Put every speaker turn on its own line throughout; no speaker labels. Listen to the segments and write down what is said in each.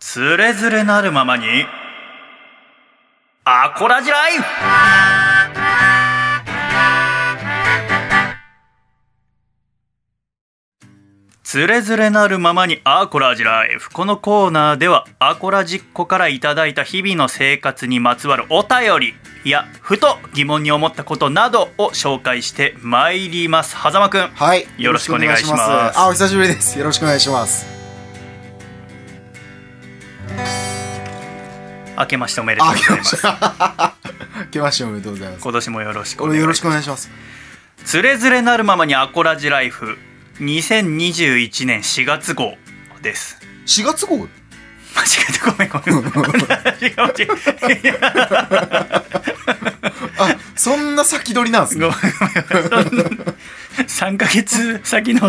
つれづれなるままに、アコラジライフつれづれなるままにアコラジライフこのコーナーではアコラジっ子からいただいた日々の生活にまつわるお便りやふと疑問に思ったことなどを紹介してまいります狭間くん
はい。
よろしくお願いします
よろくお願いあ、お久しぶりです。よろしくお願いします。
明けましておめでとう
あ、
ござ
来
い
ま
ま
し
す
た。来ました。おめでとうございます。
今年もよろしくお願いし
よ
ま
ろ
す
しくお願いします。
つれづれなるままにアコラジライフ2021年4月号です
4月号
間違えたごめんごめん違う違ういや
あ、そんな先取りなんです
ごめん
ね。
ごめん そんな3ヶ月先の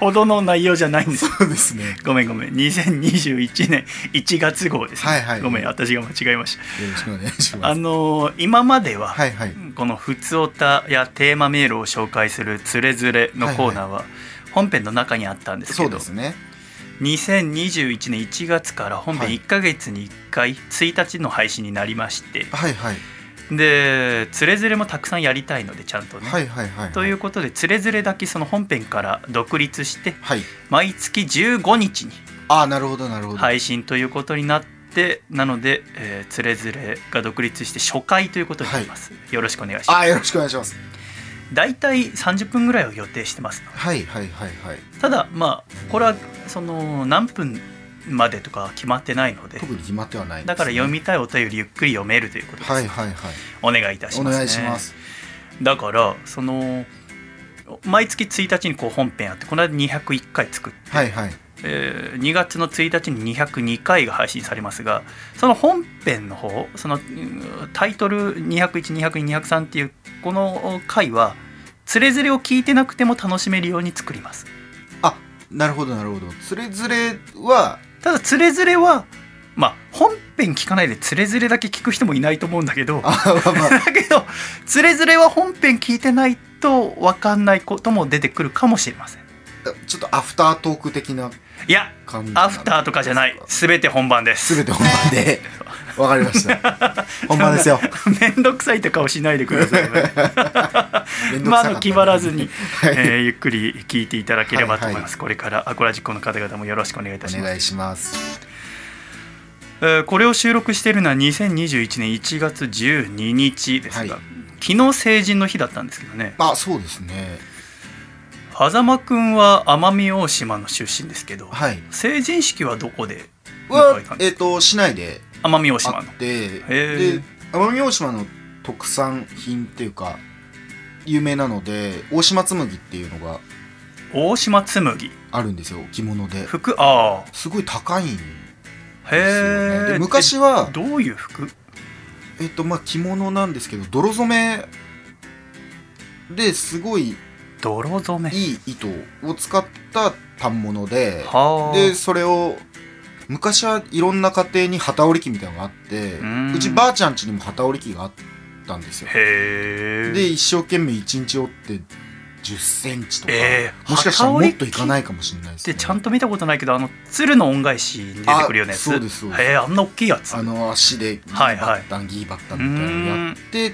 ほどの内容じゃないんです
そうですね。
ごめんごめん2021年1月号です、
はいはい
ごめん私が間違えまし
よろしくお願いした
あ
ます。
のー今までは、
はいはい。
この「ふつおた」やテーマメールを紹介する「つれづれ」のコーナーは本編の中にあったんですけ
そう
ど、
ですね。
2021年1月から本編
はい
1ヶ月に1回1日の配信になりまして、
はいはい。
でつれづれもたくさんやりたいのでちゃんとね。
はいはいはい。
という。ことでつれづれだけその本編から独立して
はい。
毎月15日に
あ、なるほどなるほど。はい。
配信ということになってなので、えー、つれづれが独立して初回ということになります、よろしくお願いします
あ、よろしくお願いします。
だいたい30分ぐらいを予定してます
はいはいはいはい。
ただまあこれはその何分までとかは決まってないので
特に決まってはないですね。
だから読みたいお便りゆっくり読めるということです、
はいはいはい。
お願いいたし
お
ます、ね、
願いします。
だからその毎月1日にこう本編あってこの間201回作って、
はいはい。
えー2月の1日に202回が配信されますがその本編の方そのうんタイトル201200203っていうこの回は「つれづれ」を聞いてなくても楽しめるように作ります
あ、なるほどなるほど。つれづれは、
ただ「つれづれは」まあ本編聞かないで「つれづれ」だけ聞く人もいないと思うんだけど
あ、まあまあ。
だけど「つれづれ」は本編聞いてないと分かんないことも出てくるかもしれません
ちょっとアフタートーク的ない
や
感じ
アフターとかじゃない全て本番です
すべて本番 でわかりました本番ですよ
めんどくさいとかをしないでくだ さいね
めんどくさ
ま
かった
の気張らずに、
はい
えーゆっくり聞いていただければと思います、
はい
これからアコラジックの方々もよろしくお願いいたし
お
ます
願いします
えーこれを収録しているのは2021年1月12日ですが、
はい
昨日成人の日だったんですけどね
あそうですね
狭間くんは奄美大島の出身ですけど、
はい
成人式はどこで迎
は
えたんで
えっ、
す
と市内で
か奄美大島
あ
の
ってで
ー
奄美大島の特産品っていうか有名なので大島紬っていうのが
大島紬
あるんですよ着物で
服あ
すごい高いんです
あ
よ
へ
ね
え
で昔は
どういう服
えっとまあ着物なんですけど泥染めですごい
泥染め
いい糸を使った反物で
はあ
でそれを昔はいろんな家庭に機織り機みたいなのがあって
うん
うちばあちゃん家にも機織り機があったんですよ
へ
で
え
一生懸命一日織って1 0ンチとか、
えー
もしかしたら
機
も
織り
っ
機
といかないかもしれないです、ね、
でちゃんと見たことないけどあの鶴の恩返しに出てくるようなやつ
あそうですそうです
へえあんな大きいやつ
あの足でギー
はいは
バ
い
ッタンギーバッタ
う
ン
ー
みたいなのや
ん
って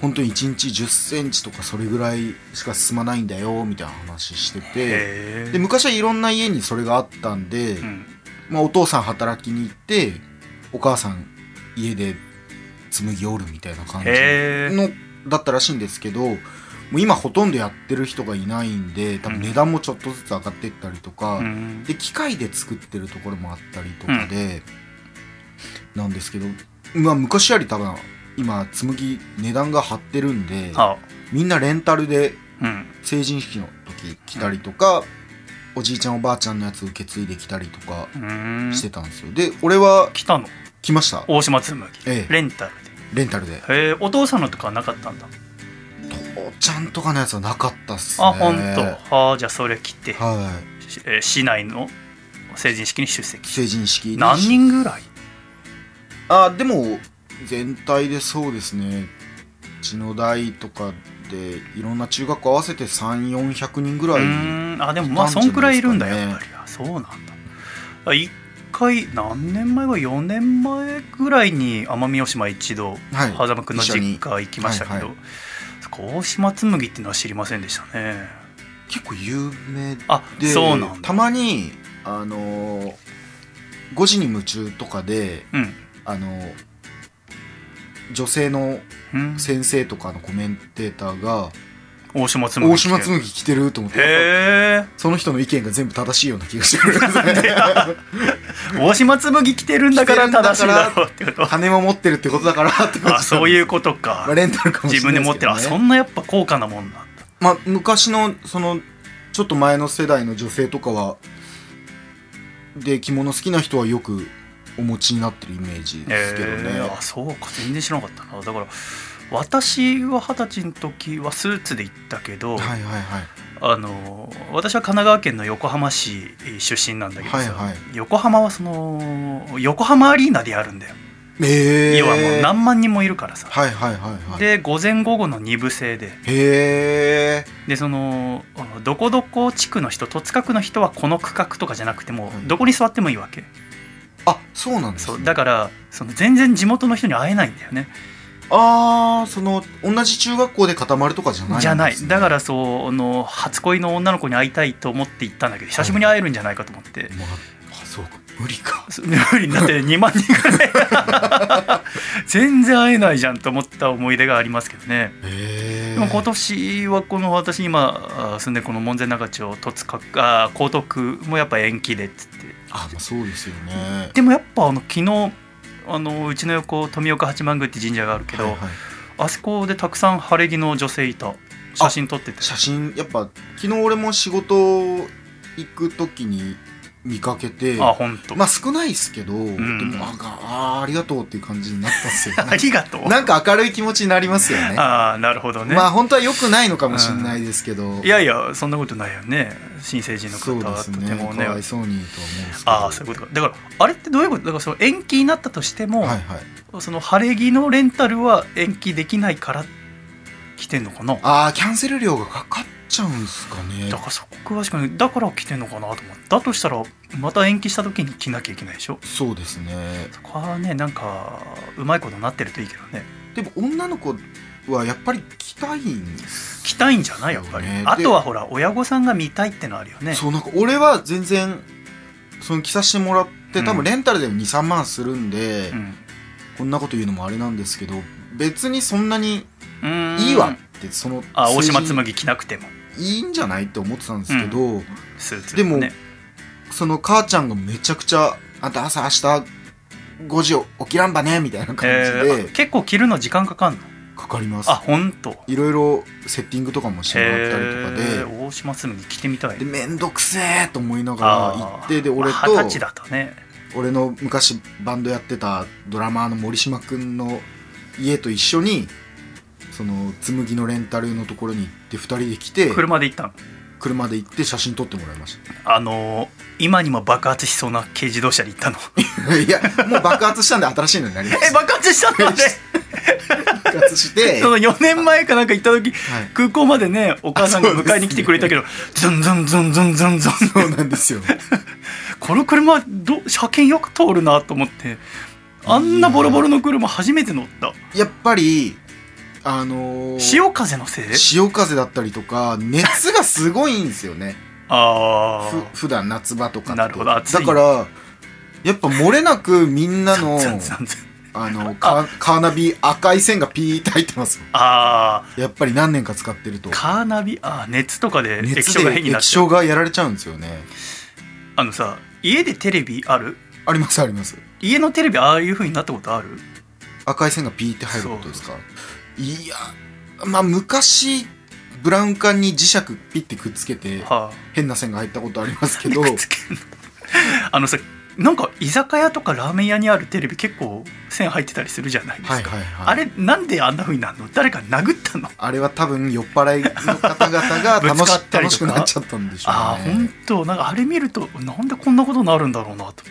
本当に1日1 0ンチとかそれぐらいしか進まないんだよみたいな話してて
へ
で
え
昔はいろんな家にそれがあったんで、
うん
まあ、お父さん働きに行ってお母さん家で紡ぎおるみたいな感じ
へえ
のだったらしいんですけどもう今ほとんどやってる人がいないんで多分値段もちょっとずつ上がってったりとか、
うん
で機械で作ってるところもあったりとかで、なんですけど、まあ、昔より多分今紬値段が張ってるんで
あ
みんなレンタルで
うん
成人式の時来たりとか、おじいちゃんおばあちゃんのやつ受け継いできたりとか
うーん
してたんですよで俺は
来たの
来ました
大島紬
ええ
レンタル
レンタルで
でへえお父さんのとかはなかったんだ
父ちゃんとかのやつはなかったっすね
あ本当。はあじゃあそれ来て
は
しえー市内の成人式に出
い
席
成人式に
何人ぐらい
あでも全体でそうですね血の台とかでいろんな中学校合わせて3400人ぐ
う
らい
ーんあでもまあ
いたんじゃ
そんくらいいるんだ
ない
や
で
っ
す
ぱ
か
りあそうなんだあ一回何年前は4年前ぐらいに奄美大島一度
はい
狭間くんの
一緒に
実家行きましたけ
はい
ど
は
そっか大島紬っていうのは知りませんでしたね
結構有名
あ
で
そうなんだ
たまにあのー「5時に夢中」とかで
うん
あのー女性の
うん
先生とかのコメンテーターが
大島
「
紬
大島紬来てる」と思って
へえ
その人の意見が全部正しいような気がして くるんですね
大島紬着てるんだから正しいだろうって こと
羽も持ってるってことだからってこと
あそういううこと か
レンタルかもしれ
自
な
分
い
です持っ
け
て
ど
る
ね
あそんなやっぱ高価なもんなんだ
まあ、昔のそのちょっと前の世代の女性とかはで着物好きな人はよくお持ちになってるイメージですけどね、
えーあそうか全然知らなかったなだから私は二十歳の時はスーツで行ったけど、
はいはいはい
あの私は神奈川県の横浜市出身なんだけどさ、
はいはい
横浜はその横浜アリーナでやるんだよ、
ええ
要はもう何万人もいるからさ、
はいはいはいはい
で午前午後の2部制で
へえ
でそのどこどこ地区の人戸塚区の人はこの区画とかじゃなくても
うん
どこに座ってもいいわけ、
あそうなんです
そ
ね
うだからその全然地元の人に会えないんだよね
ああその同じ中学校で固まるとかじゃないんですね、
じゃないだからそうあの初恋の女の子に会いたいと思って行ったんだけど久しぶりに会えるんじゃないかと思って、
まあ、あそうか無理か
そ無理になって2万人ぐらい全然会えないじゃんと思った思い出がありますけどね
へえ
でも今年はこの私今あ住んでるこの門前仲町戸塚あ江東区もやっぱ延期でっつって
あ、まあ、そうですよね
でもやっぱあの昨日あのうちの横富岡八幡宮って神社があるけど、
はいはい
あそこでたくさん晴れ着の女性いた写真撮ってて
写真やっぱ昨日俺も仕事行く時に見かけて
あ本当、
まあ少ないですけど、
ん
でもああありがとうっていう感じになったっすよ
あ
ね
りがとう
なんか明るい気持ちになりますよね
ああなるほどね、
まあ本当は良くないのかもしれないですけど、
いやいやそんなことないよね新成人の
そう
方
で
は
す
と
ね
ても
か
ね
わいそうにとは思うんですけど
ああそういうことかだからあれってどういうことだからその延期になったとしても、
はいはい
その晴れ着のレンタルは延期できないから来てんのかな
ああキャンセル料がかかっちゃうんすかね
だからそこ詳しくないだから来てんのかなと思ってだとしたらまた延期した時に着なきゃいけないでしょ
そうですね
そこはねなんかうまいことなってるといいけどね
でも女の子はやっぱり着たいんです
着たいんじゃないやっぱり、
そうねで
あとはほら親御さんが見たいってのあるよね
そうなんか俺は全然その着させてもらって
うん
多分レンタルでも23万するんで、
うん
こんなこと言うのもあれなんですけど別にそんなに
うーん
いいわってその
あ大島
数字
紬着なくても
いいんじゃないって思ってたんですけど、
スーツ
でも
ね
その母ちゃんがめちゃくちゃ「あんた朝明日5時起きらんばね」みたいな感じ
えーあ
で
結構着るの時間かかんの
かかります
あ、本当。
いろいろセッティングとかもしてもらったり
へ
とか
ー大島紬着てみたい
ででめんどくせえと思いながら
あ
行っ
ー
てで俺
まあ二十
と
歳だとね
俺の昔バンドやってたドラマーの森島くんの家と一緒にその紬のレンタルのところに行って2人で来て
車で行ったの
車で行って写真撮ってもらいまし
あのー今にも爆発しそうな軽自動車で行ったの
た いやもう爆発したんで新しいのになりま
え
した
爆発したのあれ
爆発し て、
そ
は
の4年前かなんか行った時
い、
空港までねお母さんが迎えに来てくれたけど、ズンズンズンズンズンズン
そうなんですよ
この車ど車検よく通るなと思ってあんなボロボロの車初めて乗った
やっぱりあのー
潮風のせい
潮風だったりとか熱がすごいんですよね
あ
ふ普段夏場とかって
なるほど暑い
だからやっぱ漏れなくみんな
あ
のあのカーカーナビ赤い線がピーって入ってますよ
あー
やっぱり何年か使ってると
カーナビあー熱とかで液
熱
晶が
で
変になっ
液
ちゃう
晶がやられちゃうんですよね
あのさ家でテレビある
ありますあります
家のテレビああいう風になったことある
赤い線がピーって入ることですかいやまあ昔ブラウン管に磁石ピッてくっつけて
は
変な線が入ったことありますけ
あ、
ど
くっつけんのあのさなんか居酒屋とかラーメン屋にあるテレビ結構線入ってたりするじゃないですか、
はいはいはい
あれなんであんな風になるの誰か殴ったの
あれは多分酔っ払いの方々が
ぶ
楽
つか
し
ったりと
楽し
か
くなっちゃったんでしょ
ああ
う
本
ね
当なんかあれ見るとなんでこんなことになるんだろうなと思って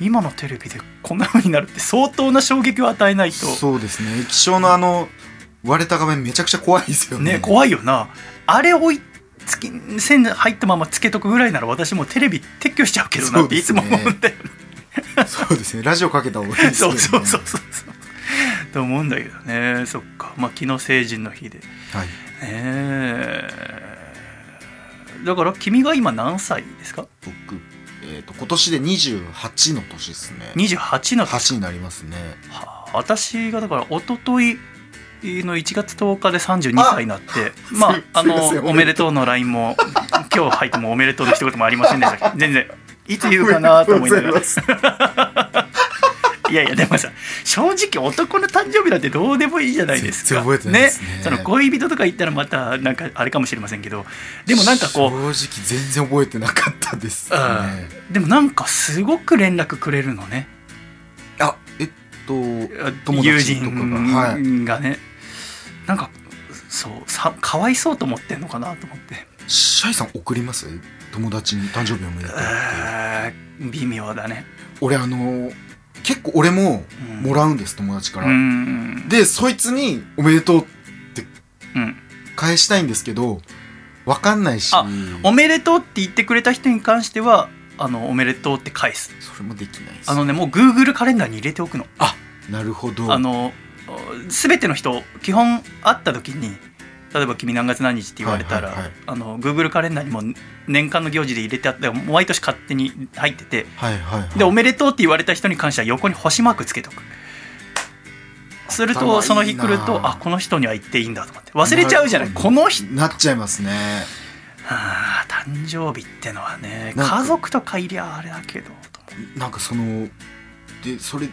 今のテレビでこんな風になるって相当な衝撃を与えないと
そうですね液晶のあの割れた画面めちゃくちゃ怖いですよね
ね怖いよなあれ置いつき線入ったままつけとくぐらいなら私もうテレビ撤去しちゃうけどな
そ
っ
う
て
で
いつ
すね
も思うんだよね
そうですねラジオかけた方がいいですけ
そ
ど、
う
ね、
そうそうそうと思うんだけどねそっかまあ昨日成人の日で
はい
えーだから君が今何歳ですか
僕、えー、と今年で28の年ですね
?28 の
8になりますね
はあ私がだから一昨日の1月10日で32歳になってまあ
す
あ
すいません
のおめでとうの LINE も 今日入ってもおめでとうの一言もありませんでしたけど全然いつ言うかなと思いながら
ら
いやいやでもさ正直男の誕生日だってどうでもいいじゃないですか
全然覚えてないですね
その恋人とか言ったらまたなんかあれかもしれませんけどでもなんかこう
正直全然覚えてなかったですね
うんでもなんかすごく連絡くれるのね
あえっと友
友
達
人と
とか
か
が
が,、
はい
ねなんかそうさかわいそうと思ってんのかなと思って、
シャイさん送ります友達に誕生日おめでとうって
あー微妙だね
俺あの結構俺も
うん
もらうんです友達か
う
ら、
ん
でそいつにおめでとう
うん
返したいんですけどわかんないし
あおめでとうって言ってくれた人に関してはあのおめでとうって返す
それもできないです
あのねもう Google カレンダーに入れておくの
なるほど
あの全ての人基本会った時に例えば「君何月何日」って言われたら、
はいはいはい
あの Google カレンダーにも年間の行事で入れてあってもう毎年勝手に入ってて
はいはいはい
で「おめでとう」って言われた人に関しては横に星マークつけとくするとその日来るとあこの人には言っていいんだとかって忘れちゃうじゃない
なる
この人
なっちゃいますね
はあ誕生日ってのはね
なんか
家族とかいりゃあれだけどと思
なんかそのでそれ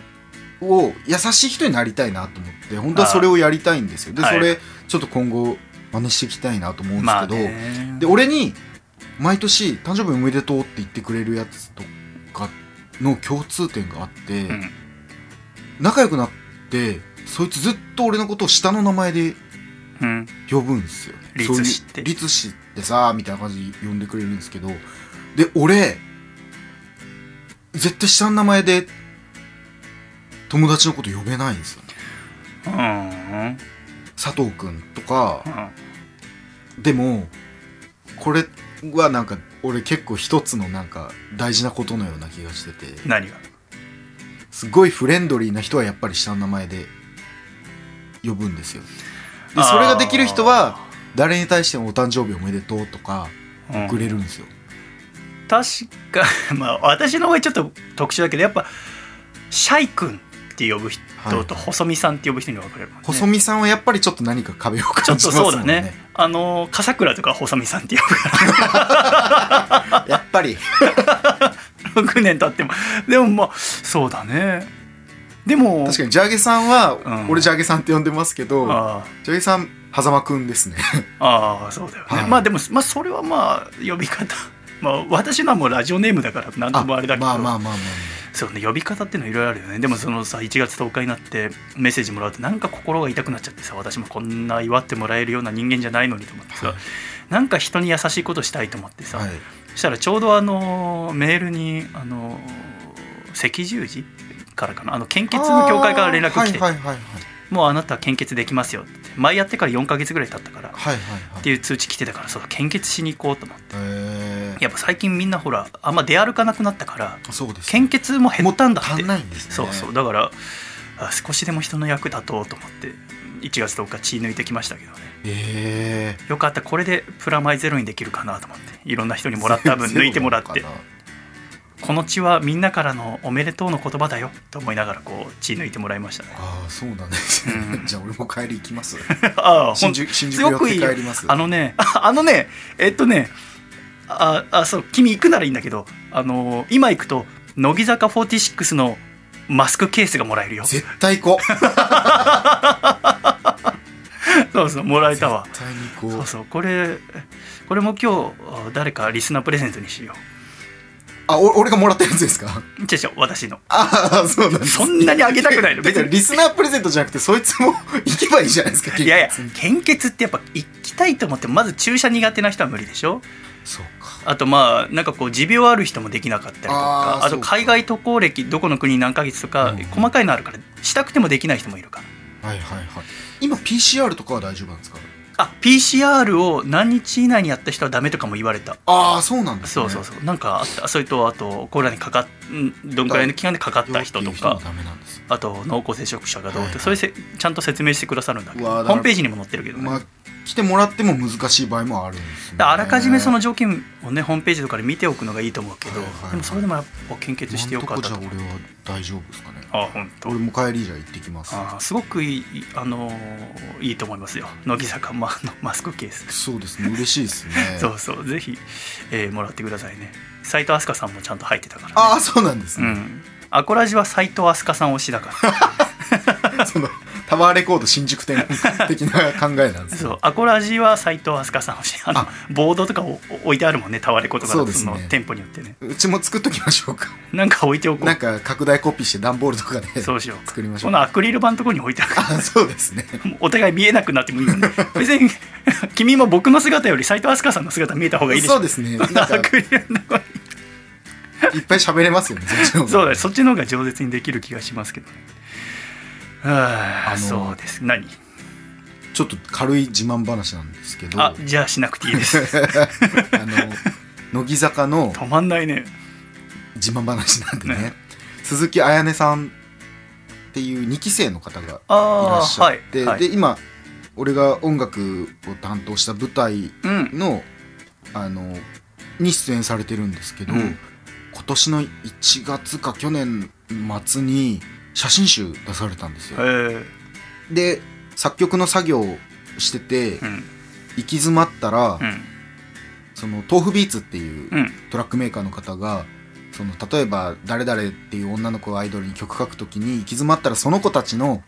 を優しい人になりたいなと思って本当はそれをやりたいんですよで
は
そ
い
れちょっと今後真似していきたいなと思うん
う
です
ま
け
あ
ど、
ね
で俺に毎年誕生日おめでとうって言ってくれるやつとかの共通点があって、
うん
仲良くなってそいつずっと俺のことを下の名前で
うん
呼ぶんですよね
律
そういう
師って
律師ってさみたいな感じで呼んでくれるんですけどで俺絶対下の名前で友達のこと呼べないんですよ、ね、
うんうん
佐藤君とか
うん
でもこれはなんか俺結構一つのなんか大事なことのような気がしてて
何が
すごいフレンドリーな人はやっぱり下の名前で呼ぶんですよでそれができる人は誰に対しても「お誕生日おめでとう」とか
あーうん
くれるんですよ、
確か まあ私の方がちょっと特殊だけどやっぱシャイ君って呼ぶ人
はい
と細見さんって呼ぶ人に分かれるもんね、
細見さんはやっぱりちょっと何か壁
ち
を
ょ
感
っ
じ
と
ますも
そうん
ね
だねあの笠倉とか細見さんって呼ぶか
やっ ぱり
ら6年経ってもでもまあそうだねでも
確かにジャーゲさんは、
うん
俺ジャーゲさんって呼んでますけど
あ
ジャーゲさん狭間く んですね
あああそうだよね、
はい
まあでも、まあ、それはまあ呼び方まあ私のはもうラジオネームだから何ともあれだけど
まあまあまあまあまあ
そうね呼び方っていうのいろいろあるよねでもそのさ1月10日になってメッセージもらうとなんか心が痛くなっちゃってさ私もこんな祝ってもらえるような人間じゃないのにと思ってさ、
はい
なんか人に優しいことしたいと思ってさ、
はい
そしたらちょうどあのメールにあの赤十字からかなあの献血の協会から連絡来て「
あーはいはいはいはい
もうあなた献血できますよ」って前やってから4ヶ月ぐらい経ったからっ
はいはいはい
ていう通知来てたからそうだ献血しに行こうと思って
えー
やっぱ最近みんなほらあんま出歩かなくなったから
そうです
献血も減ったんだっ
もう
て
足んないんですね
そうそうだからあ少しでも人の役立とうと思って1月10日血抜いてきましたけどね
ええ
よかったこれでプラマイゼロにできるかなと思っていろんな人にもらった分抜いてもらってこの血はみんなからのおめでとうの言葉だよと思いながらこう血抜いてもらいま したね
ああそうなんですね、
うん
じゃあ俺も帰り行きます
ああほん
新宿新宿
す
寄
ご
っ
く
て
い
帰
いよ
ります
あのねああのねえっとねああそう君行くならいいんだけどあの今行くと乃木坂46のマスクケースがもらえるよ
絶対行こう
そうそうもらえたわ
絶対に行こう
そうそうこれこれも今日あ誰かリスナープレゼントにしよ
あお俺がもらったやつですか
うちょちょ私の
ああそうなんです
そんなにあげたくないの
だ
別
から
に
リスナープレゼントじゃなくてそいつ も行けばいいじゃないですか
いやいや
結局
献血ってやっぱ行きたいと思ってもまず注射苦手な人は無理でしょ
そうか
あとまあなんかこう持病ある人もできなかったりと
あ
か
ー
あと
そうか
海外渡航歴どこの国何ヶ月とか
うん
細かいのあるからしたくてもできない人もいるから
はいはいはい今 PCR とかは大丈夫なんですか
あ PCR を何日以内にやった人はダメとかも言われた
ああそうなんです
そ
ね
うそうそうなんかあったそれとあとコロナにかかっんどんくらいの期間でかかった人と
弱っ
か
ていう人もダメなんです
あと濃厚接触者がどうっ
はいは
て
い
それせちゃんと説明してくださるんだけど
うわーだ
ホ
から
ームページにも載ってるけどね
まあ来てもらっても難しい場合もあるんですね
だからあらかじめその条件をねホームページとかで見ておくのがいいと思うけど
はいはいはい
でもそれでもやっぱ献血してよかった
今
と
んとこじゃ俺は大丈夫ですかね
あ本当
俺も帰りじゃ行ってきます
あすごくいいあのーいいと思いますよ乃木坂まあのマスクケース
そうですね嬉しいですね
そうそうぜひ、えーもらってくださいね斉藤飛鳥さんもちゃんと入ってたから、ね、
ああそうなんです
う
ね、
んアコラジは斉藤飛鳥さん推しだから
そのタワーレコード新宿店的な考えなんです
そ
ね
うアコラジは斉藤飛鳥さん推しあの
あ
ボードとかお置いてあるもんねタワレコとか
そ
の
うですね
の店舗によってね
うちも作っときましょ うか
なんか置いておこ
なん
う
か拡大コピーして段ボールとかで
そうしよう
作りましょ
こ
う
のアクリル板のとこに置いてある
あそうですね
もうお互い見えなくなってもいいよ ね別に君も僕の姿より斉藤飛鳥さんの姿見えた方がいいでしょ
そうですねなん
そんな
か
アクリルのとこに
いっぱい喋れますよねそっちの方が
そうだそっちの方が饒舌にできる気がしますけどねああ
あの
そうです何
ちょっと軽い自慢話なんですけど
あじゃあしなくていいです
あの乃木坂の
止まんないね
自慢話なんでね
ね
鈴木彩音さんっていう2期生の方がいら
あ
っ
あ
しゃ
は
っ
い
て、
はい
で今俺が音楽を担当した舞台
うん
のあのに出演されてるんですけど、
うん
今年の1月か去年末に写真集出されたんです
え
よ。
ー
で作曲の作業をしてて、
うん
行き詰まったら、
うん
その豆腐ビーツっていう
うん
トラックメーカーの方がその例えば誰々っていう女の子をアイドルに曲書くときに行き詰まったらその子たちの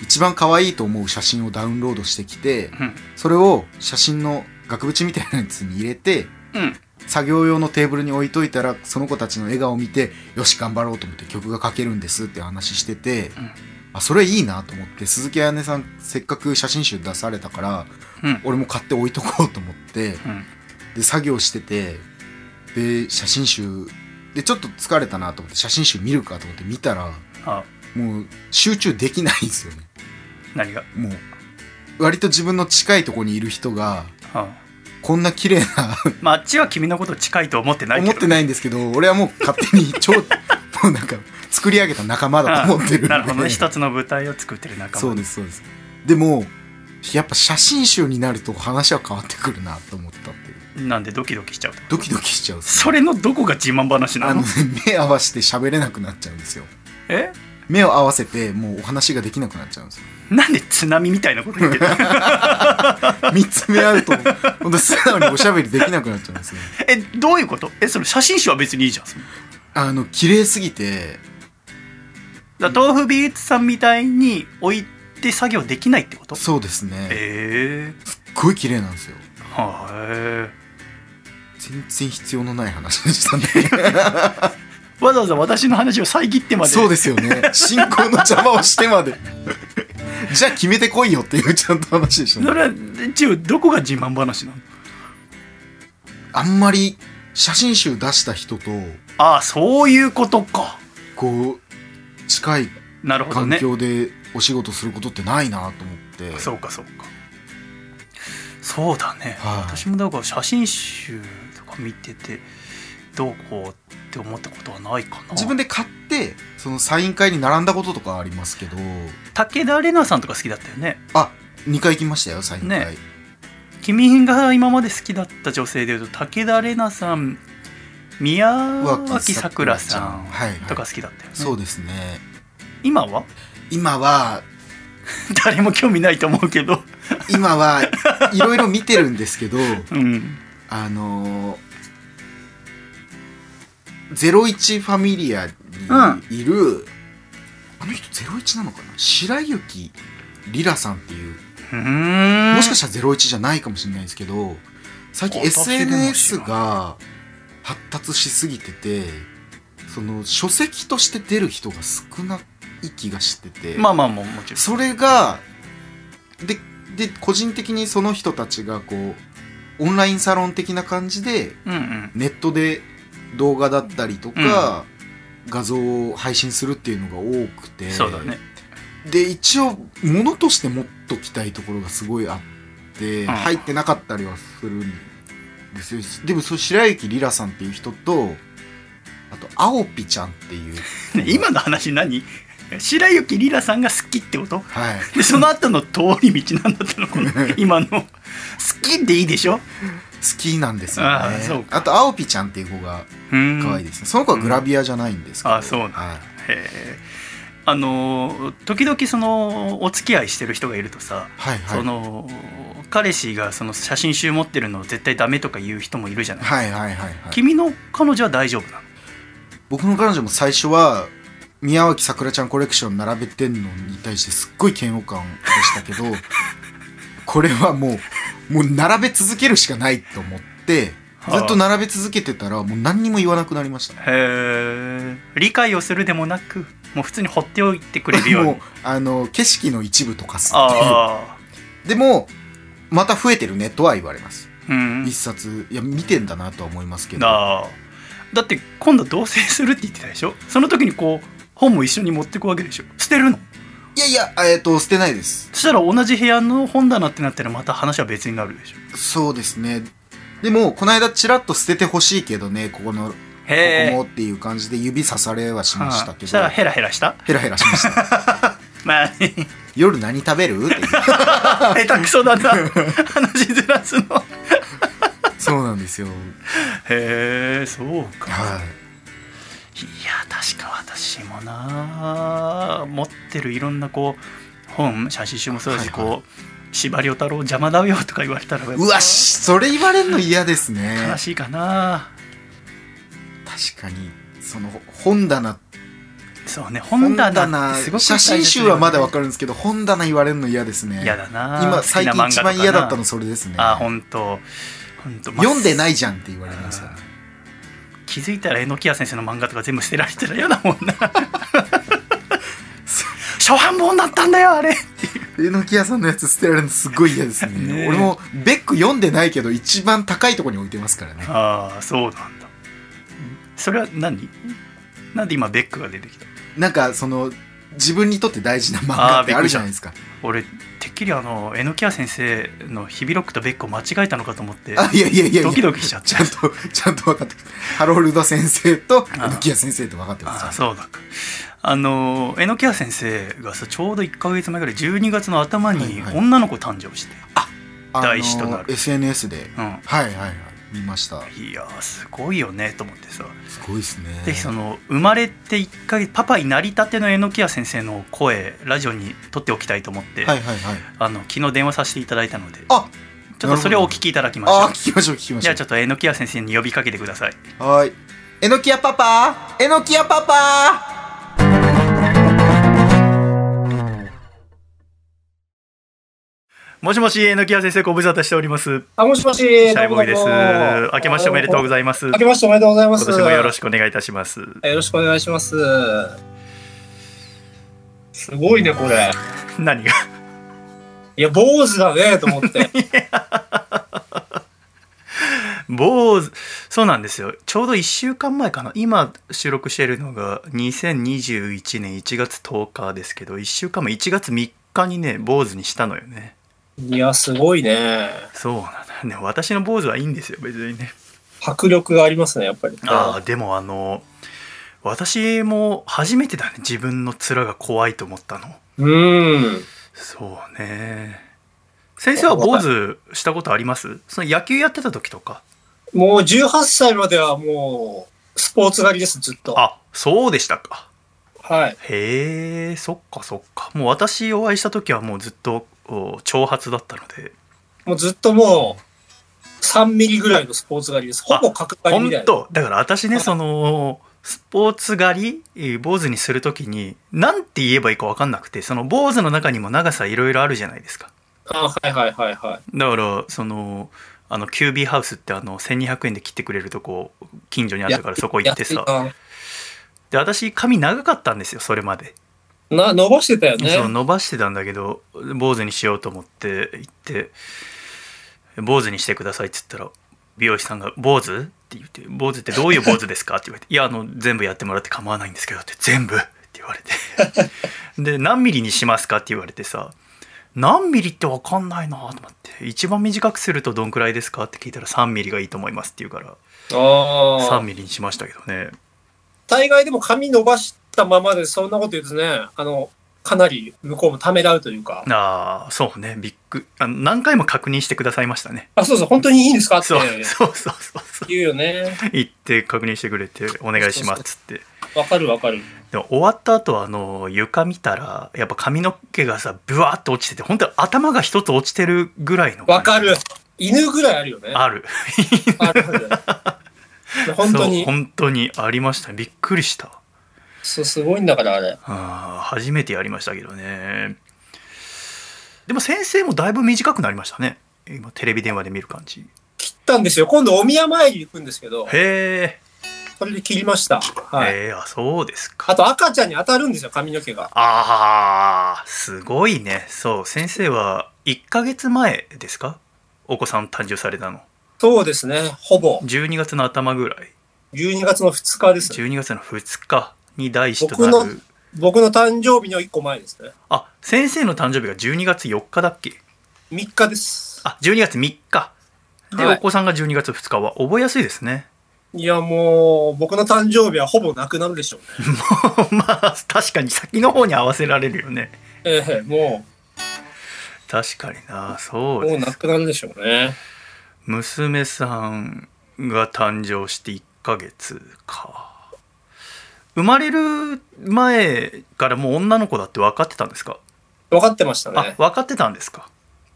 一番可愛いと思う写真をダウンロードしてきて
うん
それを写真の額縁みたいなやつに入れて
うん
作業用のテーブルに置いといたらその子たちの笑顔を見てよし頑張ろうと思って曲が書けるんですって話してて、
ん
あそれいいなと思って鈴木彩音さんせっかく写真集出されたから
うん
俺も買って置いとこうと思って。
うん
で作業しててで写真集でちょっと疲れたなと思って写真集見るかと思って見たら
あ
もう集中できないんですよね
何が
もう割と自分の近いところにいる人が
あ
こんな綺麗な
まああっちは君のこと近いと思ってないけど
思ってないんですけど俺はもう勝手に 超もうなんか作り上げた仲間だと思ってるんで
なるほどね一つの舞台を作ってる仲間
そうですそうですでもやっぱ写真集になると話は変わってくるなと思ったっていう
なんでドキドキしちゃうと
ドキドキしちゃうっす
それのどこが自慢話
あ
な
の
の
ね目合わせて喋れなくなっちゃうんですよ
え
目を合わせてもうお話ができなくなっちゃうんですよ
なんで津波みたいなこと言 ってる
見つめ合うと本当素直におしゃべりできなくなっちゃうんですよ
えどういうことえその写真集は別にいいじゃんその
あの綺麗すぎて
だから豆腐ビーツさんみたいに置いて作業できないってこと
そうですね
え
すっごい綺麗なんですよ
えは
全然必要のない話でしたね
いわざわざ私の話を遮って まで
そうですよね進行の邪魔をしてまでじゃあ決めてこいよっていうちゃんと話でした
そ
ね
れは一応どこが自慢話なの
あんまり写真集出した人と
ああそういうことか
こう近い
なるほど
環
ね
境でお仕事することってないなと思って
そうかそうかそうだね、
はい
私もだから写真集とか見ててどうこうって思ったことはないかな
自分で買ってそのサイン会に並んだこととかありますけど
武田玲奈さんとか好きだったよね
あ2回行きましたよサイン会、
ね君が今まで好きだった女性でいうと武田玲奈さん宮脇さくらさん
はいはい
とか好きだったよね、
そうですね
今は
今は
誰も興味ないと思うけど
今はいろいろ見てるんですけど
うん
あのーゼロイチファミリアにいる、あの人ゼロイチなのかな白雪リラさんっていうも
も
しか
し
したらゼロイチじゃないかもしれないですけど最近
私でも知らん
SNS が発達しすぎててその書籍として出る人が少ない気がしてて、
まあまあもうもちろん
それがでで個人的にその人たちがこうオンラインサロン的な感じで
うんうん
ネットで動画だったりとか、画像を配信するっていうのが多くて
そうだね
で一応物として持っときたいところがすごいあっって
ん
入ってなかったりはするんですよ、でもそう白雪リラさんっていう人とあと青ピちゃんっていう
ね 今の話何白雪リラさんが好きってこと
はい
でその後の通り道なんだったのこ の今の好きでいいでしょ
好きなんですよね
ああそうか
あと青ピちゃんっていう子が
うん
可愛いですね、その子はグラビアじゃないんですけど、
あそうなんだ
はい
へえあの時々そのお付き合いしてる人がいるとさ、
はいはい
その彼氏がその写真集持ってるの絶対ダメとか言う人もいるじゃない、
はいはいはいはい
君の彼女は大丈夫なの
僕の彼女も最初は宮脇さくらちゃんコレクション並べてんのに対してすっごい嫌悪感でしたけ どこれはもうもう並べ続けるしかないと思って
はあ
ずっと並べ続けてたらもう何にも言わなくなりましたね
へえ理解をするでもなくもう普通に放っておいてくれるよう
もう
に
あの景色の一部とかすっていう
ああ
でもまた増えてるねとは言われます
うん
一冊いや見てんだなとは思いますけど
だだって今度同棲するって言ってたでしょその時にこう本も一緒に持ってくわけでしょ捨てるの
いやいやえっ、と捨てないです
そしたら同じ部屋の本棚ってなったらまた話は別になるでしょ
そうですねでもこの間ちらっと捨ててほしいけどねここの
へえ
ここもっていう感じで指さされはしました
は
け
いした
ど
ら、ヘラヘラした
ヘラヘラし ました。
まあ ね
夜何食べるってい う。
下手くそだな話ずらすの
そうなんですよ。
へえそうか、
はい
や確か私もな持ってるいろんなこう本写真集もそうだし、
はいはい
こう司馬遼太郎邪魔だよとか言われたら
い。うわ、しそれ言われるの嫌ですね。
悲しいかな
確かに。その本棚
そうね本棚ってすごく
写真集はまだわ
る
かるんですけど本棚言われるの嫌ですね
嫌だな
今最近一番嫌だったのそれですね
あ本当本当
読んでないいじゃんって言われるんです よね
気づいたら榎谷先生の漫画とか全部捨てられてたら嫌だもんな 初版本だったんだよあれ
榎木屋さんのやつ捨てられるのすっごい嫌ですね
ねえ
俺もベック読んでないけど一番高いところに置いてますからね
ああそうなんだそれは何なんで今ベックが出てきた
なんかその自分にとって大事な漫画ってあるじゃないですか。
俺てっきりあの榎谷先生のヒビロックとベックを間違えたのかと思って
あいやいやいやいや
ドキドキしちゃって
ちゃんと ちゃんと分かってますハロルド先生と
ああ
ノキア先生と分かってま
あ
すよ
あそうだかあの榎谷先生がさちょうど1か月前ぐらい12月の頭に
はいはい
女の子誕生して、
あの
大事となる
SNS ではいはいはい見ました
うん、いやーすごいよねと思ってさ、
すごいですね
ぜひその生まれて1か月パパになりたての榎谷先生の声ラジオに撮っておきたいと思って、
はいはいはい
あの昨日電話させていただいたので
あ
ちょっとそれをお聞きいただきまし
あ
ょ
ー
う
聞きましょう聞きまし
じ
ょ
ゃ
う
あちょっと榎谷先生に呼びかけてください
はーいえのきやパパえのきやパパ
もしもし榎谷先生ご無沙汰しております
あ、もしもし。シ
シャイボーイです明けましておめでとうご
ざい
ざいます
明
今
けましておめでとうございます。
年もよろしくお願いいたします
よろしくお願いします。すごいね、これ。
何が
いや、坊主だね、と思 って。
坊主そうなんですよちょうど1週間前かな今収録しているのが2021年1月10日ですけど1週間前1月3日にね坊主にしたのよね
いや、すごいね。
そうなんだね私の坊主はいいんですよ別にね
迫力がありますね、やっぱり。
ああでもあの私も初めてだね自分の面が怖いと思ったの
うん。
そうね先生は坊主したことありますその野球やってた時とか
もう18歳まではもう、スポーツ狩りです、ずっと。
あそうでしたか
はい。
へえそっかそっかもう私お会いした時はもうずっとお長髪だったので
もうずっともう、3ミリぐらいのスポーツ狩りです。ほぼ角刈り
本
みたいな。
当だから私ねそのスポーツ狩りえー坊主にする時に何て言えばいいか分かんなくてその坊主の中にも長さいろいろあるじゃないですか
あ、はいはいはいはい。
だからそのあのキュービーハウスってあの1200円で切ってくれるとこ近所にあったからそこ行って
や
さ
てた
で私髪長かったんですよそれまで、
な、伸ばしてたよね。
そう伸ばしてたんだけど坊主にしようと思って行って「坊主にしてください」っつったら美容師さんが「坊主?」って言って「坊主ってどういう坊主ですか?」って言われて「いやあの全部やってもらって構わないん ですけど」って「全部」って言われてで「何ミリにしますか?」って言われてさ何ミリって分かんないなと思って一番短くするとどんくらいですかって聞いたら3ミリがいいと思いますって言うから3
ああ。
ミリにしましたけどね
大概でも髪伸ばしたままでそんなこと言うとね、あの、かなり向こうもためらうというか、
ああそうねびっくあの何回も確認してくださいましたね
あ、そうそう、本当にいいんですかって
そうそうそうそうそう
言うよね。
行って確認してくれてお願いしますっつって
わかるわかる。
でも終わった後あの床見たらやっぱ髪の毛がさブワーっと落ちてて本当に頭が一つ落ちてるぐらいの
わかる。犬ぐらいあるよね。
ある
あるある。本当
そう
に。
本当にありましたびっくりした
そう、すごいんだから、あれ。
あー初めてやりましたけどねでも先生もだいぶ短くなりましたね今テレビ電話で見る感じ
切ったんですよ。今度お宮参り行くんですけど、
へ
それで切りました。
え、
はい。
へーあそうですか
あと赤ちゃんに当たるんですよ、髪の毛が。
あーすごいねそう先生は1ヶ月前ですかお子さん誕生されたの
そうですね、ほぼ。
12月の頭ぐらい
12月の2日です。
12月の2日に第一と
僕
な
の
る
僕の誕生日の1個前ですね。
あ先生の誕生日が12月4日だっけ
3日です。
あ12月3日で、
はい
お子さんが12月2日は覚えやすいですね
いや、もう、僕の誕生日はほぼなくなるでしょうね。
まあ確かに先の方に合わせられるよね
ええも
確かにな
う、
そう
もう
です
なくなるでしょうね。
娘さんが誕生して1ヶ月か生まれる前からもう女の子だって分かってたんですか、
分かってました
あ
ね。
分かってたんですか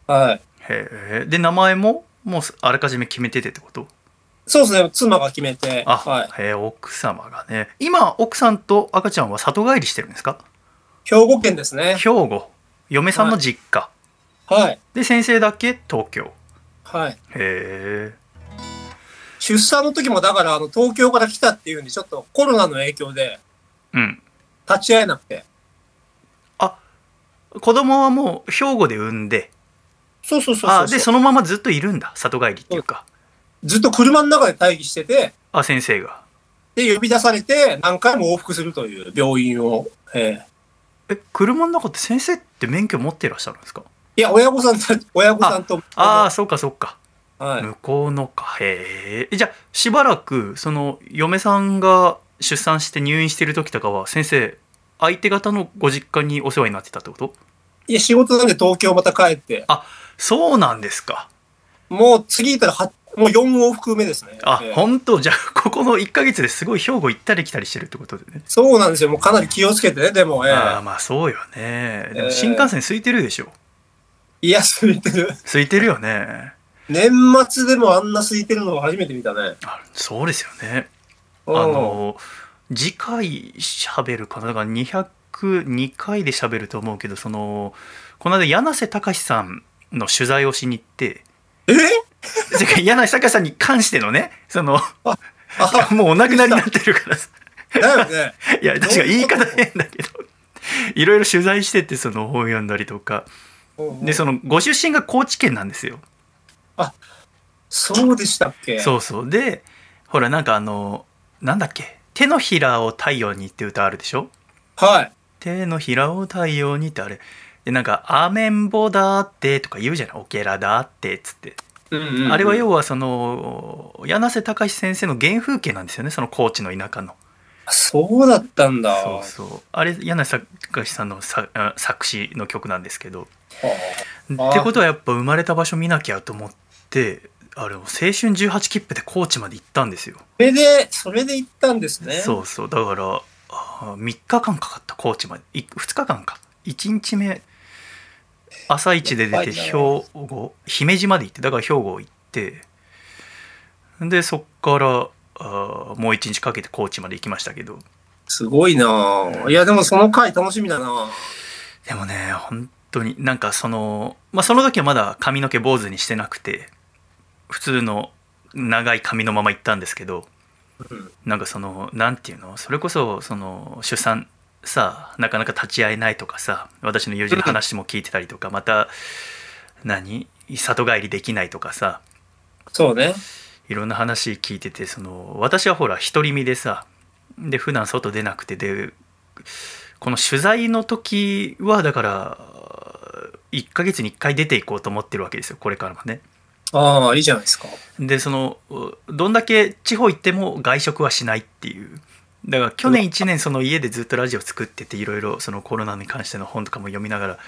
はい。
へえで名前ももうあらかじめ決めててってこと
そうですね、妻が決めて。
あ、
はい。
へえ奥様がね今奥さんと赤ちゃんは里帰りしてるんですか
兵庫県ですね。
兵庫嫁さんの実家、
はい。
で先生だけ東京
はい。
へえ
出産の時も、だから、あの、東京から来たっていうんで、ちょっとコロナの影響で
うん
立ち会えなくて。
子供はもう兵庫で産んで
そうそうそうそう
あでそのままずっといるんだ里帰りっていうか
ずっと車の中で待機してて、
あ先生が
で、呼び出されて、何回も往復するという病院を。ええ
え車の中って先生って免許持ってらっしゃるんですか
いや、親御さんた、親御さんと。
ああそうかそうか
はい。
向こうのかへえじゃあしばらくその嫁さんが出産して入院してる時とかは先生相手方のご実家にお世話になってたってこと
いや、仕事なんで東京また帰って、
そうなんですか
もう次行ったらは、もう4往復目ですね。
あ、
ええ
本当じゃあここの1ヶ月ですごい兵庫行ったり来たりしてるってことでね、
そうなんですよ。もうかなり気をつけてね、でも、ええ
ああまあそうよねで
え
も
え
新幹線空いてるでしょ
いや、空いてる。
空いてるよね
年末でもあんな空いてるのを初めて見たね。
あそうですよね
うん
あの次回喋るかなだから202回で喋ると思うけどそのこの間柳瀬隆さんの取材をしに行 って
え
それから柳瀬隆さんに関してのねその
あ、
もうお亡くなりになってるからさ
だよ ね。
いや確かに言い方変だけどいろいろ取材しててその本読んだりとか
うんうん
でそのご出身が高知県なんですよ
そうでしたっけ
そうそうでほらなんかあのなんだっけ「手のひらを太陽に」って歌あるでしょ
はい。
手のひらを太陽にってあれでなんか「アメンボだって」とか言うじゃない「オケラだって」っつって、
うんうんうん
あれは要はその柳瀬隆先生の原風景なんですよねその高知の田舎の
あそうだったんだ。
そうそうあれ柳瀬隆さんのさあ作詞の曲なんですけど
はあ
ってことはやっぱ生まれた場所見なきゃと思ってあれを青春18切符で高知まで行ったんですよ、
あそれで、それで行ったんですね。
そうそうだからあ3日間かかった高知まで2日間か1日目朝一で出て兵
やば
庫姫路まで行ってだから兵庫行ってでそっからあもう1日かけて高知まで行きましたけど
すごいなぁいや、でもその回楽しみだなぁ
でもね本当になんかそのまあその時はまだ髪の毛坊主にしてなくて普通の長い髪のまま行ったんですけど
うん
なんかそのなんていうのそれこそその出産さなかなか立ち会えないとかさ私の友人の話も聞いてたりとかまた何里帰りできないとかさ
そうね。
いろんな話聞いててその私はほら独り身でさで普段外出なくてでこの取材の時はだから1ヶ月に1回出ていこうと思ってるわけですよこれからもね
ああ、いいじゃないですか。
でそのうどんだけ地方行っても外食はしないっていうだから去年1年その家でずっとラジオ作ってていろいろそのコロナに関しての本とかも読みながら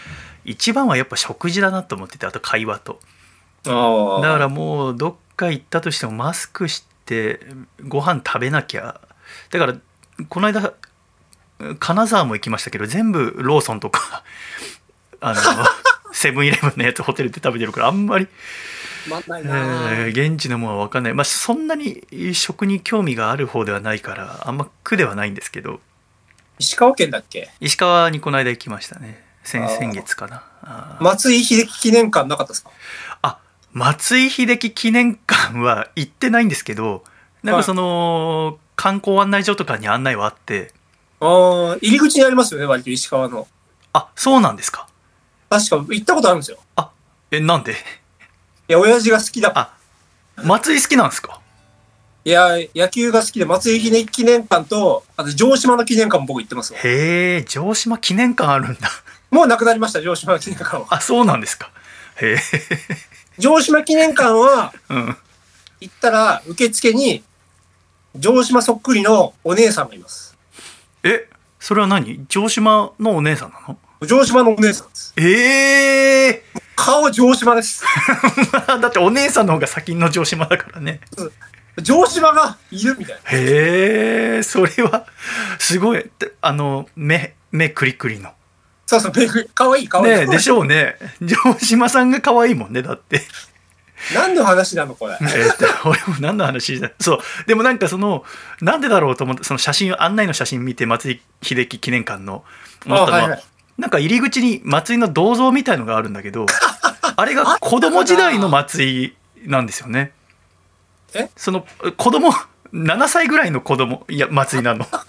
一番はやっぱ食事だなと思っててあと会話と
ああ。
だからもうどっか行ったとしてもマスクしてご飯食べなきゃだからこの間金沢も行きましたけど全部ローソンとか あ のセブンイレブンのやつホテルで食べてるからあんまり、
まんない
え
な、
ー現地のものは分かんないまあそんなに食に興味がある方ではないからあんま苦ではないんですけど
石川県だっけ
石川にこの間行きましたね先
あー
先月かなあー
松井秀喜記念館なかったですか
松井秀喜記念館は行ってないんですけどなんかその、観光案内所とかに案内はあって
ああ、入り口にありますよね、割と石川の。
あそうなんですか
確か行ったことあるんですよ。
えなんで
いや、親父が好きだ。
あ松井好きなんですか
いや、野球が好きで、松井秀喜記念館と、あと城島の記念館も僕行ってますよ。
へえ城島記念館あるんだ
もうなくなりました、城島の記念館は。
あそうなんですかへえ
城島記念館は、
うん
行ったら、受付に、城島そっくりのお姉さんがいます。
えそれは何城島のお姉さんなの
城島のお姉さんです。
ええ
顔城島です。
だってお姉さんの方が先の城島だからね
城島がいるみたいな。
へえそれはすごいであの目目クリクリの
そうそう、めぐかわいい、かわいい。
ねえでしょうね 城島さんが可愛いもんねだって、
何の話なの、これ。
えーっと 俺も何の話だそうでもなんかそのなんでだろうと思ってその写真案内の写真見て松井秀喜記念館の思ったのは、
はいはい。
なんか入り口に松井の銅像みたいのがあるんだけ どあれが子供時代の松井なんですよね
え
その子供7歳ぐらいの子供いや松井な の
あ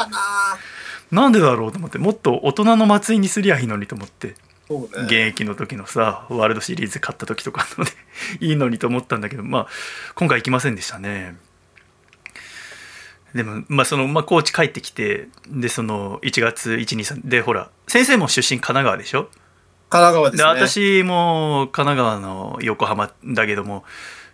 ー
なんでだろうと思ってもっと大人の松井にすりゃいいのにと思って
そう
現
ね。
役の時のさワールドシリーズ勝った時とかので いいのにと思ったんだけどまあ今回行きませんでしたねでもまあその、まあ、高知帰ってきてでその1月123でほら先生も出身神奈川でしょ
神奈川で
です
ね。
私も神奈川の横浜だけども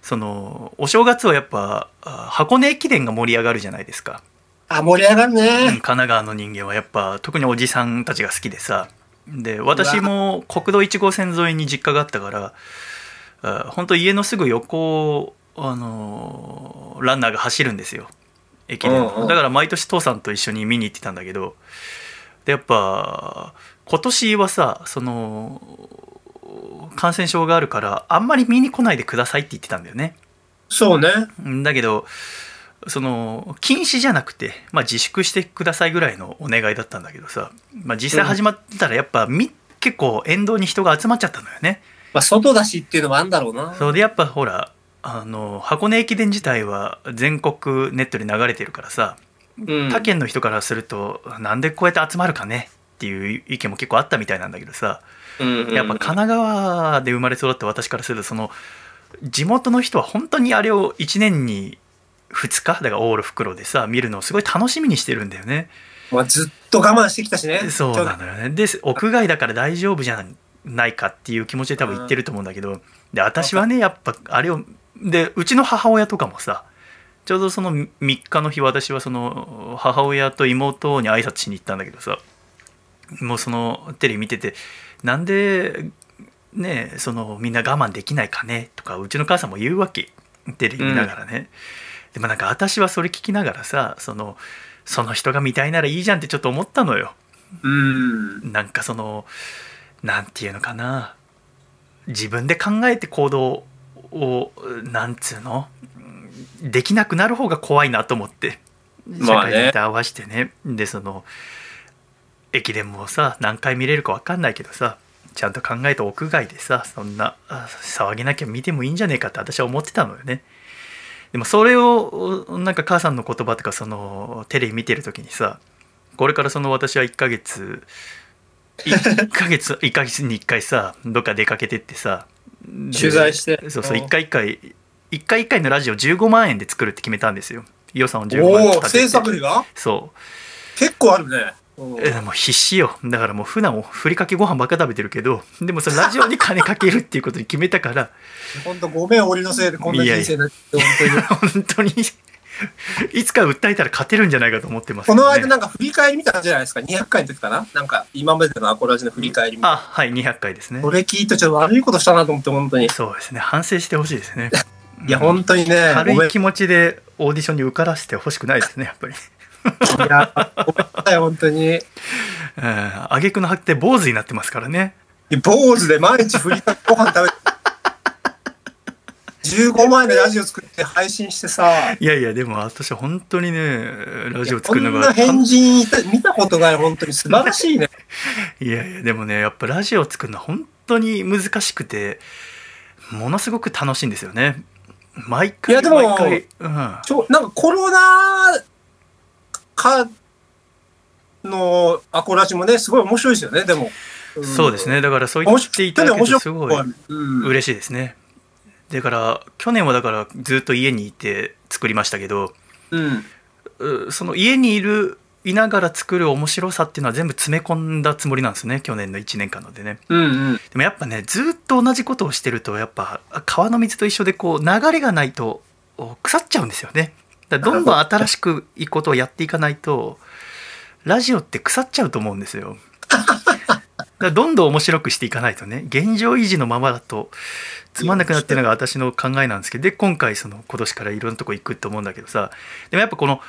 そのお正月はやっぱあ箱根駅伝が盛り上がるじゃないですか、
あ、盛り上がる
うん
ね
神。奈川の人間はやっぱ特におじさんたちが好きでさで私も国道1号線沿いに実家があったからあ本当家のすぐ横を、あのーランナーが走るんですよ駅伝の
うんうん
だから毎年父さんと一緒に見に行ってたんだけどでやっぱ今年はさその感染症があるからあんまり見に来ないでくださいって言ってたんだよね
そうね。
だけどその禁止じゃなくて、まあ、自粛してくださいぐらいのお願いだったんだけどさ、まあ、実際始まってたらやっぱ、み結構沿道に人が集まっちゃったのよね
まあ、外だしっていうのもあるんだろうな。
それでやっぱほらあの箱根駅伝自体は全国ネットで流れてるからさ
うん
他県の人からするとなんでこうやって集まるかねっていう意見も結構あったみたいなんだけどさやっぱ神奈川で生まれ育った私からするとその地元の人は本当にあれを1年に2日だからオール袋でさ見るのをすごい楽しみにしてるんだよね。
まあ、ずっと我慢してきたしね。
そう
去
な
年
のよねで屋外だから大丈夫じゃないかっていう気持ちで多分言ってると思うんだけどで私はねやっぱあれをでうちの母親とかもさちょうどその3日の日私はその母親と妹に挨拶しに行ったんだけどさもうそのテレビ見ててなんでねそのみんな我慢できないかねとかうちの母さんも言うわけテレビ見ながらね、でもなんか私はそれ聞きながらさそのその人が見たいならいいじゃんってちょっと思ったのよ
うん。
なんかそのなんていうのかな自分で考えて行動をなんつうのうんできなくなる方が怖いなと思って社
まあ
会
ね
全体合わせてね,、でその駅伝もさ何回見れるか分かんないけどさちゃんと考えて屋外でさそんなあ騒げなきゃ見てもいいんじゃねえかって私は思ってたのよね。でもそれをなんか母さんの言葉とかそのテレビ見てる時にさこれからその私は1ヶ月1ヶ月一ヶ月に1回さどっか出かけてってさ取
取材して
そうそう
うん
1回1回1回1回のラジオ15万円で作るって決めたんですよ予算を15万円
お
立
お、
てて
制作費が
そう
結構あるね。うん
えーもう必死よだからもう普段もふりかけご飯ばっか食べてるけどでもそのラジオに金かけるっていうことに決めたから
本当ごめん、俺のせいでこんな人生にな って、本当に。
本当にいつか訴えたら勝てるんじゃないかと思ってます、
この間なんか振り返り見たんじゃないですか。200回の時かななんか今までのアコラジの振り返りみたい
あ
な
はい200回ですね
これ聞いてちょっと悪いことしたなと思って、本当に。
そうですね反省してほしいですね
いや、本当にね、ごめん。
軽い
い
気持ちでオーディションに受からせてほしくないですねやっぱり
や、ごめんなさい、本当に。
うん挙句の果て坊主になってますからね
坊主で毎日ふりかけご飯食べて。15万円でラジオ作って配信してさ、
いやいやでも私は本当にねラジオ
こ
作るの
ん
が
な変人いた見たことがない、本当に素晴らしいね。
いやいやでもねやっぱラジオ作るのは本当に難しくてものすごく楽しいんですよね毎回
いやでも
毎回、うん、
ちょなんかコロナかのアコラジもね、すごい面白いですよね、でも。ん
そうです。ねだからそう言っていただけてすごい
うん、
嬉しいですねだから去年はだからずっと家にいて作りましたけど
うん。
うその家にいるいながら作る面白さっていうのは全部詰め込んだつもりなんですね去年の1年間のでね
うんうん。
でもやっぱねずっと同じことをしてるとやっぱ川の水と一緒でこう流れがないとお腐っちゃうんですよねだからどんどん新しくいいことをやっていかないとラジオって腐っちゃうと思うんですよだからどんどん面白くしていかないとね現状維持のままだとつまんなくなってるのが私の考えなんですけどで今回その今年からいろんなとこ行くと思うんだけどさでもやっぱこの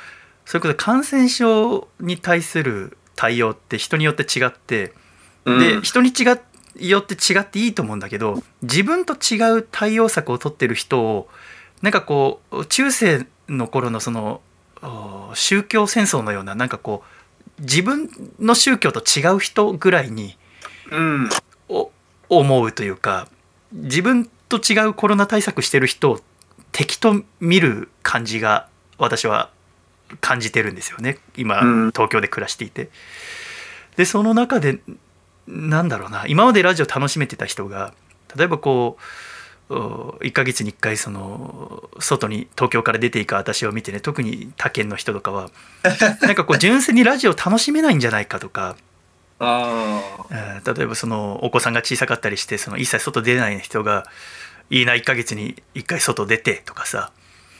それこそ感染症に対する対応って人によって違ってで人に違っよって違っていいと思うんだけど自分と違う対応策を取ってる人をなんかこう中世の頃のそのお宗教戦争のようななんかこう自分の宗教と違う人ぐらいに
うん。
お思うというか自分と違うコロナ対策してる人を敵と見る感じが私は感じてるんですよね今、
うん
東京で暮らしていて。でその中でなんだろうな今までラジオ楽しめてた人が例えばこうお1ヶ月に1回その外に東京から出ていく私を見てね特に他県の人とかはなんかこう純粋にラジオ楽しめないんじゃないかとか
ああ。
えー例えばそのお子さんが小さかったりしてその一切外出ない人がいいな1ヶ月に1回外出てとかさ、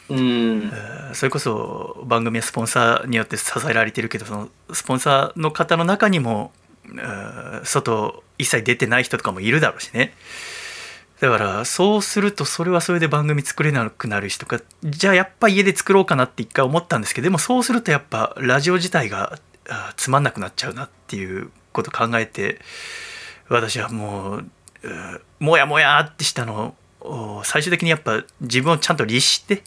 うん
え。ーそれこそ番組はスポンサーによって支えられてるけどそのスポンサーの方の中にも、えー外一切出てない人とかもいるだろうしねだからそうするとそれはそれで番組作れなくなるしとかじゃあやっぱ家で作ろうかなって一回思ったんですけどでもそうするとやっぱラジオ自体があーつまんなくなっちゃうなっていうこと考えて私はもううーもやもやってしたのを最終的にやっぱ自分をちゃんと律して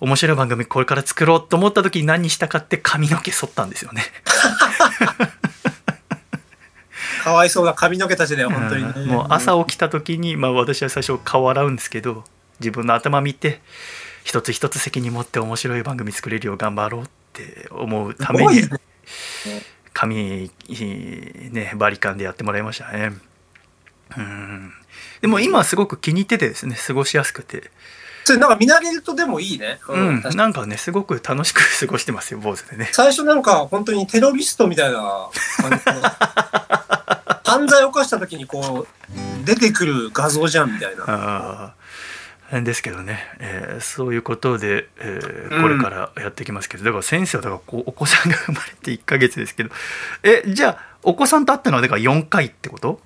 面白い番組これから作ろうと思った時に何にしたかって髪の毛剃ったんですよね。
かわいそうな髪の毛たちだよ、本当にね、
うんもう朝起きた時に、まあ、私は最初顔洗うんですけど自分の頭見て一つ一つ責任持って面白い番組作れるよう頑張ろうって思うために
すごい
髪ねバリカンでやってもらいましたね。うんでも今すごく気に入っててですね過ごしやすくて、
それなんか見慣れるとでもいいね。
う
うん
ん、
確かに
なんかねすごく楽しく過ごしてますよ坊主でね。
最初なんか本当にテロリストみたいな感じ の犯罪を犯した時にこう、出てくる画像じゃんみたいな。
あーですけどね、えーそういうことで、えー
うん
これからやっていきますけど、だから先生はだからこうお子さんが生まれて1ヶ月ですけどえじゃあお子さんと会ったのはだから4回ってこと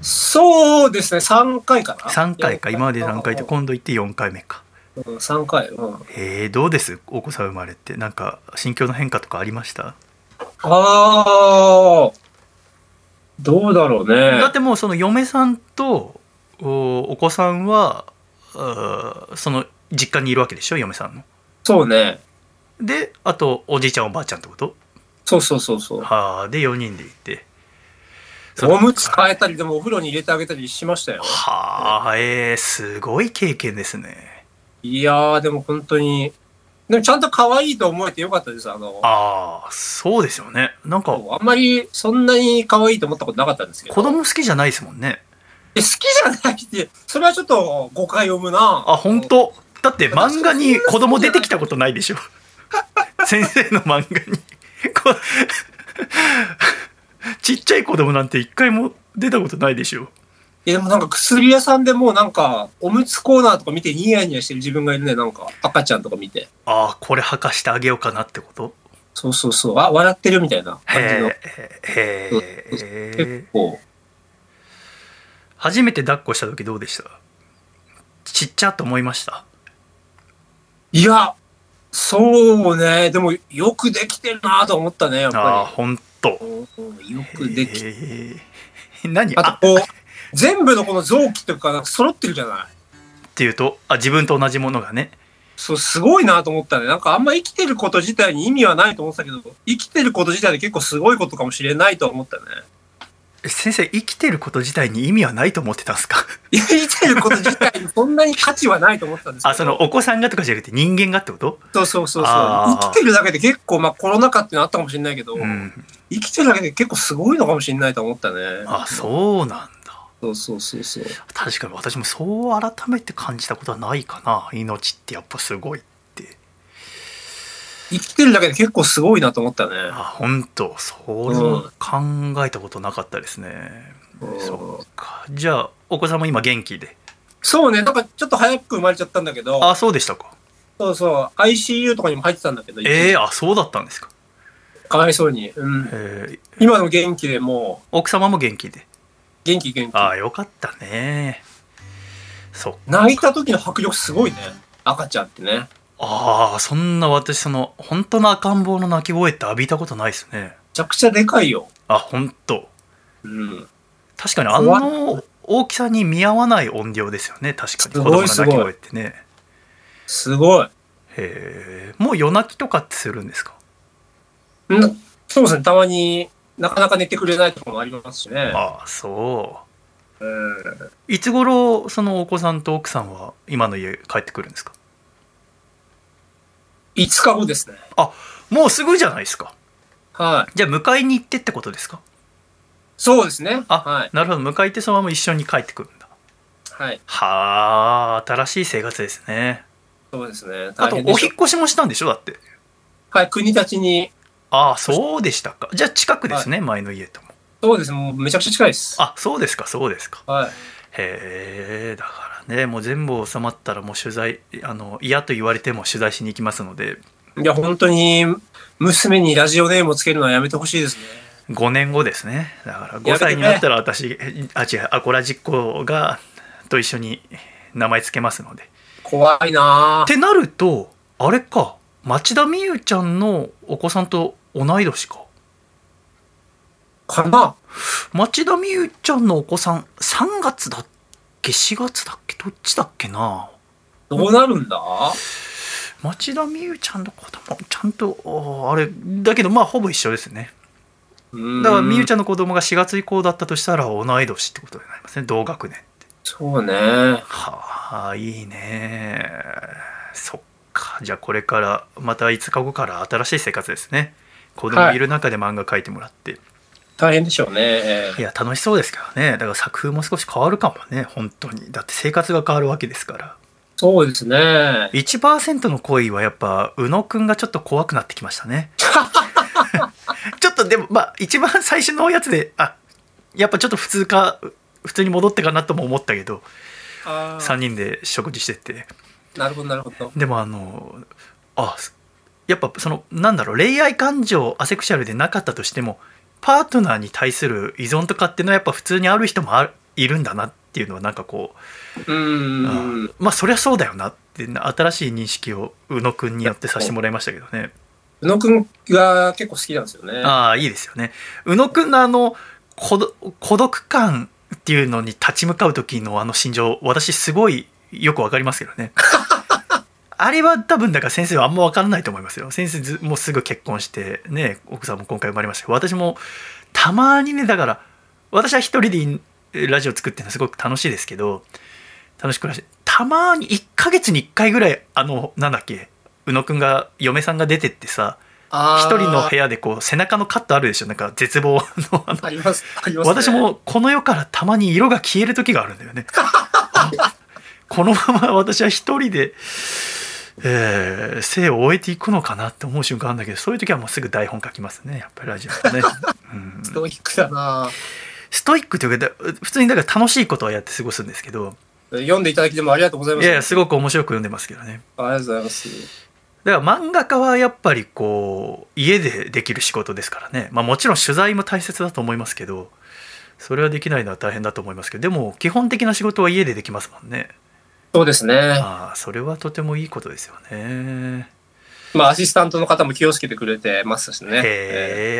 そうですね、3回かな。
3回か今まで3回で
こ
今度行って4回目か
うん、3回。うん。
えーどうですお子さん生まれてなんか心境の変化とかありました、
ああ、どうだろうね
だっ。てもうその嫁さんとおお子さんはあーその実家にいるわけでしょ嫁さんの
そうね。
であとおじいちゃんおばあちゃんってこと
そうそうそうそう。
はあで4人で行って
おむつ変えたり、でもお風呂に入れてあげたりしましたよ。
はあえー、すごい経験ですね
いやー、でも本当に、でもちゃんと可愛いと思えてよかったです。あの、
ああそうですよねなんか
あんまりそんなに可愛いと思ったことなかったんですけど。
子供好きじゃないですもんね
え好きじゃないって、それはちょっと誤解を生むな。
あ本当だって漫画に子供出てきたことないでしょ 先生の漫画にこちっちゃい子供なんて一回も出たことないでしょ
いやでもなんか薬屋さんでもうなんかおむつコーナーとか見てニヤニヤしてる自分がいるねなんか赤ちゃんとか見て
ああこれ履かしてあげようかなってこと
そうそうそうあ笑ってるみたいな
へ
感じの
えへえ
結構
初めて抱っこした時どうでしたちっちゃと思いました
いやそうねでもよくできてるなと思ったねやっ
ああ
ぱ
ほんと
りうんよくできて
へえ何あ
あとこう全部のこの臓器というかなんか揃ってるじゃな
っ
い
ていうとあ自分と同じものがね
そう、すごいなと思ったね。なんかあんま生きてること自体に意味はないと思ってたけど、生きてること自体で結構すごいことかもしれないとは思ったね。
え先生生きてること自体に意味はないと思ってたんですか
いや生きてること自体にそんなに価値はないと思ってたんですけ ど。
あそのお子さんがとかじゃなくて人間がってこと
そうそうそうそう。
あー
生きてるだけで結構、まあコロナ禍っていうのあったかもしれないけど、
うん
生きてるだけで結構すごいのかもしれないと思ったね。
あそうなんだ
そうそうそうそう。
確かに私もそう改めて感じたことはないかな命ってやっぱすごいって
生きてるだけで結構すごいなと思ったね。
あ本当そう考えたことなかったですね、
うん
そうかじゃあお子さんも今元気で
そうね、なんかちょっと早く生まれちゃったんだけど、
あそうでしたか
そうそう、ICU とかにも入ってたんだけど、
ええあそうだったんですか、
かわいそうに。うん。
えー
今の元気でもう、
奥様も元気で
元気元気。
ああよかったねそう
泣いた時の迫力すごいね赤ちゃんってね
ああそんな私その本当の赤ん坊の泣き声って浴びたことないですね
めちゃくちゃでかいよ
あ本当
うん
確かにあの大きさに見合わない音量ですよね確かに
す
子供
ご
の
い
泣き声ってね
すごい
へえもう夜泣きとかってするんですか
んそうですねたまになかなか寝てくれないとかもありますしね
ああそ
うん
ういつ頃そのお子さんと奥さんは今の家帰ってくるんですか
5日後ですね
もうすぐじゃないですか
はい
じゃあ迎えに行ってってことですか
そうですね
あ、
はい
なるほど迎え行ってそのまま一緒に帰ってくるんだ
はい
はあ新しい生活ですね
そうですね
あ
大
とお
変でし
引っ越しもしたんでしょだって
たはい国立に
ああそうでしたかじゃあ近くですね、前の家とも
そうですねもうめちゃくちゃ近いです
あそうですかそうですか
はい
へえだからねもう全部収まったらもう取材あの嫌と言われても取材しに行きますので
いや本当に娘にラジオネームをつけるのはやめてほしいですね
5年後ですねだから
てね
5歳になったら私、あ違うアコラ実行がと一緒に名前つけますので
怖いな
っ
ぁ
てなるとあれか町田美優ちゃんのお子さんと同い年か
かな
町田美優ちゃんのお子さん3月だっけ4月だっけどっちだっけな
どうなるんだ
町田美優ちゃんの子供ちゃんとあーあれだけどまあほぼ一緒ですね
うん
だから美優ちゃんの子供が4月以降だったとしたら同い年ってことになりますね同学年
そうね
はあいいねそっかじゃあこれからまた5日後から新しい生活ですね子供いる中で漫画描いてもらって、
大変でしょうね
いや楽しそうですけどねだから作風も少し変わるかもね本当にだって生活が変わるわけですから
そうですね。
1%の恋はやっぱ宇野くんがちょっと怖くなってきましたねちょっとでもまあ一番最初のおやつであやっぱちょっと普通か普通に戻ってかなとも思ったけど
あ
3人で食事してて
なるほど、なるほど。
でもあのあやっぱそのなんだろう恋愛感情アセクシャルでなかったとしてもパートナーに対する依存とかっていうのはやっぱ普通にある人もあるいるんだなっていうのはなんかこ
う
う、
ー
あ
ん。
まあそりゃそうだよなって新しい認識を宇野くんによってさせてもらいましたけどね
宇野くんが結構好きなんですよね。
ああいいですよね宇野くんのあの孤独孤独感っていうのに立ち向かう時のあの心情私すごいよくわかりますけどねあれは多分だから先生はあんま分からないと思いますよ先生ずもうすぐ結婚してね奥さんも今回生まれましたけど私もたまにねだから私は一人でいラジオ作ってるのすごく楽しいですけど楽しくらしいたまに1ヶ月に1回ぐらいあのなんだっけ宇野くんが嫁さんが出てってさ
あ
一
ー
人の部屋でこう背中のカットあるでしょなんか絶望のあの
あります、あります、ね。
私。もこの世からたまに色が 消える時があるんだよねあこのまま私は一人でえー生を終えていくのかなって思う瞬間あるんだけどそういう時はもうすぐ台本書きますねやっぱりラジオはね、うん
ストイックだな
ストイックというかだ普通にだから楽しいことはやって過ごすんですけど
読んでいただきでもありがとうございま
い
す。
やいやすごく面白く読んでますけどね
ありがとうございます。
だから漫画家はやっぱりこう家でできる仕事ですからね、まあ、もちろん取材も大切だと思いますけどそれはできないのは大変だと思いますけどでも基本的な仕事は家でできますもんね
そうですね。
ああそれはとてもいいことですよね
まあ、アシスタントの方も気をつけてくれてますしね。え
へ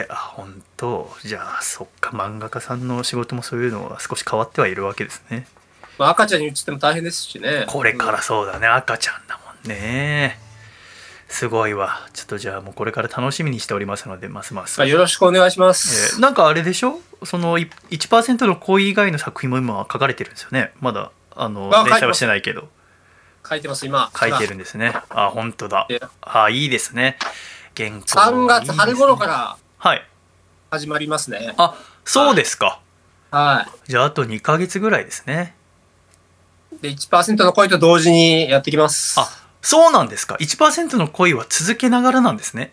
えあ本当じゃあそっか漫画家さんの仕事もそういうのは少し変わってはいるわけですね
ーまあ、赤ちゃんに移っても大変ですしね。
これか
う
ら
ん
そうだね赤ちゃんだもんねすごいわちょっとじゃあもうこれから楽しみにしておりますのでますます
まあ、よろしくお願いしま
えー
す。
なんかあれでしょそのい1%の恋以外の作品も今書かれてるんですよねまだあの
あ
連
書いて
載
ま
は
す
してないけど
書いてます、今。
書いてるんですねあ本当だ
いや
あいいですね原稿
3月春頃からら
はい
始まりますね。
あそうですか
は
じゃああと2ヶ月ぐらいですね
い。で、1%の恋と同時にやってきます。
あそうなんですか1%の恋は続けながらなんですね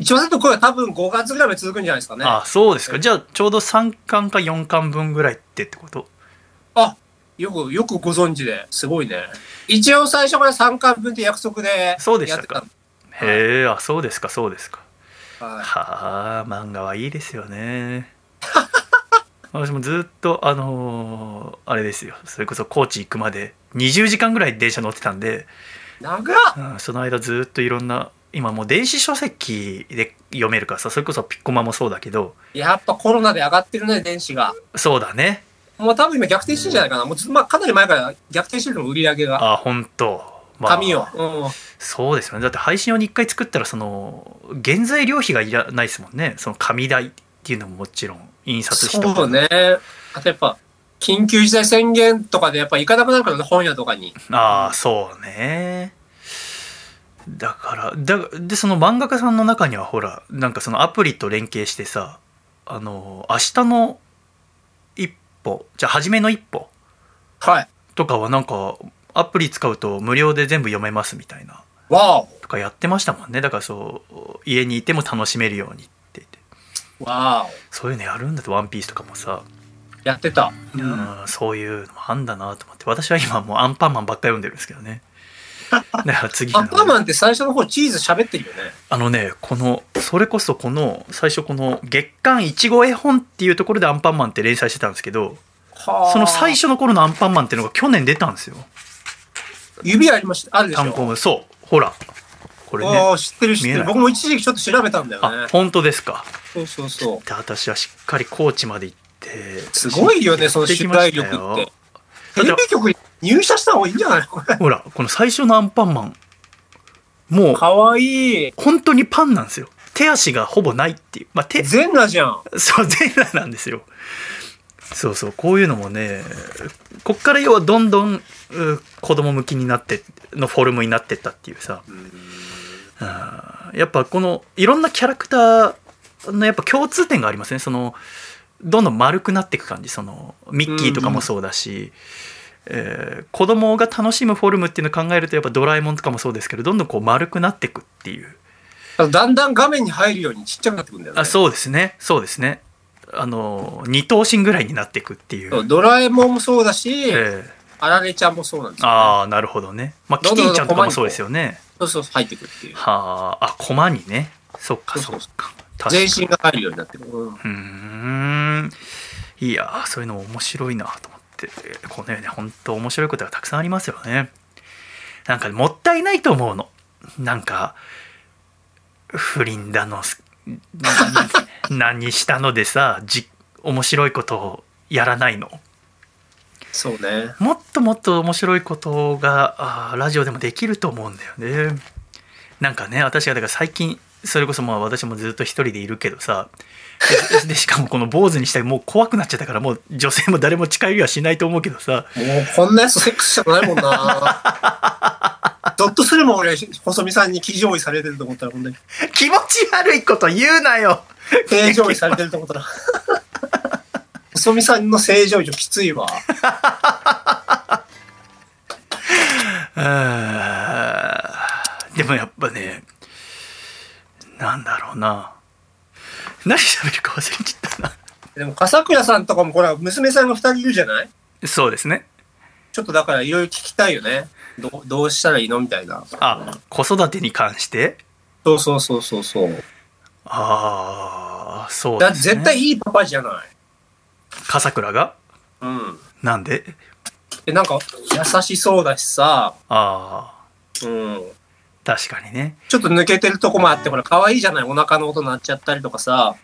1%の恋は多分5月ぐらいまで続くんじゃないですかね。
あそうです
え
かじゃあちょうど3巻か4巻分ぐらいってってこと
よく、よくご存知で、すごいね。一応最初から3回分って約束で、
そうでしたか
やってはい
へえあそうですかそうですか
たはい。
はあ漫画はいいですよね私もずっとあのーあれですよそれこそ高知行くまで20時間ぐらい電車乗ってたんで、
長っ
うんその間ずっといろんな今もう電子書籍で読めるからさそれこそピッコマもそうだけど
やっぱコロナで上がってるね、電子が。
そうだね
もう多分今逆転してるんじゃないかな。もうずっと、まあ、かなり前から逆転してるのも売り上げが。
あ本当まあ
紙を。うん。
そうですよねだって配信用に1回作ったらその原材料費がいらないですもんねその紙代っていうのももちろん印刷費と
そ
か
うね。あとやっぱ、緊急事態宣言とかでやっぱ行かなくなるからね、本屋とかに。
ああそうねだからだでその漫画家さんの中にはほらなんかそのアプリと連携してさあの明日の一歩じゃあ初めの一歩
はい。
とかはなんかアプリ使うと無料で全部読めますみたいな
わ
とかやってましたもんねだからそう家にいても楽しめるようにって言って
おわ
そういうのやるんだと「ワンピースとかもさ、
おやってた。う。
うんんそういうのもあんだなと思って私は今もうアンパンマンばっかり読んでるんですけど ねだから次の
アンパンマンって最初の方チーズ喋ってるよね。
あのねこのそれこそこの最初この「月刊いちご絵本」っていうところで「アンパンマン」って連載してたんですけど
は
その最。初の頃の「アンパンマン」っていうのが去年出たんですよ
指ありました、あるでしょ。
単行本そうほらこれ
お
ね
ー知ってる知っ
見え
て
な
る
い
僕も一時期ちょっと調べたんだよ
あ
ね
本当ですか
そうそうそう
で私はしっかり高知まで行って
すごいよねその
やってき
取
ま
材
した
力
よ
っ
だ
てテ
って
レビ局に入社した方がいいんじゃないこ れ
ほらこの最初の「アンパンマン」もう
かわいい
本当にパンなんですよ手足がほぼないっていうまあ手
全裸じゃん
そう全裸なんですよそうそうこういうのもねこっから要はどんどんう子供向きになってのフォルムになってったっていうさあーやっぱこのいろんなキャラクターのやっぱ共通点がありますねそのどんどん丸くなっていく感じそのミッキーとかもそうだし、えー子供が楽しむフォルムっていうのを考えるとやっぱドラえもんとかもそうですけどどんどんこう丸くなっていくっていう
あとだんだん画面に入るようにちっちゃくなってくんだよね
あそうですねそうですねあの二等身ぐらいになっていくっていう
そうドラえもんもそうだし、
え
あられちゃんもそうなんです
え
よ、ね、
ああなるほどね、まあ、
ど
キ
ん
テ
どん
ィちゃんとかもそうですよね
そうそう入ってくるっていう
はああ駒にねそっか
そ
そうっ
そ
か確か
全
に
身が入るようになってくる、うん
うーんいやーそういうの面白いなと思ってこの世に本当面白いことがたくさんありますよねなんかもったいないと思うのなんか不倫だのす何何したのでさじ面白いことをやらないの
そうね
もっともっと面白いことがあーラジオでもできると思うんだよね。なんかね私がだから最近それこそまあ私もずっと一人でいるけどさででしかもこの坊主にしたりもう怖くなっちゃったからもう女性も誰も近寄りはしないと思うけどさ
もうこんなやつセックスしたくないもん なゾッとするもん俺細見さんに騎乗位されてると思ったらほんとに
気持ち悪いこと言うなよ
正常位されてるってこと だ。細見さんの正常位きついわ。
うーんでもやっぱねなんだろうな何喋るか忘れちゃったな
でも笠倉さんとかもこれ娘さんが2人いるじゃない
そうですね
ちょっとだからいろいろ聞きたいよねどうどうしたらいいのみたいな
あ子育てに関して
そうそうそうそうそう
ああそう
だ
で
って
すね
絶対いいパパじゃない
笠倉が
うん
なんで
でなんか優しそうだしさ
ああ
うん
確かにね
ちょっと抜けてるとこもあってほら可愛いじゃないお腹の音鳴っちゃったりとかさ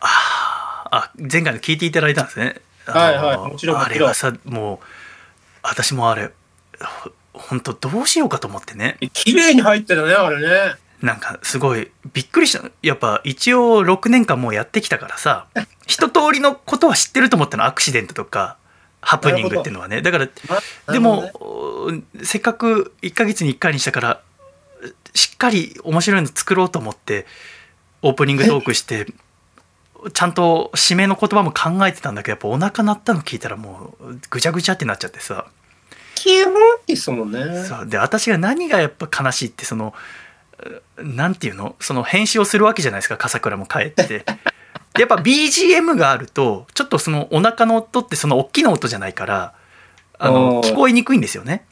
あ前回の聞いていただいたんですねあの
はいはいもちろんも
あ
ちろん
れはさもう私もあれほ本当どうしようかと思ってね
綺麗に入ってるねあれね
なんかすごいびっくりしたやっぱ一応6年間もうやってきたから さ一通りのことは知ってると思ったのアクシデントとかハプニングっていうのはねだからで
なる
も、せっかく1ヶ月に1回にしたからしっかり面白いの作ろうと思ってオープニングトークしてちゃんと締めの言葉も考えてたんだけどやっぱお腹鳴ったの聞いたらもうぐちゃぐちゃってなっちゃってさ
基本ですもんね
そうで私が何がやっぱ悲しいってそのうなんていうのその編集をするわけじゃないですか笠倉も帰ってでやっぱ BGM があるとちょっとそのお腹の音ってその大きな音じゃないからあの
おー
聞こえにくいんですよね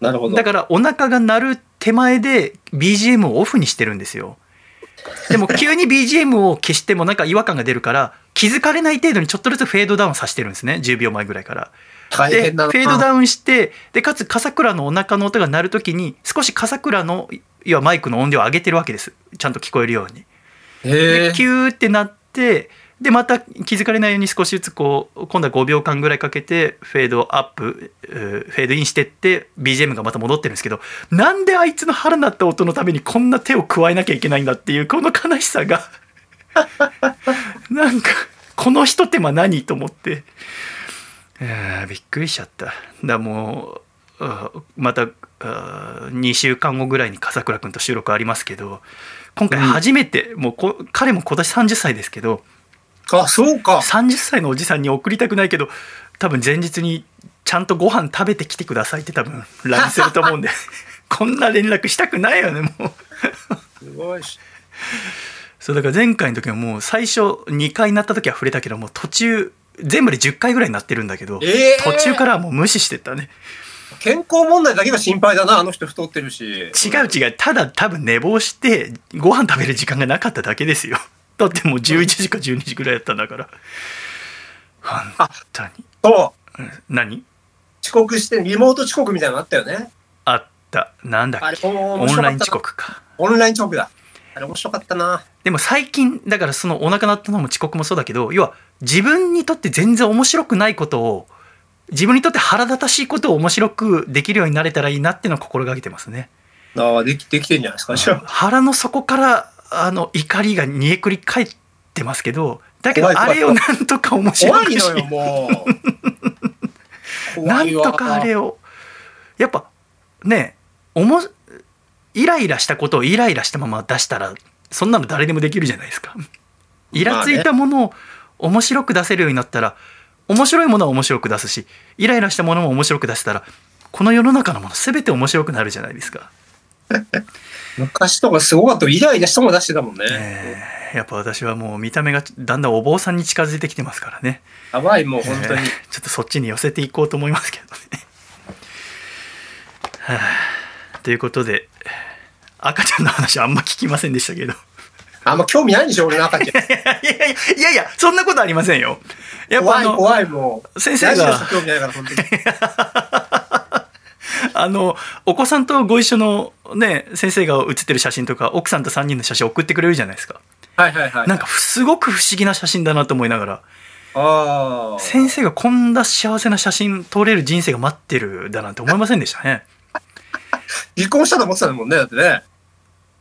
なるほど
だからお腹が鳴る手前で BGM をオフにしてるんですよで も急に BGM を消してもなんか違和感が出るから気づかれない程度にちょっとずつフェードダウンさせてるんですね10秒前ぐらいから
大
で
変
フ
だな
ェードダウンしてでかつ笠倉のお腹の音が鳴る時に少し笠倉の要はマイクの音量を上げてるわけですちゃんと聞こえるように
へ
で
え
キューってなってでまた気づかれないように少しずつこう今度は5秒間ぐらいかけてフェードアップえーフェードインしてって BGM がまた戻ってるんですけどなんであいつの腹鳴った音のためにこんな手を加えなきゃいけないんだっていうこの悲しさがなんかこのひと手間何と思ってえーびっくりしちゃっただからもうあーまたあー2週間後ぐらいに笠倉君と収録ありますけど今回初めて、もうこ彼も今年30歳ですけど
あそうか
30歳のおじさんに送りたくないけど多分前日にちゃんとご飯食べてきてくださいって多分 LINE すると思 うんでこんな連絡したくないよねもう
すごいし
そうだから前回の時はもう最初2回なった時は触れたけどもう途中全部で10回ぐらいになってるんだけど、
えー
途中からはもう無視してたね
健康問題だけが心配だなあの人太ってるし
違う違うただ多分寝坊してご飯食べる時間がなかっただけですよ だってもう11時か12時ぐらいだったんだから本当に
そう
何
遅刻してリモート遅刻みたいなのあったよね
あったなんだっ
あれ
け
面
オ
白
ン
か
ラ
っ
イン
た
遅
な
刻か
オンライン遅刻だあれ面白かったな
でも最近だからそのお腹鳴ったのも遅刻もそうだけど要は自分にとって全然面白くないことを自分にとって腹立たしいことを面白くできるようになれたらいいなっていうのを心がけてますね
ああできできてんじゃないですかじゃあ
腹の底からあの怒りが煮えくり返ってますけどだけど
怖い
あ
怖い
れをなんとか面白
怖
く
い
し
のよも う
な
怖
ん
いわ
とかあれをやっぱねおもイライラしたことをイライラしたまま出したらそんなの誰でもできるじゃないですか。イラついたものを面白く出せるようになったら面白いものは面白く出すしイライラしたものも面白く出せたらこの世の中のもの全て面白くなるじゃないですか。
昔とかすごかったイライラしたもん出してたもんね、
えーやっぱ私はもう見た目がだんだんお坊さんに近づいてきてますからね。
やばいもう本当
え
に、
ーちょっとそっちに寄せていこうと思いますけどね。 はあということで赤ちゃんの話あんま聞きませんでしたけど
あんま興味ないんでしょ俺の赤ちゃん
いやいやいやいやいやそんなことありませんよ やっぱ
怖
あ
い
の
怖いもう
先生が
ラジオしか興味ないから 本当に
あのお子さんとご一緒のね先生が写ってる写真とか奥さんと3人の写真送ってくれるじゃないですか
はいはいはい
なんかすごく不思議な写真だなと思いながら
ああ
先生がこんな幸せな写真撮れる人生が待ってるだなんて思いませんでしたね
離婚したと思ってたもんねだってね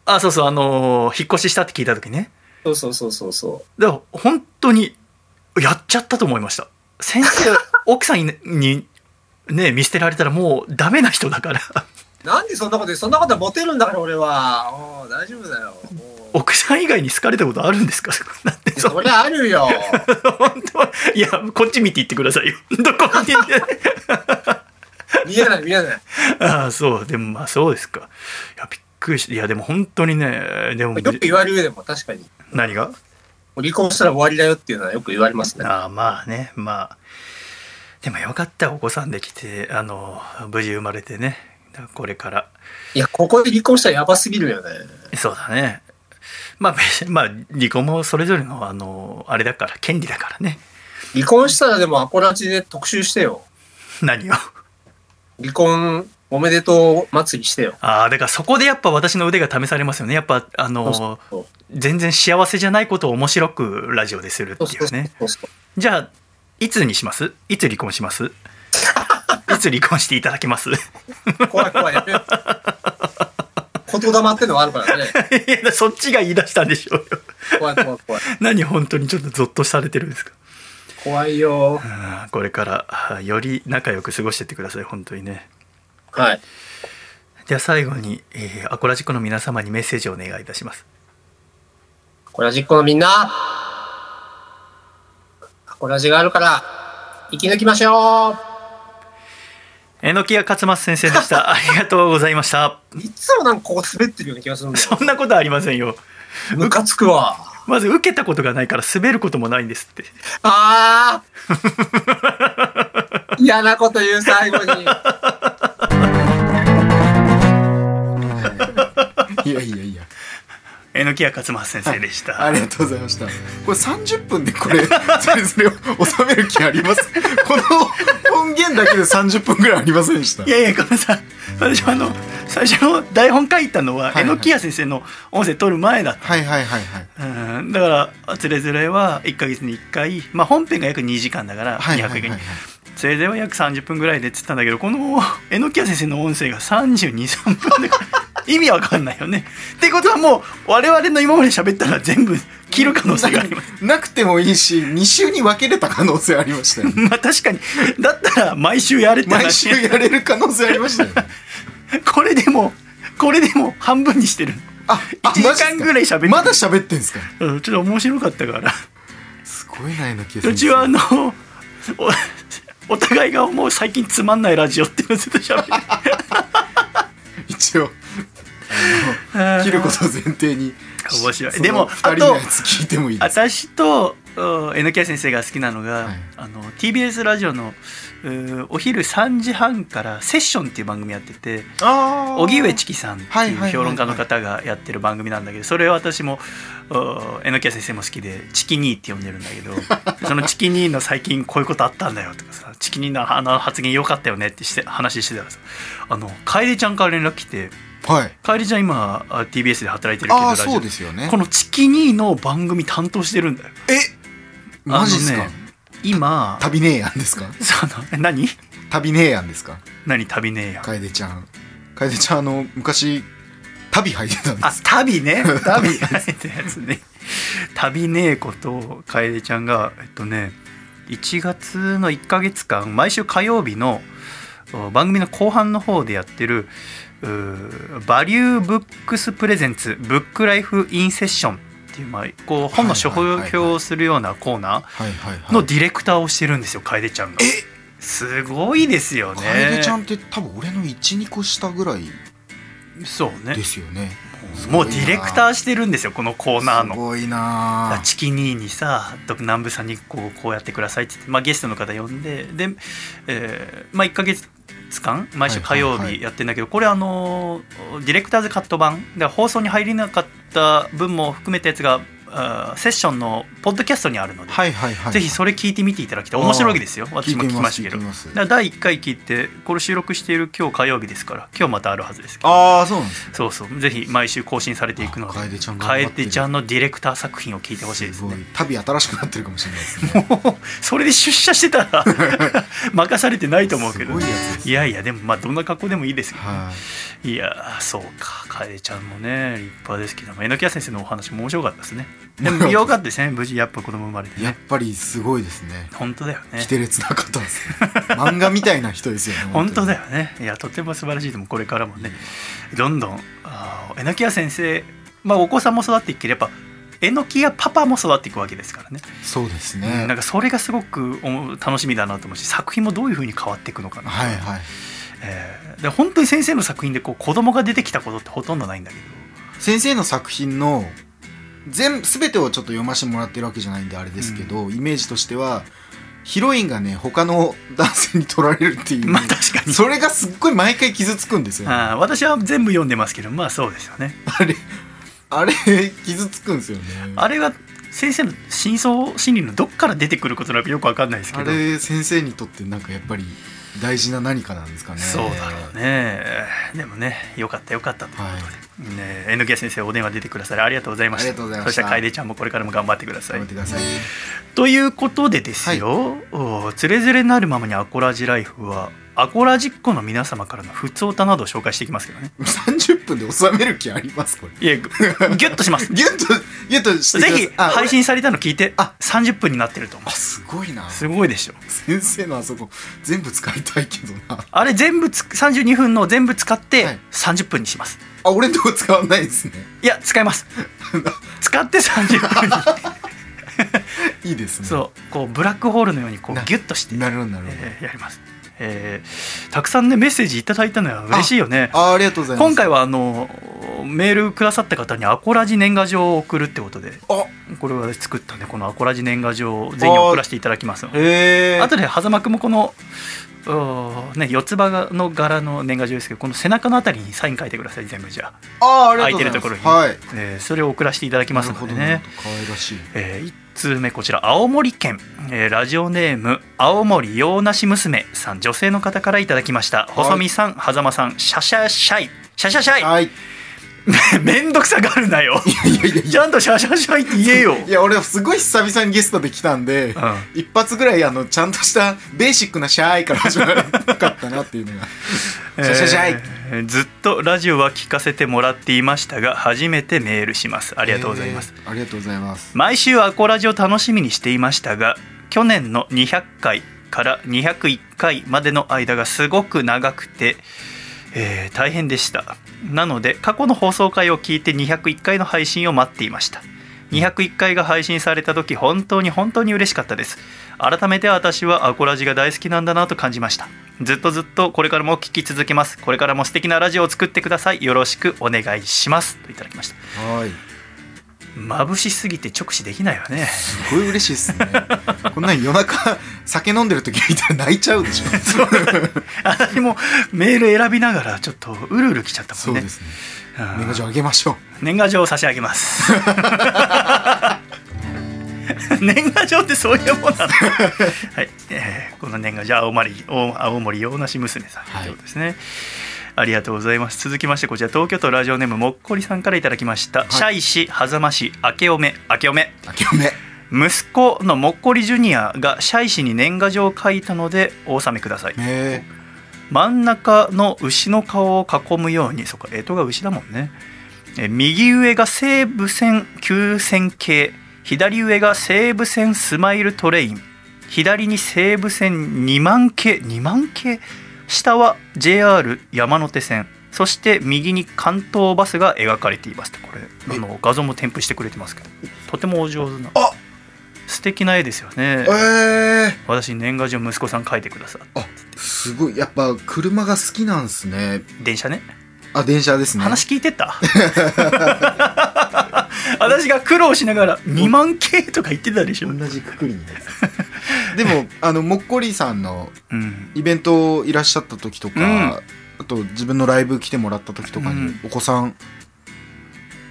あそうそうあの引っ越ししたって聞いた時ね
そうそうそうそうそ
だから本当にやっちゃったと思いました先生奥さんににね見捨てられたらもうダメな人だから
うなんでそんなこと言うそんなことはモテるんだから俺はおう大丈夫だよおう
奥さん以外に好かれたことあるんですかなんてそ
そりゃあるよ
本当はいやこっち見て言ってくださいよ どこ見て言って
見えない見えない
ああそうでもまあそうですかいやびっくりしたいやでも本当にねでも
よく言われるでも確かに、
何が
離婚したら終わりだよっていうのはよく言われますね。
ああまあねまあでもよかったお子さんできてあの無事生まれてねだからこれから
いや、ここで離婚したらやばすぎるよね。
そうだねまあ、別にまあ、離婚もそれぞれのあのあれだから権利だからね
離婚したらでもアコラジで特集してよ。
何を
離婚おめでとう祭りしてよ。
ああだからそこでやっぱ私の腕が試されますよねやっぱあ
そう
の
そう
全然幸せじゃないことを面白くラジオでするって
そう
い
そう
うね
そうそう。
じゃあいつにしますいつ離婚します いつ離婚していただけます い
怖い怖い。やめよう言霊ってのはあるからね。
やそっちが言い出したんでしょうよ
怖い怖い怖い。
何本当にちょっとゾッとされてるんですか
怖いよ。
うんこれからあより仲良く過ごしてってください本当にね
はい。
では最後に、えーアコラジコの皆様にメッセージをお願いいたします
アコラジっ子のみんな、アコラジがあるから、生き抜きましょう
えのきや勝松先生でした ありがとうございました
いつもなんかここ滑ってるような気がするんだよ。
そんなことありませんよ
ムカつくわ。
まず受けたことがないから滑ることもないんですって
ああ嫌なこと言う最後 に。
いやいやいや
えのきや勝松先生でした、
ありがとうございました。これ30分で これ、それぞれを収める気あります この音源だけで30分ぐらいありませんでした
い。やいや、ごめんなさい。私はあの、最初の台本書いたのは、
はい
えのきや先生の音声取る前だっ
はいはいはいはい。
た。うん、だから、つれづれは1ヶ月に1回、まあ本編が約2時間だから、
はいは
200
いはい
回
はい。
つれづれは約30分ぐらいでっつったんだけど、このえのきや先生の音声が32、3分で、意味わかんないよね。ってことはもう、我々の今まで喋ったら全部切る可能性があります。
なくてもいいし、2週に分けれた可能性ありま したよね。
まあ確かに、だったら毎週やれって話
毎週やれる可能性ありまし たよね。
これでも、これでも半分にしてる。
あ、あ
1時間ぐらい喋ってる
まだ喋ってんすか
うん、ちょっと面白かったから。
すごいな、えのき
途中はあのおお 互いがもう最近つまんないラジオっていうのをずっと喋る
一応、あ の切ることを前提に。
面白い
その
でも
二人のやつ聞いてもいいですか
私とうん NK 先生が好きなのが、
はい
あの TBS ラジオのうーお昼3時半から「セッション」っていう番組やってて
あー
荻上チキさんって
はい
い
は
う
いはいはい
評論家の方がやってる番組なんだけどそれは私もうん NK 先生も好きで「チキニー」って呼んでるんだけどその「チキニー」の最近こういうことあったんだよとかさ「チキニーのあの発言良かったよね」ってして話してたらさあの楓ちゃんから連絡来て
はい。
楓ちゃん今あ TBS で働いてるけど
ああ、
ラジ
そ
オ
うですよね
こ。の「チキニー」の番組担当してるんだよ
えマジっす
あ
か
のね今
旅ねえやんですか
そ のえ何
旅ねえやんですか
何旅ねえや
楓ちゃん楓ちゃんあの昔旅履いてたんで
あ
す
旅 ね旅ってやつね 旅ねえこと楓ちゃんがえっとね1月の1ヶ月間毎週火曜日のお番組の後半の方でやってるうーバリューブックスプレゼンツブックライフインセッションっていう、まあ、こう本の書
はいはいはいはい
評をするようなコーナ
はいはい
ーの
はい
ディレクターをしてるんですよ楓ちゃんが。すごいですよね。
楓ちゃんって多分俺の12個下ぐらい
そうね
で。すよね
もうディレクターしてるんですよこのコーナーの
す。ごいなあ
チキニーにさと南部さんにこうこうやってくださいって言って、まあ、ゲストの方呼んでで、えーまあ、1か月間毎週火曜
はいはいはい
日やってんだけど、これあのーディレクターズカット版で放送に入れなかった分も含めたやつがあーセッションのポッドキャストにあるので、
はいはいはい
ぜひそれ聞いてみていただきたい面白いわけですよ
聞
私
い
も
て
聞
み
き
ま
ますし
聞
た
い
けど
てみ
だか
ます
ら第1回聞いてこれ収録している今日火曜日ですから今日またあるはずですけど
ああそうなんですね
そうそうぜひ毎週更新されていくので
あ楓ちゃん頑張ってる
楓ちゃんのディレクター作品を聞いてほしいですす
ご
ね
い旅新しくなってるかもしれないです ね
それで出社してたら 任されてないと思うけ
す
ど
ごいやつです
いやいやでもまあどんな格好でもいいですけど
はい
やそうか楓ちゃんもね立派ですけども榎谷先生のお話も面白かったです ねでもよかったですね無事やっぱ子供生まれて
いやっ
ね
ぱりすごいですね
本当だよね
規定列な方です ね漫画みたいな人ですよね
本当だ
よ
よねいやとても素晴らしいと思うこれからもねどんどんあー榎谷先生まあお子さんも育っていければ榎谷パパも育っていくわけですからね
そうです
う
ね
んなんかそれがすごくお楽しみだなと思うし作品もどういうふうに変わっていくのかな、
はいはい
えーで本当に先生の作品でこう子供が出てきたことってほとんどないんだけど
先生の作品の全全てをちょっと読ませてもらってるわけじゃないんであれですけど、イメージとしてはヒロインがね他の 男性に取られるっていう、
まあ確かに
それがすっごい毎回傷つくんですよ、
あー私は全部読んでますけどまあそうですよね
あれあれ傷つくんですよね
あれが先生の真相心理のどっから出てくることなのかよくわかんないですけ
あ
ど
れ先生にとってなんかやっぱり大事な何かなんですかね
そうだろうねでもねよかったよかったと
はい
ね NK 先生お電話出てくださりありがとうございました
ありがとうございまし
そ
た
して楓ちゃんもこれからも頑張ってくださ
頑張
い
ってください
ということでですよ「おつれづれなるままにアコラジライフは」アコラジっ子の皆様からの普通歌などを紹介していきますけどね
30分で収める気ありますこれ
いやぐギュッと します
ギュッとギュッとしてく
ぜ
ださい
ひ
あ
配信されたの聞いてあ30分になってると思
あすごいな
うすごいでしょ
先生のあそこ全部使いたいけどな
あれ全部つ32分の全部使っ
は
て
い
30分にします、
あ俺のとこ使わないですね
い、や使い ます使って30分に
いいですね
そうこうブラックホールのようにこう
な
ギュッとして、
なるほどなるほど、
えーやります、えーたくさんねメッセージいただいたのは嬉しいよね
あありがとうございます
今回はあのメールくださった方にアコラジ年賀状を送るってことで
あ
これは作ったんでこのアコラジ年賀状を全員送らせていただきますので
へえ
あとで狭間くんもこのうーね四つ葉の柄の年賀状ですけどこの背中のあたりにサイン書いてください全部じゃあ、
あありが
空
と
いう
ご
てる
ざい
と
ます
ころに、
はい
えーそれを送らせていただきますので
なる
ね
ほ、ど可愛らしい
え1通目こちら青森県、えーラジオネーム青森洋梨娘さん女性の方からいただきました細見さん狭間さんシャシャシャイシャシャシャイ
はいい
めんどくさがるなよ
やいやいやいや
ちゃんとシャシャシャイって言えよ、
いや俺すごい久々にゲストで来たんで、
う
一発ぐらいあのちゃんとしたベーシックなシャーイから始まらなかったなっていうのが
ん
シャシャシャイ
えーずっとラジオは聞かせてもらっていましたが初めてメールしますあ
あ
りがとうございます、、
えーありがとうございます
毎週アコラジを楽しみにしていましたが去年の200回から201回までの間がすごく長くて、えー大変でしたなので過去の放送回を聞いて201回の配信を待っていました201回が配信された時本当に本当に嬉しかったです改めて私はアコラジが大好きなんだなと感じましたずっとずっとこれからも聞き続けますこれからも素敵なラジオを作ってくださいよろしくお願いしますといただきました
はい
眩しすぎて直視できないわね
すごい嬉しいですねこんなん夜中酒飲んでる時見たら泣いちゃう でしょ
私もメール選びながらちょっとうるうるきちゃった
そ
もん
う
ね
ですね
うん
年賀状あげましょう
年賀状を差し上げます 年賀状ってそういう もんなんだ、はいえーこの年賀状青森青青森洋梨娘さんと
はい
いうことですね、ありがとうございます続きましてこちら東京都ラジオネームもっこりさんからいただきました、
い
シャイ氏狭間氏明けおめ明けおめ
明けおめ
息子のもっこりジュニアがシャイ氏に年賀状を書いたのでお納めください
ね
真ん中の牛の顔を囲むようにそっか干支が牛だもんねえ右上が西武線急線形左上が西武線スマイルトレイン左に西武線2万系2万系下は JR 山手線そして右に関東バスが描かれていますってこれあの画像も添付してくれてますけどとてもお上手な
あ
素敵な絵ですよね
ええ
私年賀状息子さん描いてくださっ
ー、すごいやっぱ車が好きなんですね
て電車ね
あ電車ですね
話聞いてた 私が苦労しながら2万系とか言ってたでしょ、
同じくくりに でもあのもっこりさんの
うん、
イベントいらっしゃった時とか、
うん
あと自分のライブ来てもらった時とかに、
うん
お子さん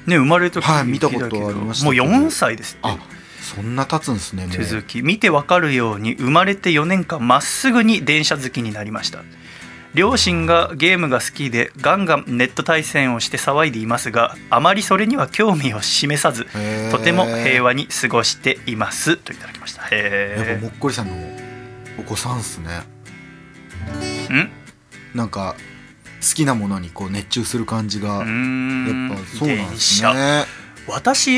ね生まれた時
はい見たことありました
もう
けど
4歳ですって
あそんな経つんですねもう
手続き見てわかるように生まれて4年間まっすぐに電車好きになりました両親がゲームが好きでガンガンネット対戦をして騒いでいますがあまりそれには興味を示さず
へー
とても平和に過ごしていますといただきました
やっ
へ
ぱもっこりさんのお子さんっすね
えん
なんか好きなものにこう熱中する感じが、
うー
やっ
ん
ぱそうなんで
電
す
車
ね
私、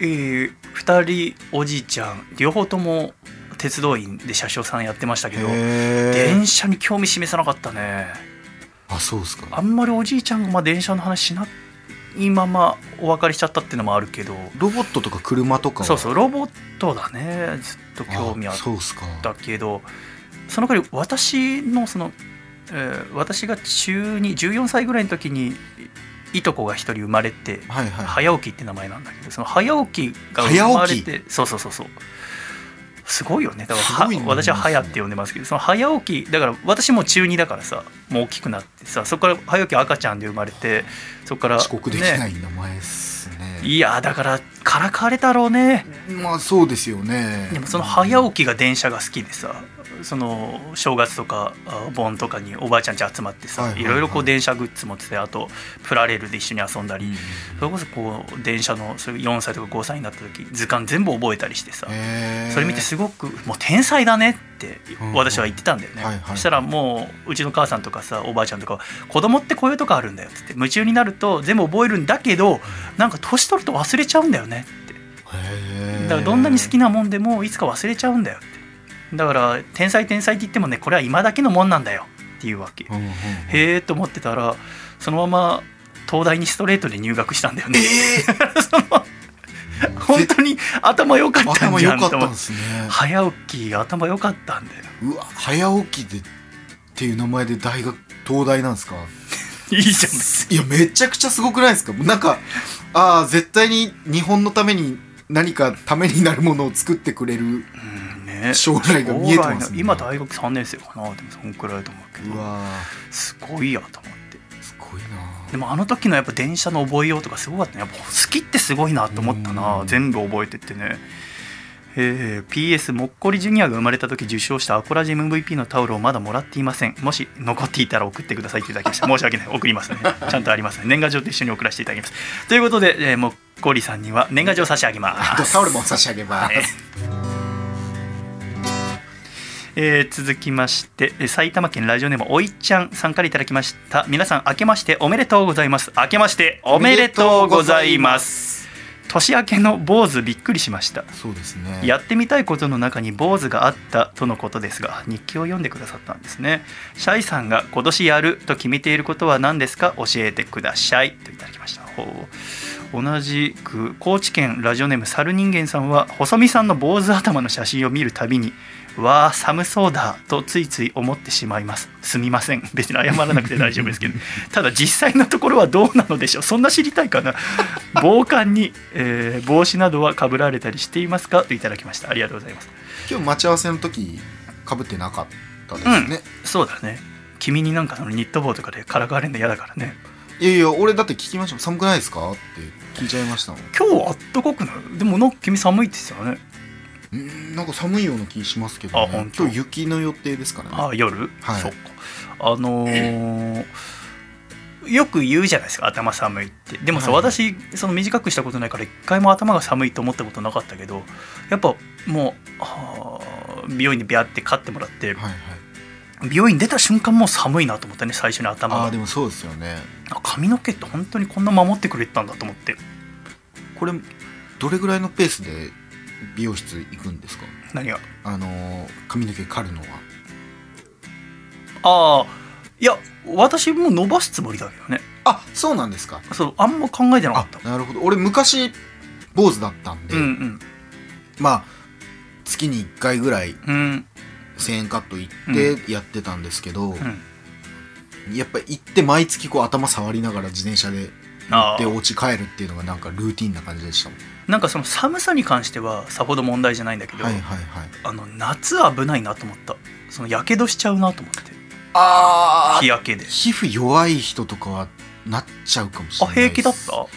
えー、2人おじいちゃん両方とも鉄道員で車掌さんやってましたけど
へー
電車に興味示さなかったね
あそうですか
あんまりおじいちゃんがまあ電車の話しないままお別れしちゃったっていうのもあるけど
ロボットとか車とかは
そうそうロボットだねずっと興味あ
あ
っ
そうっすか
たけどその代わり私のそのえー私が中二14歳ぐらいの時にいいとこが一人生まれて、
はいはい
早起きって名前なんだけどその早起きが生まれてそうそうそうそうすごいよねだからは
すごいね
私は「早」って呼んでますけどその早起きだから私も中2だからさもう大きくなってさそこから早起き赤ちゃんで生まれてそこから、
遅刻できな
ね
い名前ですね
いやだからからかわれたろうね
まあそうですよね
でもその早起きが電車が好きでさその正月とかあ盆とかにおばあちゃんち集まってさ、
はい
い
はいはい
ろいろこう電車グッズ持っててあとプラレールで一緒に遊んだり、
うん
それこそこう電車のそれ4歳とか5歳になった時図鑑全部覚えたりしてさ、
へー
それ見てすごくもう天才だねって
うんうん
私は言ってたんだよね、
はいはい
そしたらもううちの母さんとかさおばあちゃんとかは子供ってこういうとこあるんだよっつって夢中になると全部覚えるんだけどなんか年取ると忘れちゃうんだよねって
へー
だからどんなに好きなもんでもいつか忘れちゃうんだよってだから天才天才って言ってもねこれは今だけのもんなんだよっていうわけ、
うんうんうん
へえと思ってたらそのまま東大にストレートで入学したんだよね、その本当に頭良かったん
頭
じ
良
ゃん
かっ
と
た
思
ん
っ
で
て
すね
早起き頭良かったんだよ
うわ早起きでっていう名前で大学東大なんですか
いいじゃん別
いやめちゃくちゃすごくないですかもうなんかああ絶対に日本のために何かためになるものを作ってくれる
に、うんね、
将来が見えてますね
将来の今大学3年生かなでもそんくらいだと思うけ
う
ど
わ
すごいやと思って
ーすごい
で
な
もあの時のやっぱ電車の覚えようとかすごかったねやっぱ好きってすごいなと思ったな
うん
全部覚えてってねえー PS もっこりジュニアが生まれた時受賞したアコラジ MVP のタオルをまだもらっていませんもし残っていたら送ってくださいっていただきました申し訳ない送りますねちゃんとありますね年賀状と一緒に送らせていただきますということで、えーもっこりさんには年賀状差し上げます
タオルも差し上 げます、
ねえー続きましてえー埼玉県ラジオネームおいちゃんさんからいただきました皆さん明けましておめでとうございます明けましておめでとうございます年明けの坊主びっくりしました
そうですね
やってみたいことの中に坊主があったとのことですが日記を読んでくださったんですねシャイさんが今年やると決めていることは何ですか教えてくださいといただきましたほう同じく高知県ラジオネーム猿人間さんは細見さんの坊主頭の写真を見るたびにわあ寒そうだとついつい思ってしまいますすみません別に謝らなくて大丈夫ですけどただ実際のところはどうなのでしょうそんな知りたいかな防寒に、えー帽子などはかぶられたりしていますかといただきましたありがとうございます
今日待ち合わせの時かぶってなかったですね、
そうだね君になんかそのニット帽とかでからかわれるの嫌だからね
いやいや俺だって聞きましたもん寒くないですかって聞いちゃいましたもん
今日はあったかくないでもなんか君寒いって言ってたよね
うんなんか寒いような気しますけど、ね、
あ本当
今日雪の予定ですからね
あ夜、
はい
そっかあのーよく言うじゃないですか頭寒いってでもさ、
はい
私その短くしたことないから一回も頭が寒いと思ったことなかったけどやっぱもうはあ美容院でビャって買ってもらって
はいはい
美容院出た瞬間もう寒いなと思ったね最初に頭
あ
が
あでもそうですよね
あ髪の毛って本当にこんな守ってくれてたんだと思って
これどれぐらいのペースで美容室行くんですか
何が
あのー髪の毛刈るのは
ああいや私もう伸ばすつもりだけどね
あそうなんですか
そうあんま考えてなか
あ
った
なるほど俺昔坊主だったんで、
うん
まあ月に1回ぐらい
うんうん
1000円カット行ってやってたんですけど、
うん
やっぱ行って毎月こう頭触りながら自転車で
あ
で
あ
お家帰るっていうのがなんかルーティンな感じでしたもん
なんかその寒さに関してはさほど問題じゃないんだけど、
はいはいはい
あの夏危ないなと思ったそのやけどしちゃうなと思って
あ
日焼けで
皮膚弱い人とかはなっちゃうかもし
あ
れない
平気
です
だった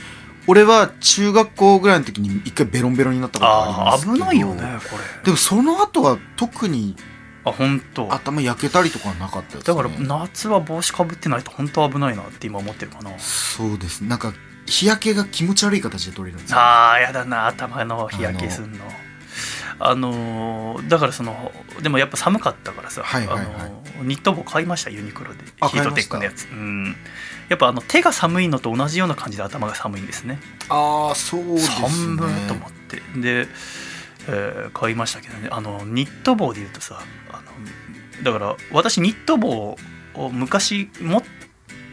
俺は中学校ぐらいの時に一回ベロンベロンになったことがあり
あ
ま
あ
すけど
危ないよねこ
で
れ
もその後は特に
あ本当
頭焼けたりとかはなかったです、
だ
ね、
から夏は帽子かぶってないと本当危ないなって今思ってるかな
そうですなんか日焼けが気持ち悪い形で取れるんですよ
あーやだな頭の日焼けすんのあのーだからそのでもやっぱ寒かったからさ、
はいはいはい
あのーニット帽買いましたユニクロで
あ
ヒートテックのやつうんやっぱあの手が寒いのと同じような感じで頭が寒いんですね
あーそうですね
寒いと思ってで、えー買いましたけどねあのニット帽で言うとさあのだから私ニット帽を昔持っ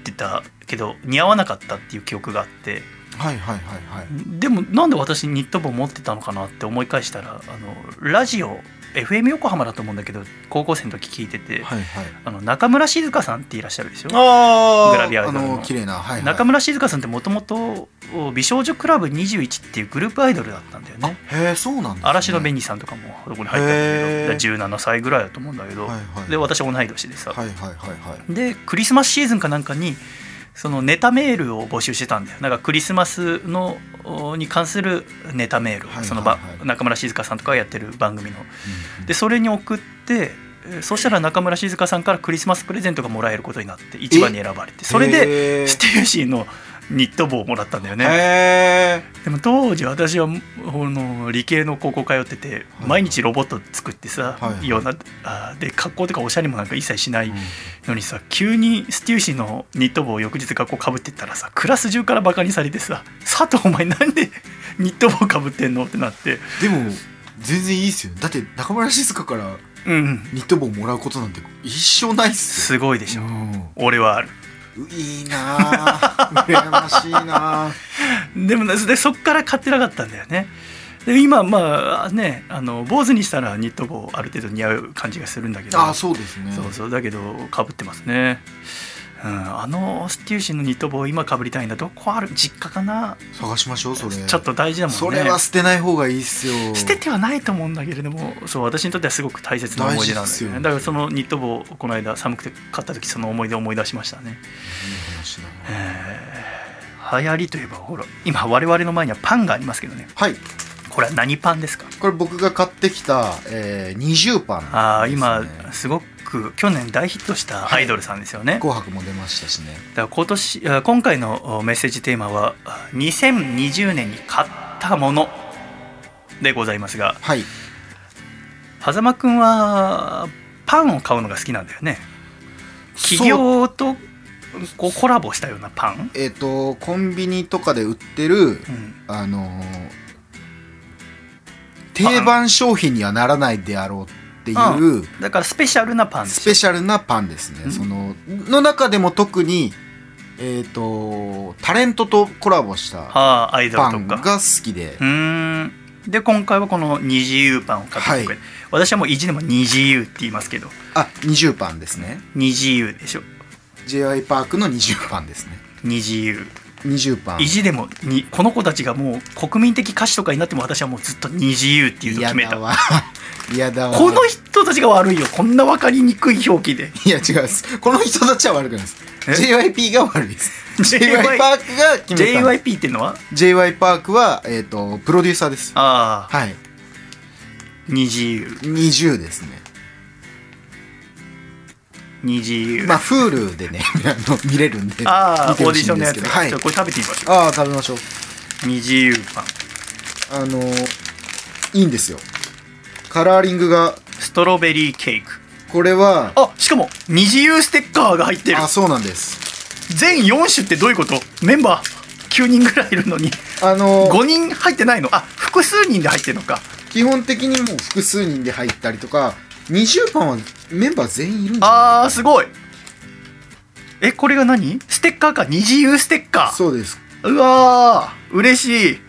てたけど似合わなかったっていう記憶があって
はいはいはいはい
でもなんで私ニット帽持ってたのかなって思い返したらあのラジオ FM 横浜だと思うんだけど高校生の時聞いてて、
はいはい
あの中村静香さんっていらっしゃるでしょ
あ
ーグラビアアイ
あ
ドルの
の綺麗なはい、はい、
中村静香さんってもともと美少女クラブ21っていうグループアイドルだったんだよね
へえそうなんです、ね、
嵐の
紅
紅さんとかもそこに入ったんだけど17歳ぐらいだと思うんだけど、
はいはい
で私同い年でさ、
はいはいはいはい
でクリスマスシーズンかなんかにそのネタメールを募集してたんだよなんかクリスマスのおに関するネタメール、
はいはいはい
そのば中村静香さんとかがやってる番組のでそれに送ってえーそしたら中村静香さんからクリスマスプレゼントがもらえることになって一番に選ばれてそれで
で
ステューシーのニット帽をもらったんだよね、
へえ
でも当時私はこの理系の高校通ってて
はい
毎日ロボット作ってさ、
はいはい
ようなあーで格好とかおしゃれもなんか一切しないのにさ急にステューシーのニット帽を翌日学校かぶってったらさクラス中からバカにされてさ「佐藤お前なんで ニット帽かぶってんの?」ってなって
でも全然いいですよだって中村静香から
うん
ニット帽もらうことなんて一生ないっす
す
よ
ごいでしょ、
うん
俺はある
いいなあ羨ましいなあ
でもねでそっから買ってなかったんだよねで今まあねあの坊主にしたらニット帽ある程度似合う感じがするんだけど
あーそうですね
そうそうだけどかぶってますね、うん、あのステューシーのニット帽今かぶりたいんだどこある実家かな
探しましょうそれ
ちょっと大事だもんね
それは捨てない方がいいっすよ
捨ててはないと思うんだけれどもそう私にとってはすごく大切な思い出なんだ
大事です
よ
よ
ねだからそのニット帽をこの間寒くて買った時その思い出を思い出しましたね、
いい話だな
えー流行りといえばほら今我々の前にはパンがありますけどね
はい
これは何パンですか
これ僕が買ってきた、えー、20パン、
ああ今
ですね
すごく去年大ヒットしたアイドルさんですよね、
紅白も出ましたしね
だから今年あ今回のおメッセージテーマはあ2020年に買ったものでございますが
はい
狭間くんはパンを買うのが好きなんだよね企
そ
業
う
とこうコラボしたようなパン、
えっ、とコンビニとかで売ってる
うん、
あのー定番商品にはならないであろうっていう
だからスペシャルなパンで
ス
しょ
ペシャルなパンですね
うん
そのの中でも特にえっ、とタレントとコラボした
はあアイド
パ
ル
ン
と
が
か
好きで
うーんで今回はこの二自由パンを買ってくれ、
は
私はもう意地でも二自由って言いますけど
あ20パンですね
二自由でしょ
j i パークの20パンですね
二自由
20パン
意地でもにこの子たちがもう国民的歌手とかになっても私はもうずっと「二自由」っていうのを決め
嫌だ
た
わ 嫌だわ
この人たちが悪いよこんな分かりにくい表記 で
いや違うですこの人たちは悪くないです
え
JYP が悪いです
JY
JY パークが決めた
JYP っていうのは
JY パークは、えー、とプロデューサーです
ああ
はい
二自由
20ですね
二自由、
まあ Hulu でね あの見れるんで
ああ
見て
オー
ほ
ディ
し
シ
い
ョ
ん
ンの
で
や
す
つ
け
だ
どはい
じゃあこれ食べてみましょ
ああ食べましょう
う二自由パン
あのいいんですよカラーリングが
ストロベリーケーク
これは
あしかも二自由ステッカーが入ってる
あそうなんです
全4種ってどういうことメンバー9人ぐらいいるのに
あの
5人入ってないのあ複数人で入ってるのか
基本的にもう複数人で入ったりとか20パンはメンバー全員いるんじゃない
あーすごいえこれが何ステッカーか二自由ステッカー
そうです
うわー嬉しい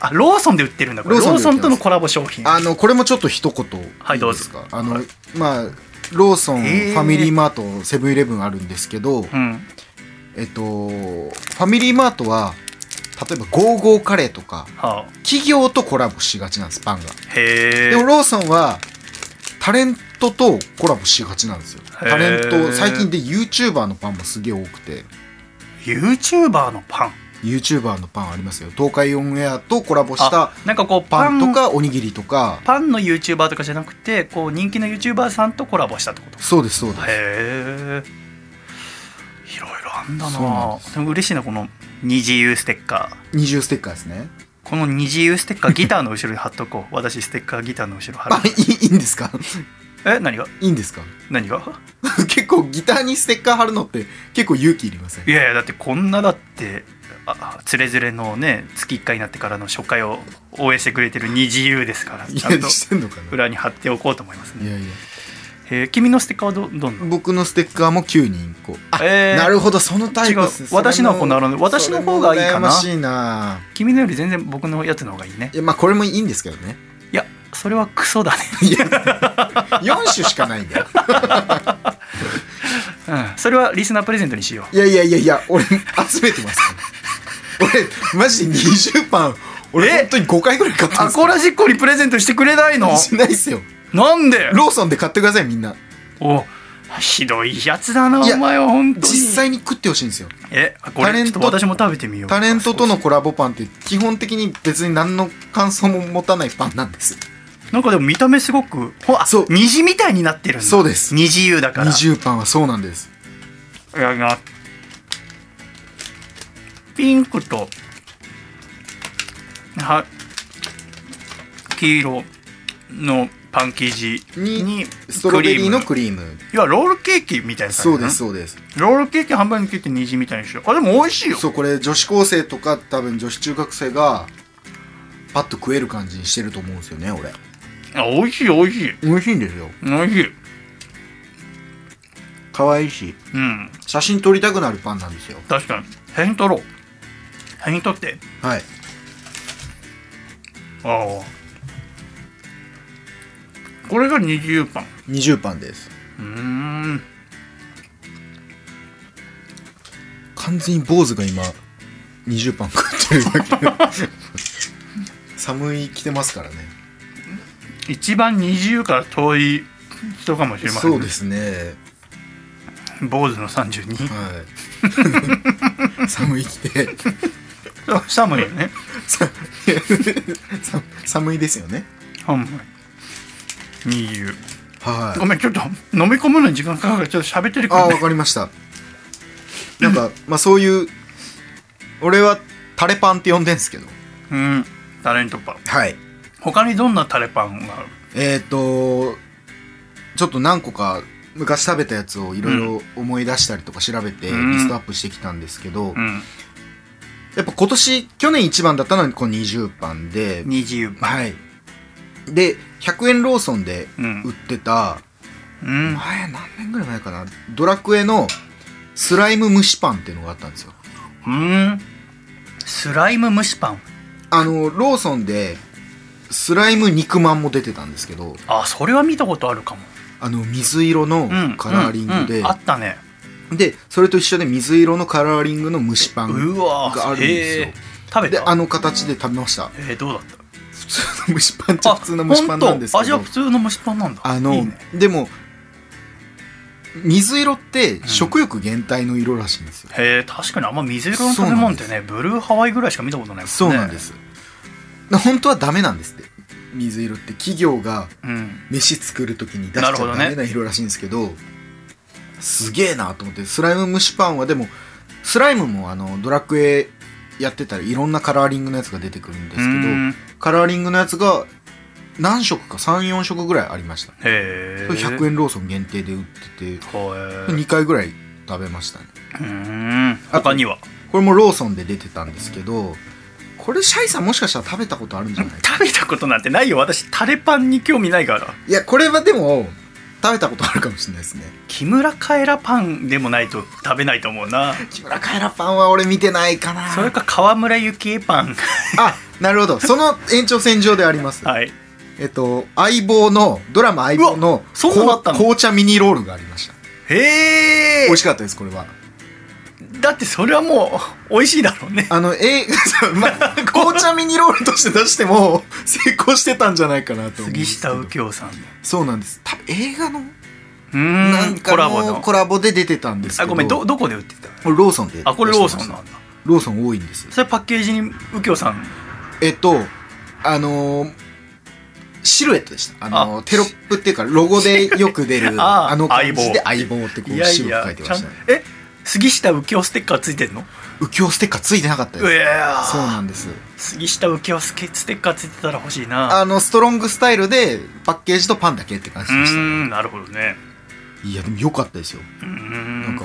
あローソンで売ってるんだこれロ
ロ
ー
ーソンで売っ
ソ
てます
ンとのコラボ商品
あのこれもちょっと一言
はい
い
どう
で
ぞ
すかあの、
はい
まあローソン、
へー
ファミリーマートセブンイレブンあるんですけど、
うん
えっと、ファミリーマートは例えばゴーゴーカレーとか
はあ
企業とコラボしがちなんですパンが、
へ
でも
え
ローソンはタレントとコラボしがちなんですよ
へー
タレント最近で YouTuber のパンもすげえ多くて
YouTuber のパン
YouTuber のパンありますよ東海オンエアとコラボし
あ
た
なんかこうパ
パン
ン
とかおにぎりとか
パンの YouTuber とかじゃなくてこう人気の YouTuber さんとコラボしたってこと
そうですそうです
へえいろいろあんだな
そうなん
でも嬉しいなこの二自由ステッカー
二重ステッカーですね
この二自由ステッカーギターの後ろに貼っと こう私ステッカーギターの後ろ貼る
あいいいいんですか
え何が
いいんですか
何が
結構ギターにステッカー貼るのって結構勇気いりません
いやいやだってこんなだってあつれづれのね月1回になってからの初回を応援してくれてる二自由ですから
い
ちゃん
や
と
してんのかな
裏に貼っておこうと思います
い
ね
やいや
えー君のステッカーはどどんな
僕のステッカーも9人こうあ、
えー
なるほどそのタイプっす
違う
それも
私の方ならない私の方がいいかな
それも羨ましいな
君のより全然僕のやつの方がいいね
いやまあこれもいいんですけどね
いやそれはクソだね、
いや4種しかないんだよ
うん、それはリスナープレゼントにしよう
いやいやいやいや俺集めてます俺マジで20パン俺本当に5回ぐらい買ったん
ア
ですよ
コラジッコにプレゼントしてくれないの
しないっすよ
なんで
ローソンで買ってくださいみんな
おひどいやつだない
や
お前は本当に
実際に食ってほしいんですよ
えこ
タレ
れ
ン
ちょ
ト
っと私も食べてみよう
タレントとのコラボパンって基本的に別に何の感想も持たないパンなんです
なんかでも見た目すごくほあ
そう
虹みたいになってるんだ
そうです
虹湯だから
20パンはそうなんです
いやいやピンクとは黄色のパン生地
に
に
ストロベリーの
ク
クリーム
いやロールケーキみたいな感じ
そう
だ
で
ね
すそうです
ロールケーキ販売のケーキ虹みたいにしてあでも美味しいよ
そうこれ女子高生とか多分女子中学生がパッと食える感じにしてると思うんですよね俺
あ美味しい美味しい
美味しいんですよ
美味しい
可愛いし
うん
写真撮りたくなるパンなんですよ
確かに写真撮ろう写真撮って
はい
ああこれが二重パン
20パンです
うーん
完全に坊主が今20パン食ってるだけ寒い着てますからね
一番二重から遠い人かもしれませんね
そうですね
坊主の32
はい寒い着て
寒いよね
ささ寒いですよね
寒い二重
はい
ごめんちょっと飲み込むのに時間かかるからちょっと喋ってるか
あ
ら、
わ
ね、
かりましたなんかまあそういう俺はタレパンって呼んでんすけど
うんタレントパン
はい
他にどんなタレパンがある
えっ、とちょっと何個か昔食べたやつをいろいろ思い出したりとか調べて
うん
リストアップしてきたんですけど、
うん
やっぱ今年去年一番だったのにこの20パンで、
二重パン
はいで100円ローソンで
うん
売ってた、
うん
前何年ぐらい前かなドラクエのスライム蒸しパンっていうのがあったんですよ
うんスライム蒸しパン
あのローソンでスライム肉まんも出てたんですけど
あそれは見たことあるかも
あの水色の
うん
カラーリングで、
うんうんあったね
でそれと一緒で水色のカラーリングの蒸しパン
うわ
があるんですよ
へえ食べ
で
た
あの形で食べました
えー、どうだった
普通の蒸しパンっちゃ普通の蒸しパンなんです
あ本当
け
味
ど
は普通の蒸しパンなんだ
あの
いいね
でも水色って食欲減退の色らしいんですよ、
へえ確かにあんま水色の食べ物ってねブルーハワイぐらいしか見たことないもんね
そうなんで、す、本当はダメなんですって水色って企業が
うん、
飯作る時に出しち
な
ゃ
る
ダ
ほどね
メな色らしいんですけどすげえなと思ってスライム蒸しパンはでもスライムもあのドラクエやってたらいろんなカラーリングのやつが出てくるんです
うーん
け
へ
どカラーリングのやつが何色か34色ぐらいありました
え
それ100円ローソン限定で売ってて
ほえ
2回ぐらい食べましたね
うーん他には
これもローソンで出てたんですけどこれシャイさんもしかしたら食べたことあるんじゃない か
食べたことなんてないよ私タレパンに興味ないから
いやこれはでも食べたことあるかもしれないですね
木村カエラパンでもないと食べないと思う な
木村カエラパンは俺見てないかな
それか河村幸恵パ ン
あなるほどその延長線上であります、
はい
えっと相棒のドラマ相棒
うわ
の
そうだったの
こう紅茶ミニロールがありました
へえ
美味しかったですこれは
だってそれはもう美味しいだろう ね
あのえまあ紅茶ミニロールとして出しても 成功してたんじゃないかなと思うんで
杉
すけ
下
ど
右京さん
そうなんです多分映画の
うーん
なんか
コラボ
の
の
コラボで出てたんですけ
あ
ど
ごめんどどこで売ってた
これローソンで
あこれローソンなんだ
ローソン多いんです
それパッケージに右京さん
えっとあのーシルエットでしたあのー
あ
テロップっていうかロゴでよく出 る
あ
あ
ー
の感じで「相棒」ってこう白く書いてましたね
ちゃんえ杉下右京ステッカーついてんの
右京ステッカーついてなかった
う
です
わ
そうなんです
杉下右京スケステッカーついてたら欲しいな
あのストロングスタイルでパッケージとパンだけって感
うー
じでした
んなるほどね
いやでも良かったですよ
うーん
なんか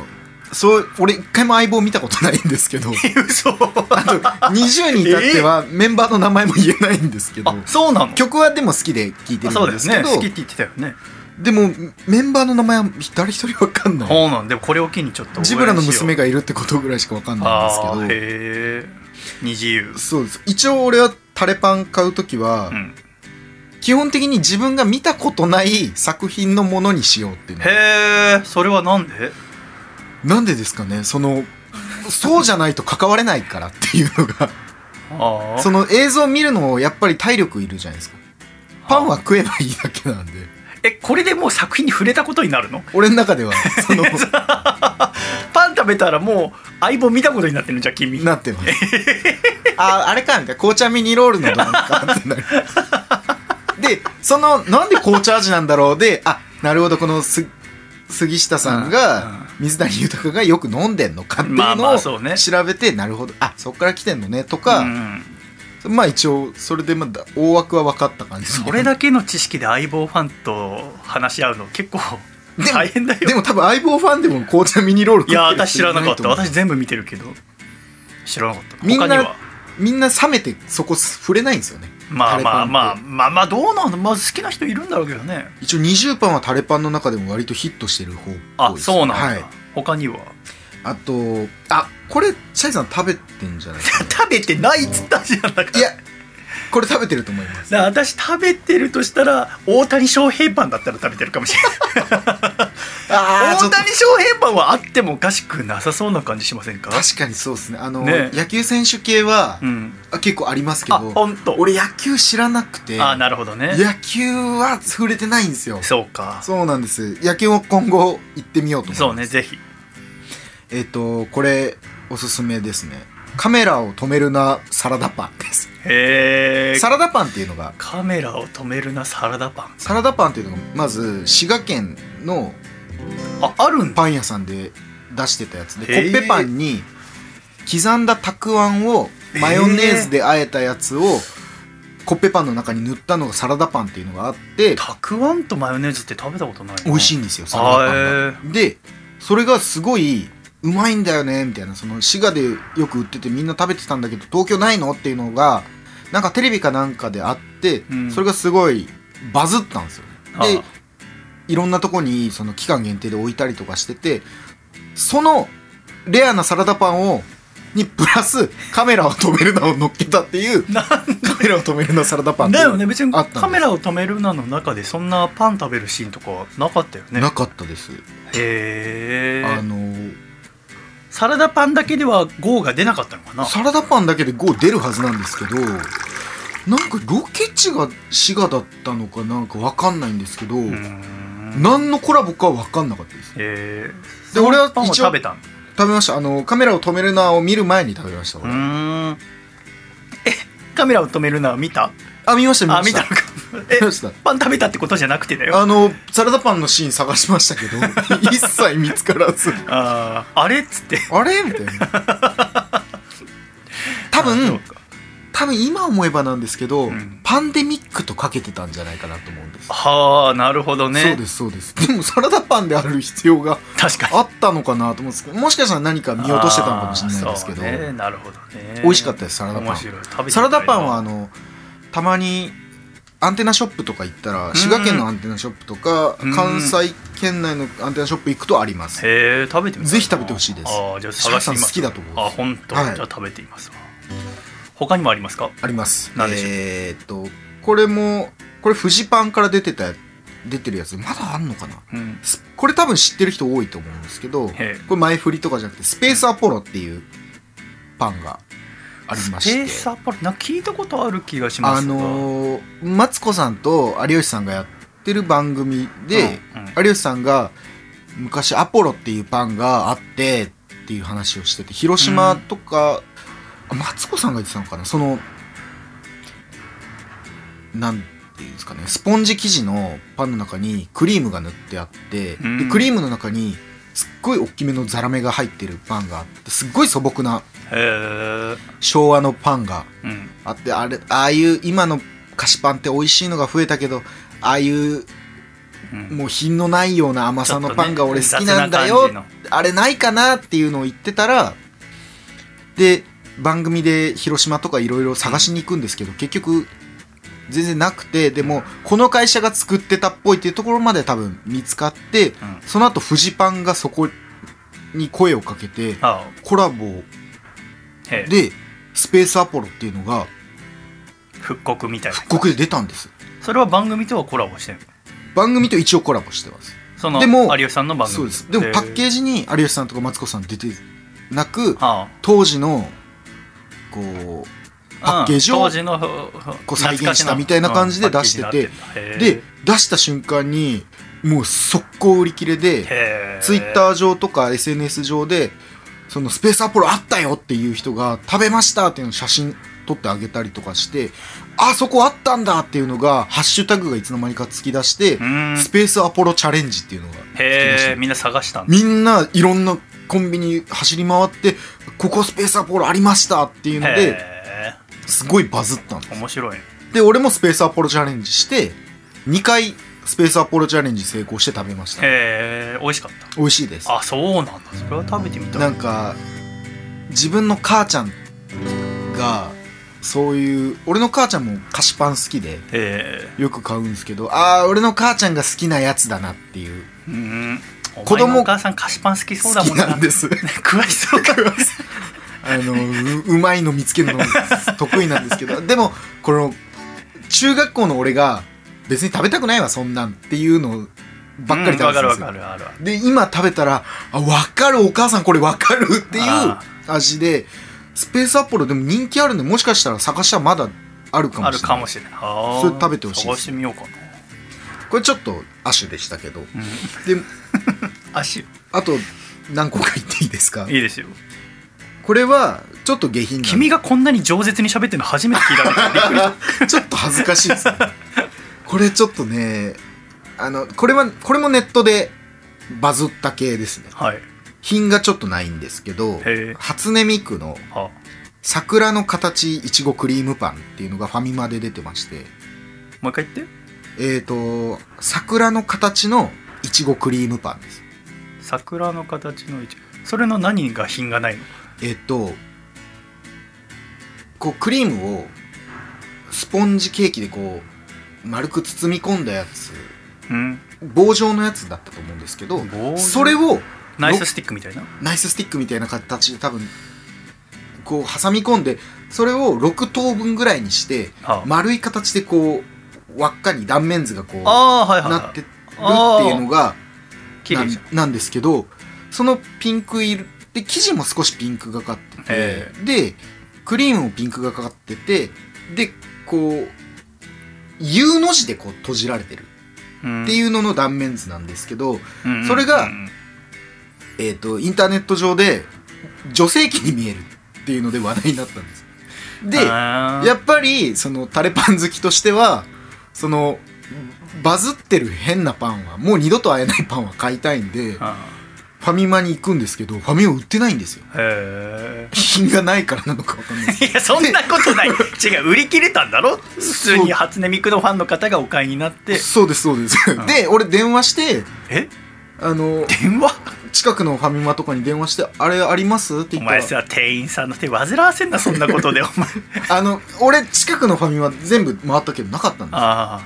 そう俺一回も相棒見たことないんですけど
嘘
あと20に至ってはメンバーの名前も言えないんですけど
あそうなの
曲はでも好きで聴いて
あ
る
そうんで
ですすけ
ね
ど
好きって言ってたよね
でもメンバーの名前は誰一人わかんない
そうなんでもこれを機にちょっと
ジブラの娘がいるってことぐらいしかわかんな
あ
いん
ー
ですけ
へえ二自由
どそうです一応俺はタレパン買う時は、
うん
基本的に自分が見たことない作品のものにしようっていうの
へえそれはなんで
なんでですかねそのそうじゃないと関われないからっていうのが
あ あ
その映像を見るのをやっぱり体力いるじゃないですかパンは食えばいいだけなんで
えこれでもう作品に触れたことになるの
俺の中では その
パン食べたらもう相棒見たことになってるじゃん君
なってますああれかみたいな紅茶ミニロールのドラムかってなるでそのなんで紅茶味なんだろうであなるほどこのす杉下さん
うんうん
が水谷豊がよく飲んでんのかっていう
まあま
のを
あそ
調
うね
べてなるほどあそっから来てんのねと
う
か、
ん
まあ一応それでまだ大枠は分かった感じ
それだけの知識で相棒ファンと話し合うの結構
でも
大変だよ
でも多分相棒ファンでも紅茶ミニロール
い
食ってる
や
人
私知らなかった
いいと思う
私全部見てるけど知らなかった
みん
他
な
には
みんな冷めてそこ触れないんですよね
まあまあまあ
タレパンって
まあまあどうなのまあ好きな人いるんだろうけどね
一応20パンはタレパンの中でも割とヒットしてる方っぽいです
あそうなんだ、
はい、
他に は
あとあこれシャイさん食べてんじゃないか
食べて ないっつったじゃんだから
いやこれ食べてると思います
だから私食べてるとしたら大谷翔平パンだったら食べてるかもしれない
あ
大谷翔平パンはあってもおかしくなさそうな感じしませんか
確かにそうですねあの
ね
野球選手系は、
うん
あ結構ありますけ
あ
ど
本当
俺野球知らなくて
あなるほどね
野球は触れてないんですよ
そうか
そうなんです野球を今後行ってみようと思います
そうねぜひ
えっ、とこれおすすめですねカメラを止めるなサラダパンです
へえ
サラダパンっていうのが
カメラを止めるなサラダパン
サラダパンっていうのがまず滋賀県の
ああるんだ
パン屋さんで出してたやつでコ
へー
ッペパンに刻んだたくあんをマヨネーズで和えたやつをコッペパンの中に塗ったのがサラダパンっていうのがあって
たくあんとマヨネーズって食べたことないな
美味しいんですよサラダパンが。
あへ
でそれがすごいうまいんだよねみたいなその滋賀でよく売っててみんな食べてたんだけど東京ないのっていうのがなんかテレビかなんかであって、
うん
それがすごいバズったんですよ
ああ
でいろんなとこにその期間限定で置いたりとかしててそのレアなサラダパンをにプラスカメラを止めるなを乗っけたっていう カメラを止めるなサラダパンって
だ
いう
よね別に
あったんです
カメラを止めるなの中でそんなパン食べるシーンとかはなかったよね
なかったです、
へ
あ
え
の
サラダパンだけでは GO が出なかったのかな
サラダパンだけで5出るはずなんですけどなんかロケ地が滋賀だったのかなんかわかんないんですけど、
うーん
何のコラボかわかんなかったです
へえ
で俺は
パンを
一応
食べたの
食べましたあのカメラを止めるなを見る前に食べました
う
俺
ーんえカメラを止めるな見た
あ見ました見
あ
ま
見
した
の
た
か
見ま
え
した
パン食べたってことじゃなくてだよ
あのサラダパンのシーン探しまし たけど一切見つからず
あーあれっつって
あれみたいな
あそう
多分
か
多分今思えばなんですけど、
うん
パンデミックとかけてたんじゃないかなと思うんです、
はあなるほどね
そうですそうですでもサラダパンである必要が
確かに
あったのかなと思うんですけどもしかしたら何か見落としてたのかもしれないですけど、
あーそうねなるほどね
美味しかったですサラダパ
面
ン
白い食べてみたいな
サラダパンはあのたまにアンテナショップとか行ったら滋賀県のアンテナショップとか
うん
関西圏内のアンテナショップ行くとあります
へえ食べてみたいな
ぜひ食べてほしいです
あーじゃあ
シ
探
ャイ
して
さん
みま
好
す
きだと思う
あ本当、
はい
じゃあ食べてみますわ他にもありますか
あります
何でしょう
えーっとこれもこれフジパンから出てた出てるやつまだあんのかな
うん
すこれ多分知ってる人多いと思うんですけどこ
え
れ前振りとかじゃなくてスペースアポロっていうパンがありまし
スペ
て
ースアパルなんか聞いたことある気がしま
あ
すが
のーマツコさんと有吉さんがやってる番組で、
うんうん
有吉さんが昔アポロっていうパンがあってっていう話をしてて広島とか、あマツコさんが言ってたのかなそのなんていうんですかねスポンジ生地のパンの中にクリームが塗ってあって、
うん
でクリームの中にすっごい大きめのザラメが入ってるパンがあってすっごい素朴な
へえ
昭和のパンが
うん
あってあれああいう今の菓子パンって美味しいのが増えたけどああいう
うん
もう品のないような甘さのパンが俺好きなんだ
ちょ
よ、
っとね
あれないかなっていうのを言ってたらで番組で広島とかいろいろ探しに行くんですけど、結局全然なくてでもこの会社が作ってたっぽいっていうところまで多分見つかって、
ん
その後フジパンがそこに声をかけて
あ
コラボ
あへえ
でスペースアポロっていうのが
復刻みたいな
復刻で出たんです
それは番組とはコラボしてる
番組と一応コラボしてます
その
でも
有吉さんの番組
そうですでもパッケージに有吉さんとかマツコさん出てなく
あ
当時のこう
あ
パッケージ
う
を
ん当時の
こう再現したみたいな感じで出しててで
で
出した瞬間にもう速攻売り切れでツイッタ
ー
ー上とか SNS 上でそのスペースアポロあったよっていう人が食べましたっていうのを写真撮ってあげたりとかしてあそこあったんだっていうのがハッシュタグがいつの間にかつき出して
うん
スペースアポロチャレンジっていうのがつき出し
へえ
て
みんな探したんだ
みんないろんなコンビニ走り回ってここスペースアポロありましたっていうので
へ
すごいバズったんです
え面白いね
で俺もスペースアポロチャレンジして2回スペースアポロチャレンジ成功して食べました
へえ美味しかっ
美味しいです
たあそうなんだそれは食べてみたい
なんか自分の母ちゃんがそういう俺の母ちゃんも菓子パン好きで
え
よく買うんですけどああ俺の母ちゃんが好きなやつだなっていう
えうんお
子
前
供
のお母さん菓子パン好きそう
好
だも
き
んな
なんです
食わしそうだ
あのううまいの見つけるの得意なんですけどでもこの中学校の俺が別に食べたくないわそんなんっていうのばっかり食べてたんですよ、
うんわかるわかるある
で今食べたら「あ分かるお母さんこれ分かる」っていう
あ
味でスペースアポロでも人気あるんでもしかしたら探したらまだあるか
あ
も
る
しれ
か
ない
もしれないあー
それ食べてほしいです
探してみようかな
これちょっと亜種でしたけど
うん
で
足い
あと何個か言っていいですか
いですよ
これはちょっと下品な
君がこんなに饒舌に喋ってるの初めて聞いたからびっくりした
ちょっと恥ずかしいですねこれちょっとねあのこれはこれもネットでバズった系ですね
はい
品がちょっとないんですけど
へえ
初音ミクの
あ
桜の形いちごクリームパンっていうのがファミマで出てまして
もう一回言って
えっ、と桜の形のいちごクリームパンです
桜の形の一それの何が品がないの
えっ、とこうクリームをスポンジケーキでこう丸く包み込んだやつ
うん
棒状のやつだったと思うんですけど
棒状
それを
ナイススティックみたいな
ナイススティックみたいな形で多分こう挟み込んでそれを6等分ぐらいにして
あ
丸い形でこう輪っかに断面図がこう
あーはいはい
なっ
は
て
い
るっていうのが
綺麗じゃん
ななんですけどそのピンク色で生地も少しピンクがかって
え
てでクリームもピンクがかかっててでこう U の字でこう閉じられてる
うん
っていうのの断面図なんですけど、
うんうんうん
それがえー、とインターネット上で女性器に見えるっていうので話題になったんです。で
あー
やっぱりそのタレパン好きとしてはそのバズってる変なパンはもう二度と会えないパンは買いたいんでフ
あ
ァミマに行くんですけどファミマ売ってない んですよ
ーへ
品がないからなのか分かんないです
えいやそんなことない違う売り切れたんだろ普通に初音ミクのファンの方がお買いになって
そうですそうです
ん
で俺電話して
え
あの
電話
近くのファミマとかに電話して「あれあります?」って
お
言った
前
ら
さ店員さんの手煩わせんなそんなことでお前
あの俺近くのファミマ全部回ったけどなかったんで
ああ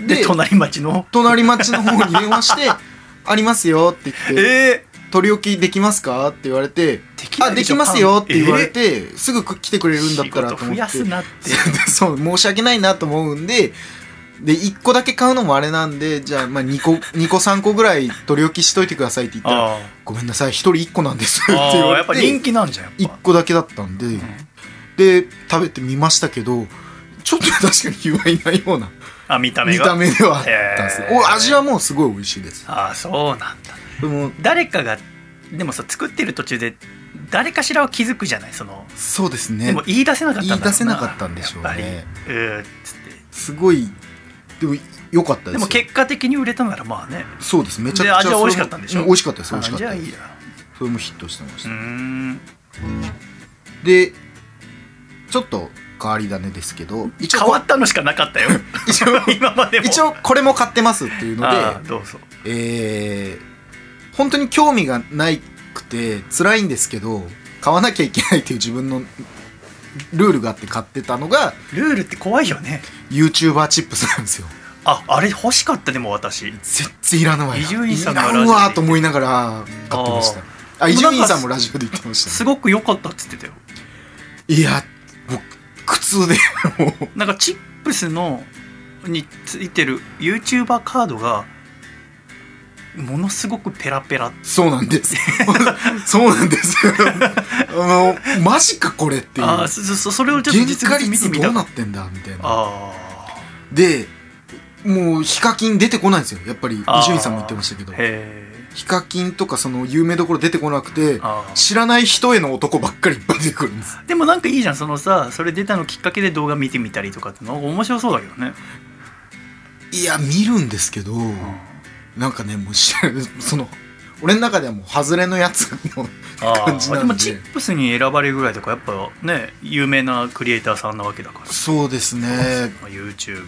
す
で隣町の
隣町の方に電話して 「ありますよ」って言って
え
「取り置きできますか?」って言われて
で
あできますよって言われ
え
て、すぐ来てくれるんだっ
仕
たらと
事
思
増
って
やす なって
そう申し訳ないなと思うんでで1個だけ買うのもあれなんでじゃあまあ2個2個3個ぐらい取り置きしといてくださいって言ったら
あ
「ごめんなさい1人1個なんです」って
あ
言わ
や
れ
っぱ人
て
気なんじゃんやっ
1個だけだったんで、で食べてみましたけどちょっと確かに言わいないような
ぱあ見た目
見
が
た目ではあったんですね
へー
お味はもうすごい美味しいです
ああそうなんだ
でも
誰かがでもさ作ってる途中で誰かしらは気づくじゃないその
そうです
で
ね
も言い出せなかったんだろ
言いう
な
出せなかったんでしょう
やっ
ね
ぱりうーっつって
すごいでも良かったで
で
すよ
も結果的に売れたならまあね
そうですめちゃくちゃ
で味は
それも
美味しかったんでしょ
う美味しかったです美
あ
味しかっ
じゃ
た
あ
で
いい
す
や
それもヒットしてまし
う
た、
ーん
でちょっと変わり種ですけど一
変わ
応
ったのしかなかった よ
一応
今までも
一応これも買ってますっていうの
ああ
で
どうぞ
えー、本当に興味がないくて辛いんですけど買わなきゃいけないという自分のルールがあって買ってたのが
ルールって怖いよね
YouTuber チップスなんですよ
ああれ欲しかったでも私
全然いらない
伊集院さん
い
がラジ
ら
オで
んわと思いながら買ってましたあ伊集院さんもラジオで言ってました
す
ね、
ごく良かったっつってたよ
いやもう苦痛でもう
なんかチップスのについてる YouTuber カードがものすごくペラペラ
そうなんです そうなんです あのマジかこれっていう
あーそそそれをちょっと
原
実
価
物見て
率
み
ど
た
うなってんだみたいな
あ
でもうヒカキン出てこないんですよやっぱり伊
あー
集院さんも言ってましたけど
ーへえ
ヒカキンとかその有名どころ出てこなくて知らない人への男ばっかりいっぱい出てくるんです
でもなんかいいじゃんそのさそれ出たのきっかけで動画見てみたりとかっての面白そうだけどね、
いや見るんですけど、なんかねもう 知らその俺の中ではもう外れのやつの
あ
感じ
ー
な
で
んで
もチップスに選ばれるぐらいとかやっぱね有名なクリエイターさんなわけだから、
そうですね
まあ YouTube ね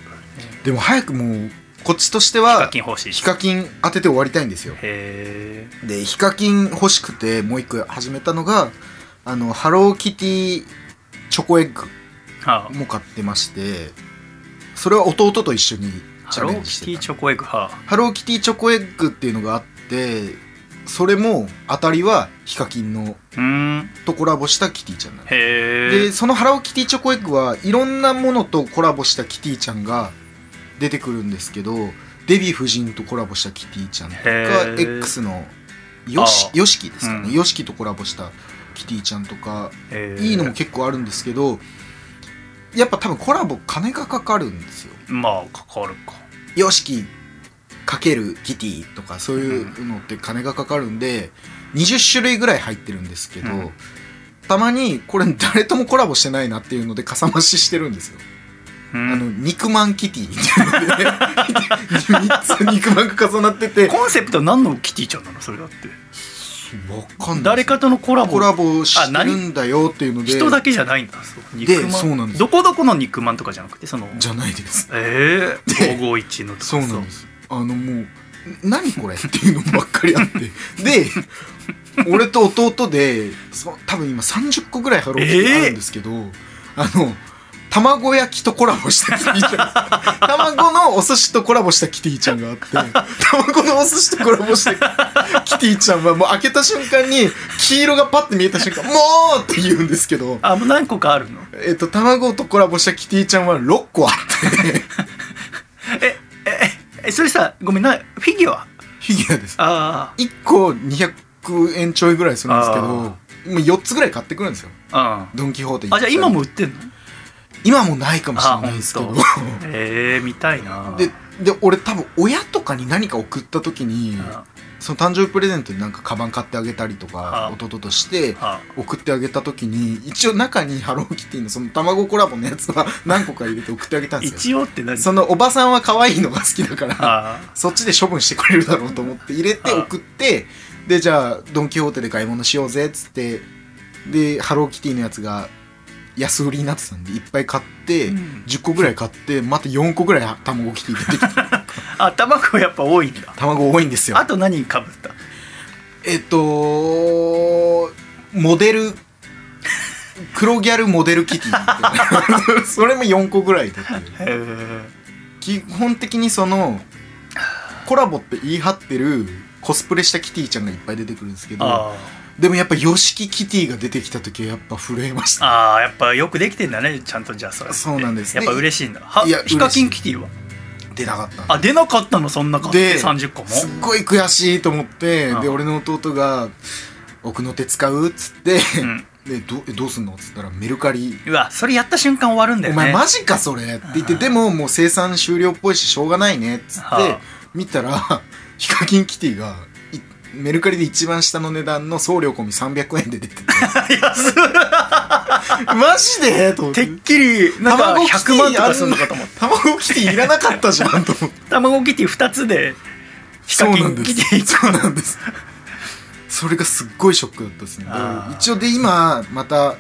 でも早くもうこっちとして
ヒカ
は
キン欲しいし
ヒカキン当てて終わりたいんですよ
へ
でヒカキン欲しくてもう一個始めたのがあのハローキティチョコエッグ
えはあ
も買ってましてそれは弟と一緒にチ
ハ
ャ
ロ
レ
ー
ンジし
キ
て
テ
た
ィチョコエッグは
ハローキティチョコエッグっていうのがあってそれも当たりはヒカキンの
あうーん
とコラボしたキティちゃんなんです
へ
で
え
そのハローキティチョコエッグはいろんなものとコラボしたキティちゃんが出てくるんですけどデヴィ夫人とコラボしたキティちゃんとか
へー
X のヨシ
あー
ヨシキですか
う
ね
ん
ヨシキとコラボしたキティちゃんとか
へえ
いいのも結構あるんですけどやっぱ多分コラボ金がかかるんですよ。
まあかかるか
ヨシキかけるキティとかそういうのって金がかかるんで20種類ぐらい入ってるんですけど、
うん
たまにこれ誰ともコラボしてないなっていうのでかさ増ししてるんですよ、
うん
あの肉まんキティっていうので、ね、3つ 肉まんが重なってて
コンセプト何のキティちゃんなのそれだって
わかんない
誰かとのコラボ
コラボしてるんだよっていうので
人だけじゃないんだそう肉まん
そうなんです
どこどこの肉まんとかじゃなくてその
じゃないです
ええ
で
551のとか
そうなんですあのもう何これっていうのばっかりあって で俺と弟でそ多分今30個ぐらいハローキティあるんですけど、あの卵焼きとコラボしたキティちゃん 卵のお寿司とコラボしたキティちゃんがあって卵のお寿司とコラボしたキティちゃんはもう開けた瞬間に黄色がパッて見えた瞬間「もう!」って言うんですけど、
あもう何個かあるの
えっと、卵とコラボしたキティちゃんは6個あって
えええそれさごめんなフィギュア
フィギュアです
あ
1個200円ちょいぐらいするんですけど
あー
もう4つぐらい買ってくるんですよ
あ
ドン・キホーテ
う
行
ん
っ
あ
た
じゃあ
ら
今も売ってんの
今もないかもしれないですけ
あ
ど
本ええ見たいな
でで俺多分親とかに何か送った時に
あ
その誕生日プレゼントになんかカバン買ってあげたりとか
あ
弟として
あ
送ってあげた時に一応中にハローキティのその卵コラボのやつは何個か入れて送ってあげたんですよ
一応って何
そのおばさんは可愛いのが好きだから
あ
そっちで処分してくれるだろうと思って入れて
ああ
送ってでじゃあドン・キホーテで買い物しようぜっつってでハローキティのやつが安売りになってたんでいっぱい買って、
うん
10個ぐらい買ってまた4個ぐらい卵キティ出 てきて
あ卵やっぱ多いんだ
卵多いんですよ
あと何かぶった
えっとモデル黒ギャルモデルキティっ てそれも4個ぐらいだった
へえ
基本的にそのコラボって言い張ってるコスプレしたキティちゃんがいっぱい出てくるんですけど
あ
でもやっぱ YOSHIKI キティが出てきた時はやっぱ震えました
ああやっぱよくできてんだねちゃんとじゃあそれって
そうなんです
やっぱ嬉しいんだはい
や
ヒカキン
嬉し
キ
い
ティは
出なかったんで
あ出なかったのそんな買って
で
30個も
すっごい悔しいと思って
うん
で俺の弟が「奥の手使う?」っつって
うん
「でどえどうすんの?」っつったら「メルカリ」
うわそれやった瞬間終わるんだ
お
よね
前マジかそれって言って、でももう生産終了っぽいししょうがないねっつって、
はあ
見たら、 ヒカキンキティが、いメルカリで一番下の値段の送料込み300円で出てて。 マジでと思って
て。っきりなんか
卵キテ
100
ィ
万とかするのかと思っ
卵キティいらなかったじゃんと思って。
た卵キティ2つでヒ
そ
カ
う
キ
なん
ン
で
キ
す
テ ィ
そうなんです。それがすっごいショックだったですね。
あー
一応で今、また、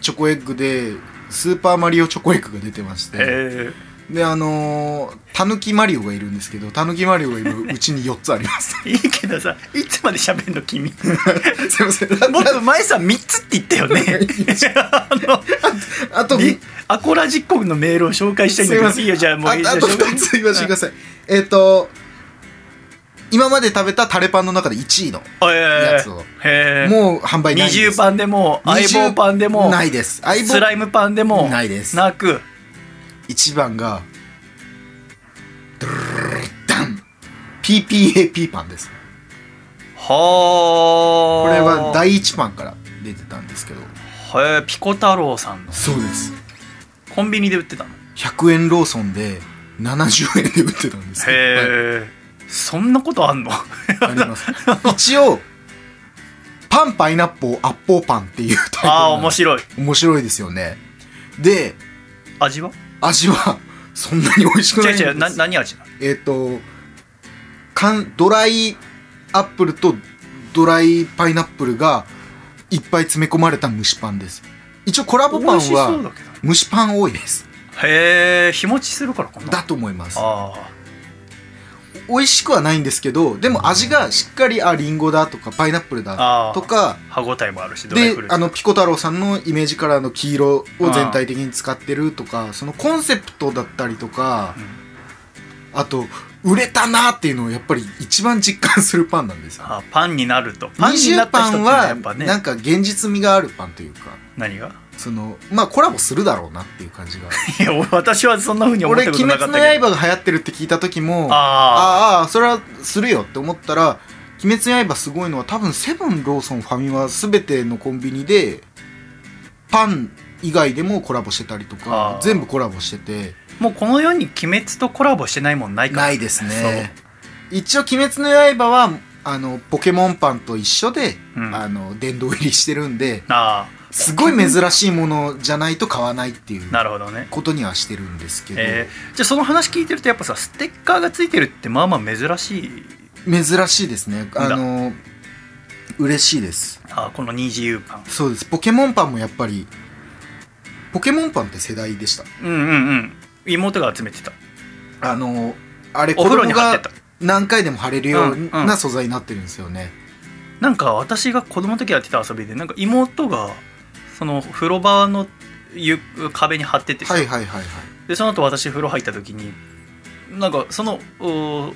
チョコエッグで、スーパーマリオチョコエッグが出てまして。
え
であのたぬきマリオがいるんですけどたぬきマリオがいるうちに4つあります
いいけどさいつまで喋んの君
すいません
僕前さ3つって言ったよねあの
あと
リアコラ実行のメールを紹介したいんだけどいいよじゃあもう
あ
いいじゃ
あと2つ言わせてくださいえっ、と今まで食べたタレパンの中で1位の
あえ
やつを
えへえ
もう販売ない
二
で
重
す
パンでも相
20
棒パンでも
ないです相
スラ
棒
イムパンでも
ないです
なく
1番がドゥルルルルルダン PPAP パンです
はあ
これは第1パンから出てたんですけど
へえピコ太郎さんの
そうです
コンビニで売ってたの
100円ローソンで70円で売ってたんですけどはい
へえそんなことあ んの
あります一応パンパイナッポーアッポーパンっていうタイトル
ああ
なん
面
です
白い
面白いですよねで
味は
味はそんなに美味しく
違う
ないんです
違うな何味なの
えっ、とかんドライアップルとドライパイナップルがいっぱい詰め込まれた蒸しパンです一応コラボパン
美味しそう
は
だけど
蒸しパン多いです
へえ日持ちするからかな
だと思います
ああ
美味しくはないんですけどでも味がしっかりあリンゴだとかパイナップル
あ
だ
ー
とか
歯ごたえもあるしドライ
で
フルー
あ
ツ
のピコ太郎さんのイメージカラーの黄色を全体的に使ってるとかそのコンセプトだったりとか、あと売れたなっていうのをやっぱり一番実感するパンなんですよ
あパンになるとパンにな
20
った人
パ
って
ン
のは
は
やっぱね
なんか現実味があるパンというか
何が
そのまあコラボするだろうなっていう感じが
いや俺私はそんなふうに思っ
俺
た
「
こ
鬼
とな
滅
かっ
の
たけど
刃」が流行ってるって聞いた時もあ
あ
ああそれはするよって思ったら「鬼滅の刃」すごいのは多分セブンローソンファミマ全てのコンビニでパン以外でもコラボしてたりと
あ
か
ー
全部コラボしてて
あもうこの世に鬼滅とコラボしてないもんないから
ないですね一応「鬼滅の刃は」あのポケモンパンと一緒で、
うん
あの殿堂入りしてるんで
あ
すごい珍しいものじゃないと買わないっていう
あなるほどね
ことにはしてるんですけど、
えーじゃあその話聞いてるとやっぱさステッカーがついてるってまあまあ珍しい
珍しいですねあの嬉しいです
あーこの二自由パン
そうですポケモンパンもやっぱりポケモンパンって世代でした
うんうんうん妹が集めてた
あのあれ
お風呂に貼って
子
た
供が何回でも貼れるよう
うんうん
な素材になってるんですよね、
なんか私が子供の時やってた遊びでなんか妹がその風呂場のゆ壁に貼っててさ、
はいはいはいはい
でその後私風呂入った時になんかそのお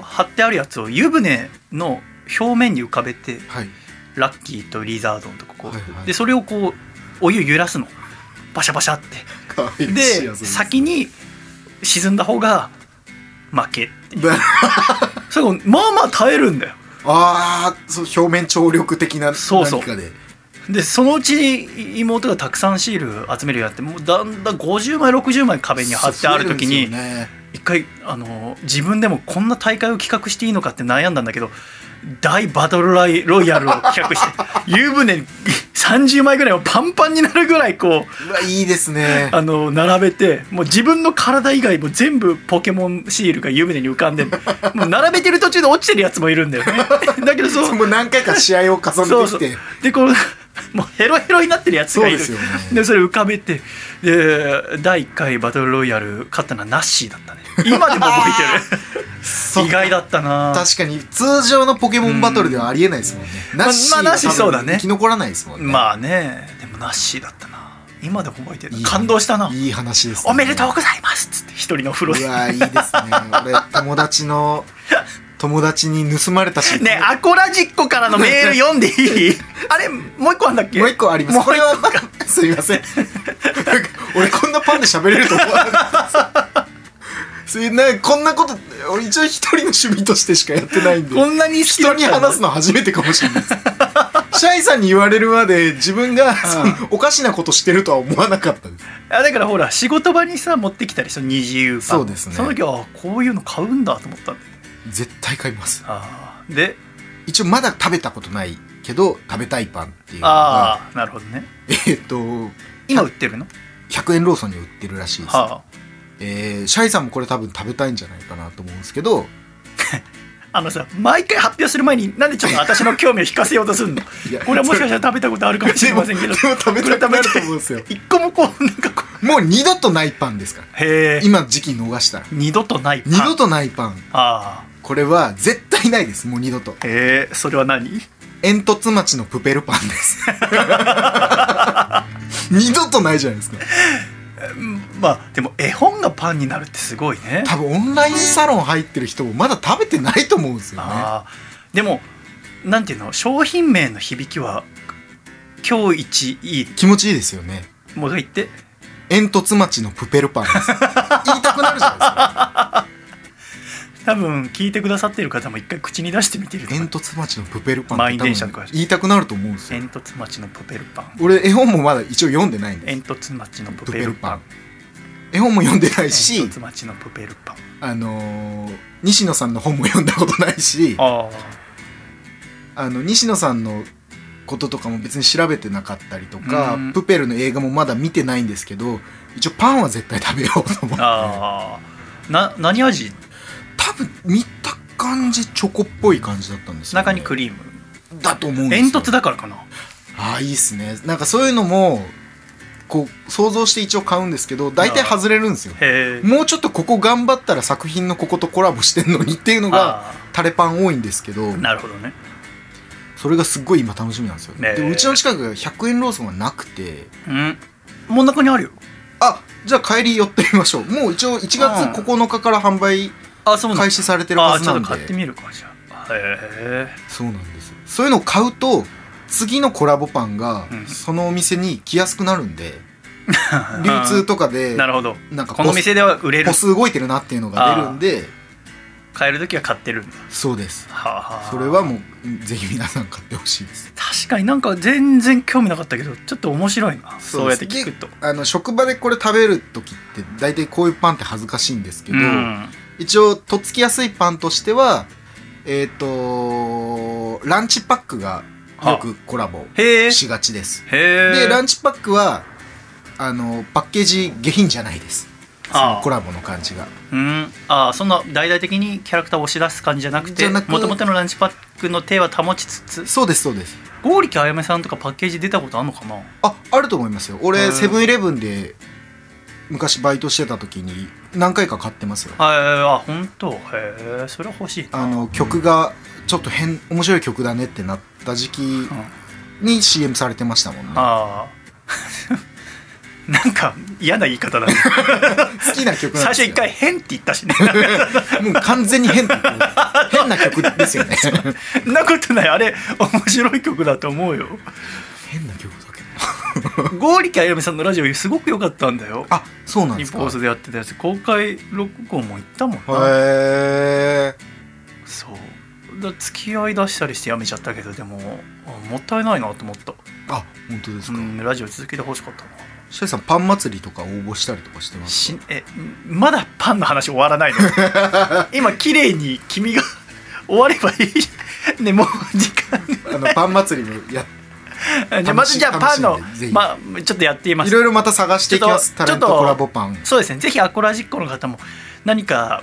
お貼ってあるやつを湯船の表面に浮かべて
はい
ラッキーとリザードンとかこう、
はいはい
でそれをこうお湯揺らすのバシャバシャって
かわいら しい遊
で
びす
先に沈んだ方が負けっていう
だ
それがまあまあ耐えるんだよ
ああそう表面張力的な
そうそう
何かで
でそのうちに妹がたくさんシール集めるようになってもうだんだん50枚60枚壁に貼ってある時に、
そう増えるんですよね
一回あの自分でもこんな大会を企画していいのかって悩んだんだけど大バトルロイヤルを企画して湯船に 30枚ぐらいをパンパンになるぐらいこう
うわいいですね
あの並べてもう自分の体以外も全部ポケモンシールが湯船に浮かんでんのもう並べてる途中で落ちてるやつもいるんだ よねだけどそう
もう何回か試合を重ねてきて
そうそうでこのもうヘロヘロになってるやつがいる
そうですよね
でそれ浮かべてで第1回バトルロイヤル勝ったのはナッシーだったね今でも覚えて
そ
る
う
意外だったな
確かに通常のポケモンバトルではありえないですもんね、
まあ
ナッシー
まあナッシー
は多分
そうだね
生き残らないですもんね
まあねでもナッシーだったな今でも覚えてる
いい
感動したない
い話です、
おめでとうございますっつって一人のお風
う
呂
わ
で
いいですね俺 友達の友達に盗まれたし、
ねアコラジッコからのメール読んでいい あれもう一個あんだっけ
もう一個あります
もう一個
これはま だすいませんなんか俺こんなパンで喋れると思わなかったですそれなんかこんなこと俺一応一人の趣味としてしかやってないんで
こんなに好きだ
人
った
に話すの初めてかもしれないですシャイさんに言われるまで自分がそのおかしなことしてるとは思わなかったです
あだからほら仕事場にさ持ってきたりその二自由パン
そうですね
その時はあこういうの買うんだと思ったんだよね
絶対買います
あーで
一応まだ食べたことないけど食べたいパンっていうのが
ああなるほどね
えーっと
今売ってるの
100円ローソンに売ってるらしいです、
は
えーシャイさんもこれ多分食べたいんじゃないかなと思うんですけど
ああのさ毎回発表する前になんでちょっと私の興味を引かせようとするの
いや
これはもしかしたら食べたことあるかもしれませんけど
でも食べたくなると思うんですよ
一個もこうなんかこう
もう二度とないパンですから
へえ
今時期逃したら
二度とないパン
二度とないパン
あ
これは絶対ないですもう二度と
あへえそれは何
煙突町のプペルパンです 二度とないじゃないですか
まあでも絵本がパンになるってすごいね
多分オンラインサロン入ってる人もまだ食べてないと思うんですよね
ああでもなんていうの商品名の響きは今日一いい
気持ちいいですよね
もう一回言って
煙突町のプペルパン です言いたくなるじゃないですか
多分聞いてくださってる方も一回口に出してみてると
煙
思う
突町のプペルパン
満
って
員
多分
電車とか
言いたくなると思うんですよ
煙突町のプペルパン
俺絵本もまだ一応読んでないんです
煙突町のプペルパン
絵本も読んでない
煙
し
突町のプペルパン
あのー西野さんの本も読んだことないし
ああ
あの西野さんのこととかも別に調べてなかったりとか、
うん
プペルの映画もまだ見てないんですけど一応パンは絶対食べようと思って
ああな何味
多分見た感じチョコっぽい感じだったんですよ、ね、
中にクリーム
だと思うんです
煙
よ
突だからかな
ああいいっすねなんかそういうのもこう想像して一応買うんですけど大体外れるんですよ
へえ
もうちょっとここ頑張ったら作品のこことコラボしてんのにっていうのが
あ
タレパン多いんですけど
あなるほどね
それがすっごい今楽しみなんですよ、
ねえ
でうちの近くが100円ローソンがなくて
うん真ん中にあるよ
あじゃあ帰り寄ってみましょうもう一応1月
うん
9日から販売
あそうなん
開
だ
始されてる
あ
は
あ
ず
ちょ
な
っ
ん
と
で、
買ってみるかじゃあへえ
そうなんですそういうのを買うと次のコラボパンが
うん
そのお店に来やすくなるんで、流通とかで
なるほど
なんか
この
ポス
店では売れる
歩数動いてるなっていうのが出るんで
買える時は買ってるんだ
そうです
はあはあ
それはもうぜひ皆さん買ってほしいです
確かになんか全然興味なかったけどちょっと面白いなそうやって聞くと
であの職場でこれ食べる時って大体こういうパンって恥ずかしいんですけど、
うん
一応とっつきやすいパンとしてはえっ、とランチパックがよくコラボ
へえ
しがちです
へえ
でラン
チ
チパックはあのパッケージ下品じゃないですそ
ああ
のコラボの感じが
うん、ああそんな大々的にキャラクターを押し出す感じじゃなく
じ
て
ゃなく
もともとのランチパックの手は保ちつつ
そうですそうです
剛力あやめさんとかパッケージ出たことあんのかな
ああると思いますよ
へえ
俺セブンイレブンで昔バイトしてた時に何回か買ってますよ
あえーあ本当へえそれは欲しいな
あの曲がちょっと変面白い曲だねってなった時期
うんあ
に CM されてましたもんね
あ なんか嫌な言い方 だね
好きな曲
最
なんです
初
よ
一回「変」って言ったしね
もう完全に変な曲変な曲ですよね
そんなことないあれ面白い曲だと思う よ
変な曲だけど
剛力あやめさんのラジオすごく良かったんだよ
あそうなんで
リ
す
ポ
か
ーズでやってたやつ公開録音も行ったもんな
へえ
そうだ付き合い出したりしてやめちゃったけどでもあもったいないなと思った、
あ本当です
う
か、
ん、ラジオ続けてほしかったな
シャイさんパン祭りとか応募したりとかしてます
しえまだパンの話終わら ないの今綺麗に君が終わればいいねもう時間
あのパン祭りも や
がじゃあまずじゃあパンの
楽しいんでぜひ
まあちょっとやっていま
い
す
ろいろまた探していきます
ちょ
タ
っと
レントコラボパン
そうですねぜひアコラジッコの方も何か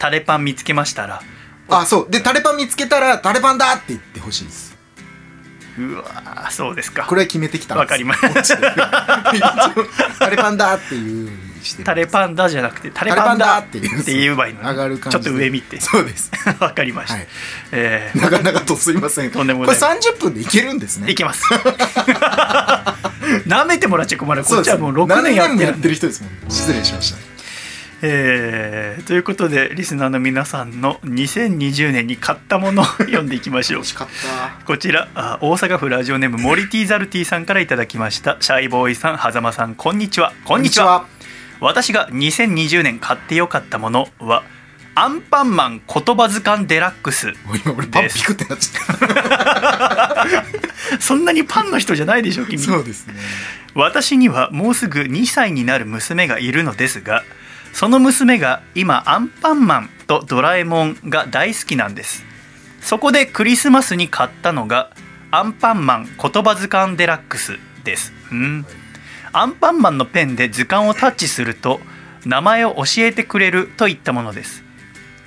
タレパン見つけましたら
あそうでタレパン見つけたらタレパンだって言ってほしいです
うわーそうですか
これは決めてきたん
わ
です
かりました
落ちてる一応タレパンだっていうようにしてる
タレ
ン
パンダじゃなくてタ
タ
レパンダっ
レパンダ
て言えばいいのね
上がる感じで
ちょっと上見て
そうです
わかりました、
はい
えー
なかなかとすいません
とんでもございま
これ30分でいけるんですね
いき ます。舐めてもらっちゃ困る。こ
そ
っ
う
ち
です
は
ね
もう6年やって
何
る
もやってる人ですもんね失礼しました
えーということで、リスナーの皆さんの2020年に買ったものを 読んでいきましょう
惜。しかった
こちらあ大阪府ラジオネームモリティザルティさんからいただきましたシャイボーイさん狭間さんこんにちはこんにちは私が2020年買ってよかったものはアンパンマン言葉図鑑デラックス
もう今俺パンピクってなっちゃった
そんなにパンの人じゃないでしょ君
そうですね
私にはもうすぐ2歳になる娘がいるのですがその娘が今アンパンマンとドラえもんが大好きなんですそこでクリスマスに買ったのがアンパンマン言葉図鑑デラックスですうんアンパンマンのペンで図鑑をタッチすると名前を教えてくれるといったものです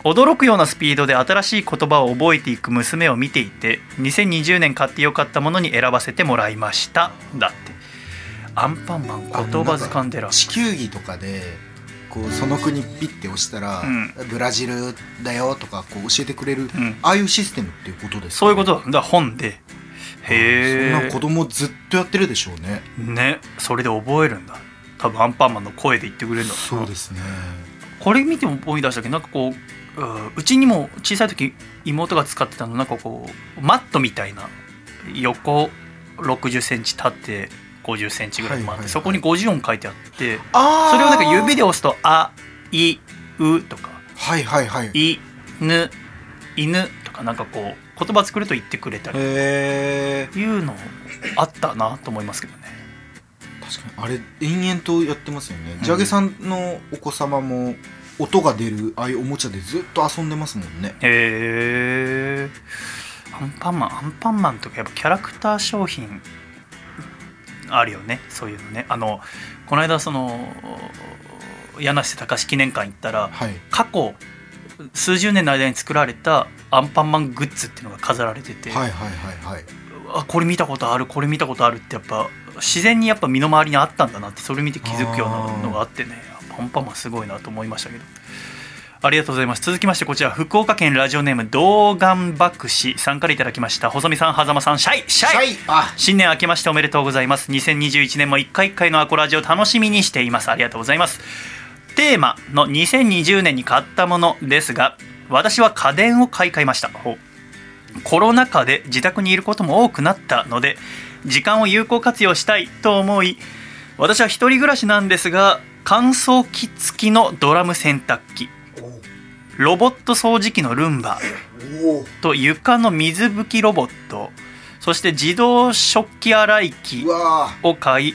驚くようなスピードで新しい言葉を覚えていく娘を見ていて2020年買ってよかったものに選ばせてもらいましただってアンパンマン言葉掴んでら
地球儀とかでこうその国ピッて押したら、
うん
ブラジルだよとかこう教えてくれる、
ん
ああいうシステムっていうことですか
そういうことなんだ本でへ
そんな
え
子供ずっとやってるでしょうね
ねそれで覚えるんだ多分アンパンマンの声で言ってくれるんだろうな
そうですね
これ見ても思い出したけどなんかこううんうちにも小さい時妹が使ってたのなんかこうマットみたいな横60センチ立って50センチぐらいもあって、
はいはいはい
そこに50音書いてあって
あ
それをなんか指
で
で押すと「あ」「い」「う」とか
はいはいはい
「い」「ぬ」「犬」とかなんかこう言葉作ると言ってくれたり
へえ
いうのあったなと思いますけどね。
確かにあれ延々とやってますよね、
うん
ジャゲさんのお子様も音が出るああいうおもちゃでずっと遊んでますもんね
へえアンパンマンアンパンマンとかやっぱキャラクター商品あるよねそういうのねあのこの間その柳瀬隆史記念館行ったら
はい
過去数十年の間に作られたアンパンマングッズっていうのが飾られてて、
はいはいはいはい
あこれ見たことあるこれ見たことあるってやっぱ自然にやっぱ身の回りにあったんだなってそれ見て気づくようなのがあってねアンパンマンすごいなと思いましたけどありがとうございます続きましてこちら福岡県ラジオネーム童顔博士さんからいただきました細見さん狭間さんシャイシャイ
シャイあ
新年明けましておめでとうございます2021年も一回一回のアコラジを楽しみにしていますありがとうございますテーマの2020年に買ったものですが私は家電を買い替えましたほうコロナ禍で自宅にいることも多くなったので時間を有効活用したいと思い私は一人暮らしなんですが乾燥機付きのドラム洗濯機ロボット掃除機のルンバ
おお
と床の水拭きロボットそして自動食器洗いう機
わー
を買い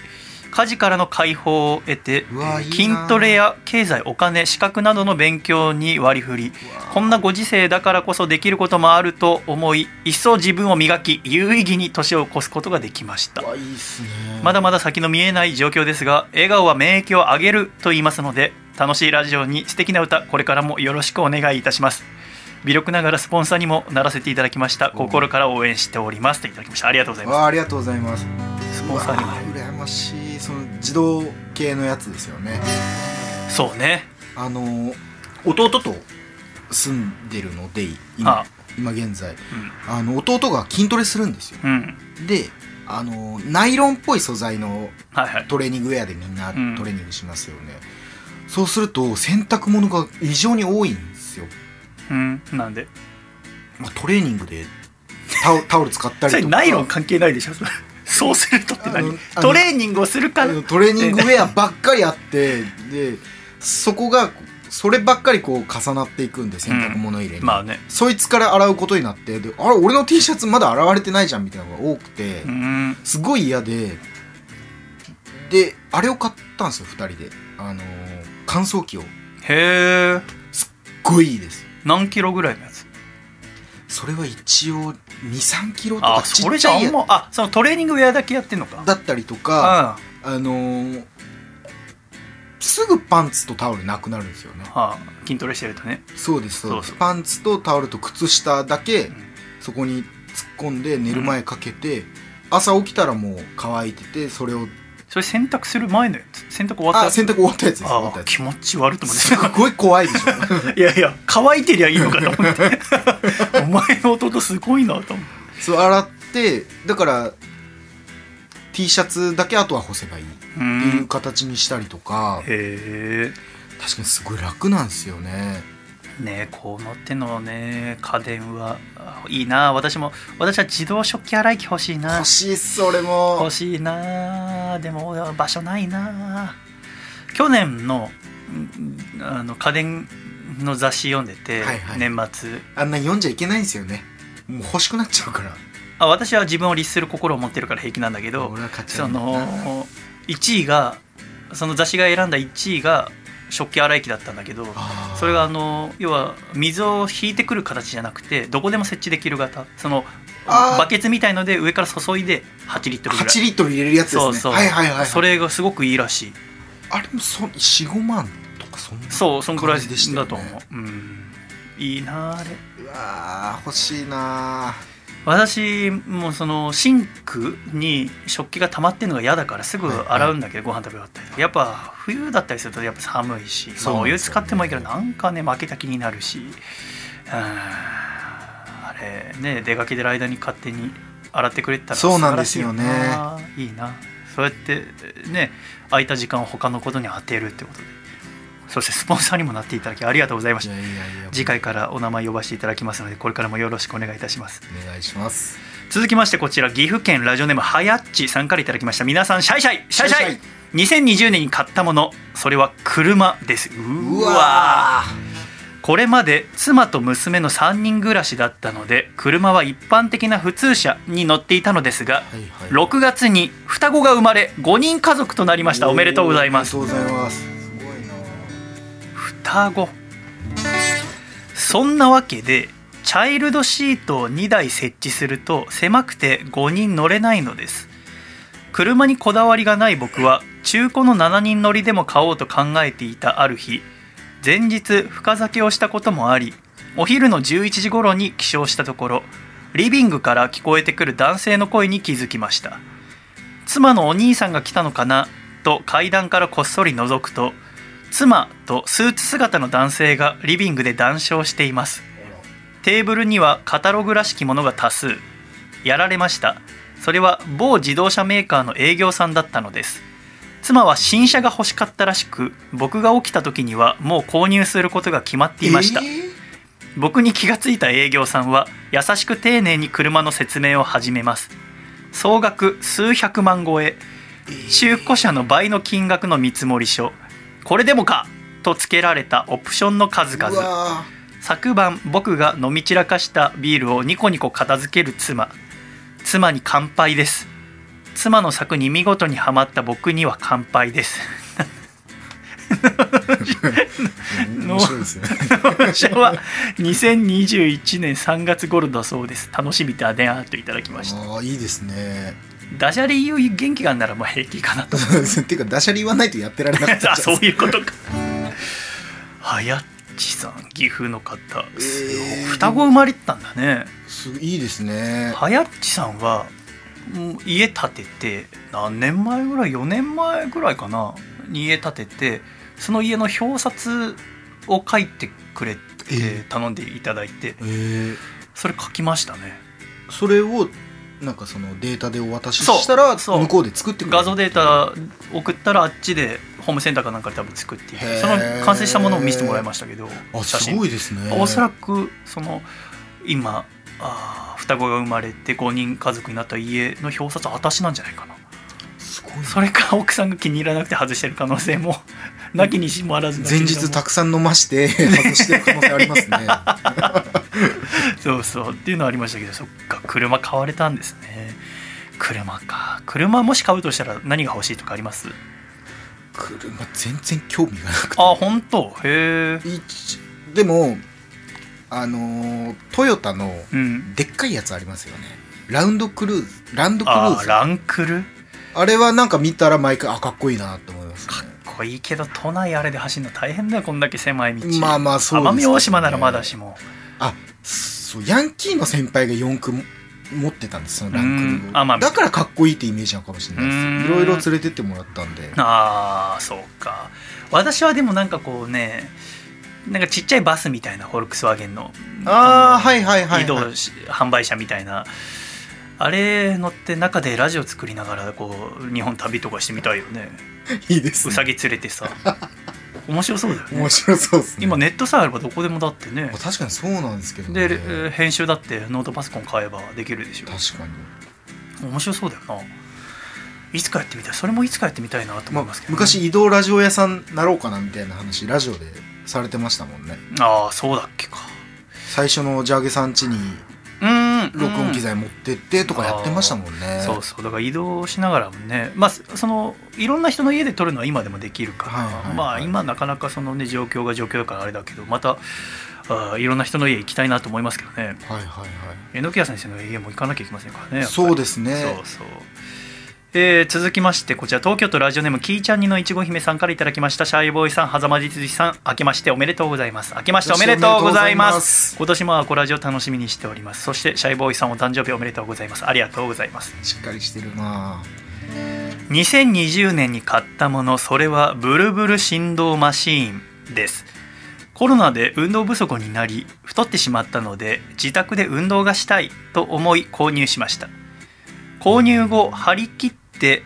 家事からの解放を得て
うわいいな
筋トレや経済お金資格などの勉強に割り振り
うわー
こんなご時世だからこそできることもあると思い一層自分を磨き有意義に年を越すことができました
うわいいっすね
まだまだ先の見えない状況ですが笑顔は免疫を上げると言いますので楽しいラジオに素敵な歌これからもよろしくお願いいたします微力ながらスポンサーにもならせていただきました心から応援しておりますといただきましたありがとうございま
わあありがとうございます
すス
う
ポン
わ
サーにもね
ー羨ましいその自動系のやつですよね
そうね
あの弟と住んでるので今
あ
今現在あの弟が筋トレするんですよ
うんうん
であのナイロンっぽい素材の
はいはい
トレーニングウェアでみんな
うん
トレーニングしますよね、そうすると洗濯物が異常に多いんですよ、
うんなんで
まあ、トレーニングで タオタオル使ったり
そ
と
れ
か
ナイロン関係ないでしょそれそうするとって
あ
何
のあの
トレーニングをするか
あ
ら
のトレーニングウェアばっかりあってでそこがそればっかりこう重なっていくんで洗濯物入れに、
まあね
そいつから洗うことになってであれ俺の T シャツまだ洗われてないじゃんみたいなのが多くて、
うん
すごい嫌でであれを買ったんですよ2人であのー乾燥機をすっ
へえ
ごいいいです
何キロぐらいのやつ
それは一応23キロと
あ
かち
そ
っ
れ
ち
じゃ
ゃ
あ
い
ん
や
まあそのトレーニングウェアだけやってんのか
だったりとか
あ
あのーすぐパンツとタオルなくなるんですよね
はあ、筋トレしてるとね
そうですそ
そ
うです
うそう
パンツとタオルと靴下だけ
ん
そこに突っ込んで寝る前かけて、朝起きたらもう乾いててそれを
それ洗濯する前のやつ洗濯終わった
あ洗濯終わったやつです終わ
あ
ったや
気持ち悪いと
つ
思
す
っ
ごい怖いでしょ
て いやいや乾いてりゃいいのかと思って お前の弟すごいなと思って
そう洗ってだから T シャツだけあとは干せばいいって
う
いうん形にしたりとか、
へ
確かにすごい楽なんですよね
えねえこうなってんのはね家電はあいいな私も私は自動食器洗い機欲しいな
欲しいっす俺も
欲しいなでも場所ないな去年のんあの家電の雑誌読んでて、
はいはい
年末
あんなに読んじゃいけないんですよねもう欲しくなっちゃうから
あ私は自分を律する心を持ってるから平気なんだけど
俺は買っち
そ
ゃ
う
な
の1位がその雑誌が選んだ1位が食器洗い機だったんだけど
あー
それがあの要は水を引いてくる形じゃなくてどこでも設置できる型その
あー
バケツみたいので上から注いで8リットルぐらい
8リットル入れるやつですね
そうそう
はいはいはい
それがすごくいいらしい
あれもそ45万とかそんな
そうそんぐらい
感じでした
だ
よ
と思
ね
う、うんいいなああれ
うわー欲しいな
私もうそのシンクに食器が溜まってるのが嫌だからすぐ洗うんだけど、ご飯食べ終わったりとかやっぱ冬だったりするとやっぱ寒いし、
そ
まあ、
うなん
お
ですよね
湯使ってもいいけどなんかね負けた気になるしうんあれね出かけてる間に勝手に洗ってくれてたら
そうなんですよね
素晴らしいよないいなそうやってね空いた時間を他のことに当てるってことでそしてスポンサーにもなっていただきありがとうございました
やいやいや
次回からお名前呼ばせていただきますのでこれからもよろしくお願いいたします
お願いします
続きましてこちら岐阜県ラジオネームはやっちさんからいただきました皆さんシャイシャイシャイシャイ
シャイシ
2020年に買ったものそれは車ですう
う
わ
わ
これまで妻と娘の3人暮らしだったので車は一般的な普通車に乗っていたのですが
ーはいはい
6月に双子が生まれ5人家族となりましたおめでとうございます
おめでとうございますすごいな
双子そんなわけでチャイルドシートを2台設置すると狭くて5人乗れないのです車にこだわりがない僕は中古の7人乗りでも買おうと考えていたある日前日深酒をしたこともありお昼の11時頃に起床したところリビングから聞こえてくる男性の声に気づきました妻のお兄さんが来たのかなと階段からこっそり覗くと妻とスーツ姿の男性がリビングで談笑していますテーブルにはカタログらしきものが多数やられましたそれは某自動車メーカーの営業さんだったのです妻は新車が欲しかったらしく僕が起きた時にはもう購入することが決まっていました、
えー
僕に気がついた営業さんは優しく丁寧に車の説明を始めます総額数百万超え中古車の倍の金額の見積書これでもかと付けられたオプションの数
う
々
わ
昨晩僕が飲み散らかしたビールをニコニコ片付ける妻妻に乾杯です妻の策に見事にはまった僕には乾杯です
ー面白いですね
私は2021年3月頃だそうです楽しみだねあーといただきました
ああいいですね
ダジャレ言う元気があんならもう平気かなと
っていうかダシャリ言わないとやってられなかっ た
あそういうことかはやっちさん岐阜の方すごい
えー
双子生まれてたんだね
すいいですね
はやっちさんはうん家建てて何年前ぐらい4年前ぐらいかなに家建ててその家の表札を書いてくれって
え
頼んでいただいて
えー
それ書きましたね
それをなんかそのデータでお渡し
そう
したら
そう
向こうで作ってくれる
画像データ送ったらあっちでホームセンターかなんかで多分作っていて
へー
その完成したものを見せてもらいましたけど
あ
写
す
真
ごいですね
おそら
く
くその今あー双子が生まれて5人家族になった家の表札は私なんじゃないかな
すごい
それか奥さんが気に入らなくて外してる可能性もなきにしもあらずだけ
前
れども
日たくさん飲まして外してる可能性ありますね
そうそうっていうのはありましたけどそっか車買われたんですね車か車もし買うとしたら何が欲しいとかあります
車全然興味がなくて
あ本当へえ
一でもあのートヨタの
うん
でっかいやつありますよねラウンドクルーズランドクル
あ
ー
ー
ズ
ラ
あ
ンクル
れはなんか見たら毎回あかっこいいなって思います、
かっこいいけど都内あれで走るの大変だよこんだけ狭い道
まあまあそうですけど
奄
ね
美大島ならまだしも
あそうヤンキーの先輩が4区も持ってたんですそのランク
う
ル
んあまあ
をだからかっこいいってイメージなのかもしれないで
うん
すいろいろ連れてってもらったんで
ああそうか私はでもなんかこうねなんかちっちゃいバスみたいなフォルクスワーゲンの
あ
の
あはいはいはい
移
は
動
い
し販売車みたいなあれ乗って中でラジオ作りながらこう日本旅とかしてみたいよね
いいです
う
ね
さぎ連れて さ面白そうだよね
面白そうですね
今ネットさえあればどこでもだってね
確かにそうなんですけど
で、え
ね
ー編集だってノートパソコン買えばできるでしょ
確かに、
面白そうだよないつかやってみたいそれもいつかやってみたいなと思
ま
い
あ
ますけどね、
昔移動ラジオ屋さんなろうかなみたいな話ラジオでされてましたもんね
ああそうだっけか
最初のジャーゲさん家に
うーん
録音機材持ってってとかやってましたもんね、
そうそうだから移動しながらもねまあそそのいろんな人の家で撮るのは今でもできるから、
はいはいはい
まあ今なかなかそのね状況が状況だからあれだけどまたあーいろんな人の家行きたいなと思いますけどね
はいはいはい
榎谷先生の家も行かなきゃいけませんからねやっぱり
そうですね
そうそうえー続きましてこちら東京都ラジオネームキーちゃんにのいちご姫さんからいただきましたシャイボーイさん狭間じつじさん明けましておめでとうございます明けましておめでとうございます今年もアコラジオ楽しみにしておりますそしてシャイボーイさんお誕生日おめでとうございますありがとうございます
しっかりしてるな
2020年に買ったものそれはブルブル振動マシーンですコロナで運動不足になり太ってしまったので自宅で運動がしたいと思い購入しました購入後張り切って、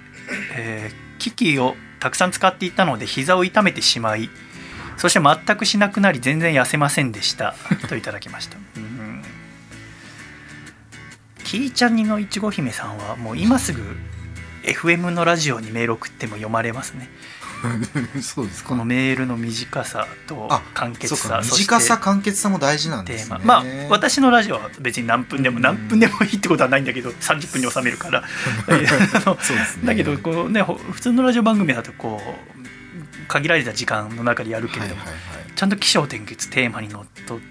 えー機器をたくさん使っていたので膝を痛めてしまいそして全くしなくなり全然痩せませんでしたといただきましたうんキーちゃんにのいちご姫さんはもう今すぐ FM のラジオにメール送っても読まれますね
あそうです
こ
こ
の
の
メールの短さと
あ
簡潔
そうか
さそして
短さ簡潔さも大事なんで
テー
す
マ
ね
まあ私のラジオは別に何分でも
うん
何分でもいいってことはないんだけど30分に収めるから あの
そうですね
だけどこうねほ普通のラジオ番組だとこう限られた時間の中でやるけれ
はい
ど
はい
も、
はい
ちゃんと起承転結テーマにのっとって、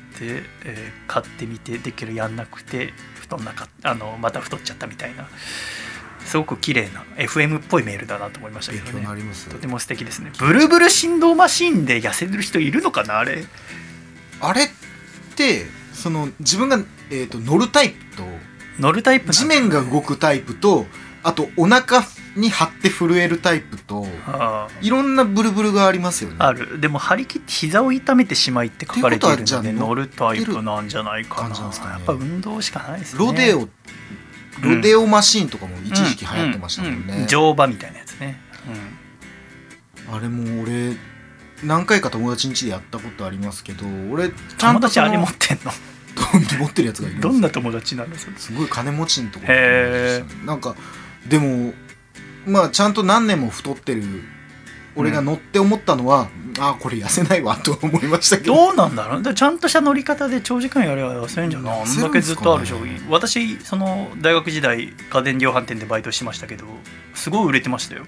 えー買ってみてできるやんなくて太んなかあのまた太っちゃったみたいなすごく綺麗な FM っぽいメールだなと思いましたけ
勉
ど
強にな
ね
ります
とても素敵ですねブルブル振動マシーンで痩せる人いるのかなあれ
あれってその自分が、えー、と乗るタイプと
乗るタイプなんだ
地面が動くタイプとあとお腹に張って震えるタイプと
あ
いろんなブルブルがありますよね
ああるでも張り切って膝を痛めてしまいって書かれている
ってこ
の
とはじ
で
ゃあ
乗るタイプなんじゃないか
乗
な
ってる感じなんですかね
やっぱ運動しかないですね
ロデオ、
うん
ロデオマシーンとかも一時期流行ってましたもんね、
うんうんうん乗馬みたいなやつね、
あれも俺何回か友達ん家でやったことありますけど俺ち
うん、
ゃん
友
と
達
その
あれ持ってんの
持ってるやつがいるんです
ど
よ
んな友達なのそれ
すごい金持ちのとこ
へ
なんかでもまあちゃんと何年も太ってる俺が乗って思ったのは、ああこれ痩せないわと思いましたけど
どうなんだろうでちゃんとした乗り方で長時間やれば痩せるんじゃないあ
痩
ん
せる
だ
ん
け
です
ずっ
かね
とあるでしょ私その大学時代家電量販店でバイトしてましたけどすごい売れてましたよ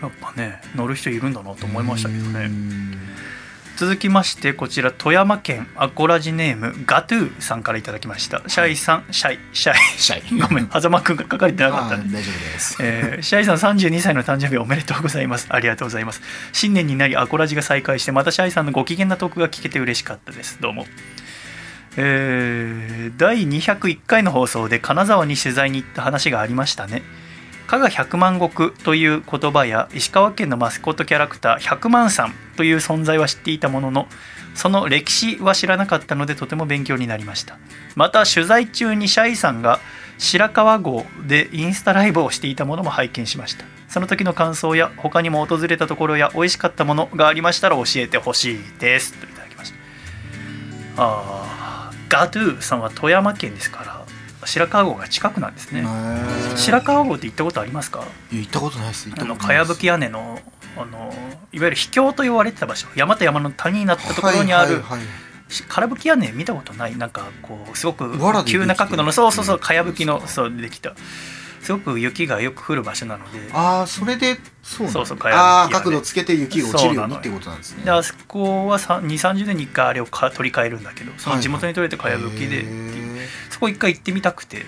やっぱね乗る人いるんだなと思いましたけどね
うん
続きましてこちら富山県アコラジネームガトゥーさんからいただきましたシャイさんシャイシャイ
シャイ
ご めん狭間くんが書かれてなかった
あ
ね
ー大丈夫です
えーシャイさん32歳の誕生日おめでとうございますありがとうございます新年になりアコラジが再開してまたシャイさんのご機嫌なトークが聞けて嬉しかったですどうもえー第201回の放送で金沢に取材に行った話がありましたね加賀百万石という言葉や石川県のマスコットキャラクター百万さんという存在は知っていたもののその歴史は知らなかったのでとても勉強になりましたまた取材中にシャイさんが白川郷でインスタライブをしていたものも拝見しましたその時の感想や他にも訪れたところや美味しかったものがありましたら教えてほしいですといただきましたあーガトゥーさんは富山県ですから白川郷が近くなんですね
ね
白川郷って行ったことありますか
いや行ったことないです行っ
あ
たこ
の
とな
かや
いです
ぶき屋根のあのいわゆる秘境と言われてた場所山と山の谷になったところにある
はいはいはい
しかやぶき屋根見たことないなんかこうすごく
藁でできてる
急な角度のそうそうそう
うん
かやぶきの
そ
そうできたすごく雪がよく降る場所なので
ああそれでそうなんだ
そうそう茅葺き屋根
ああ角度つけて雪が落ちるようにってことなんですね
であそこは2 3 0年に1回あれをか取り替えるんだけどその地元に取れたかやぶきで、
へー
そこ一回行ってみたくて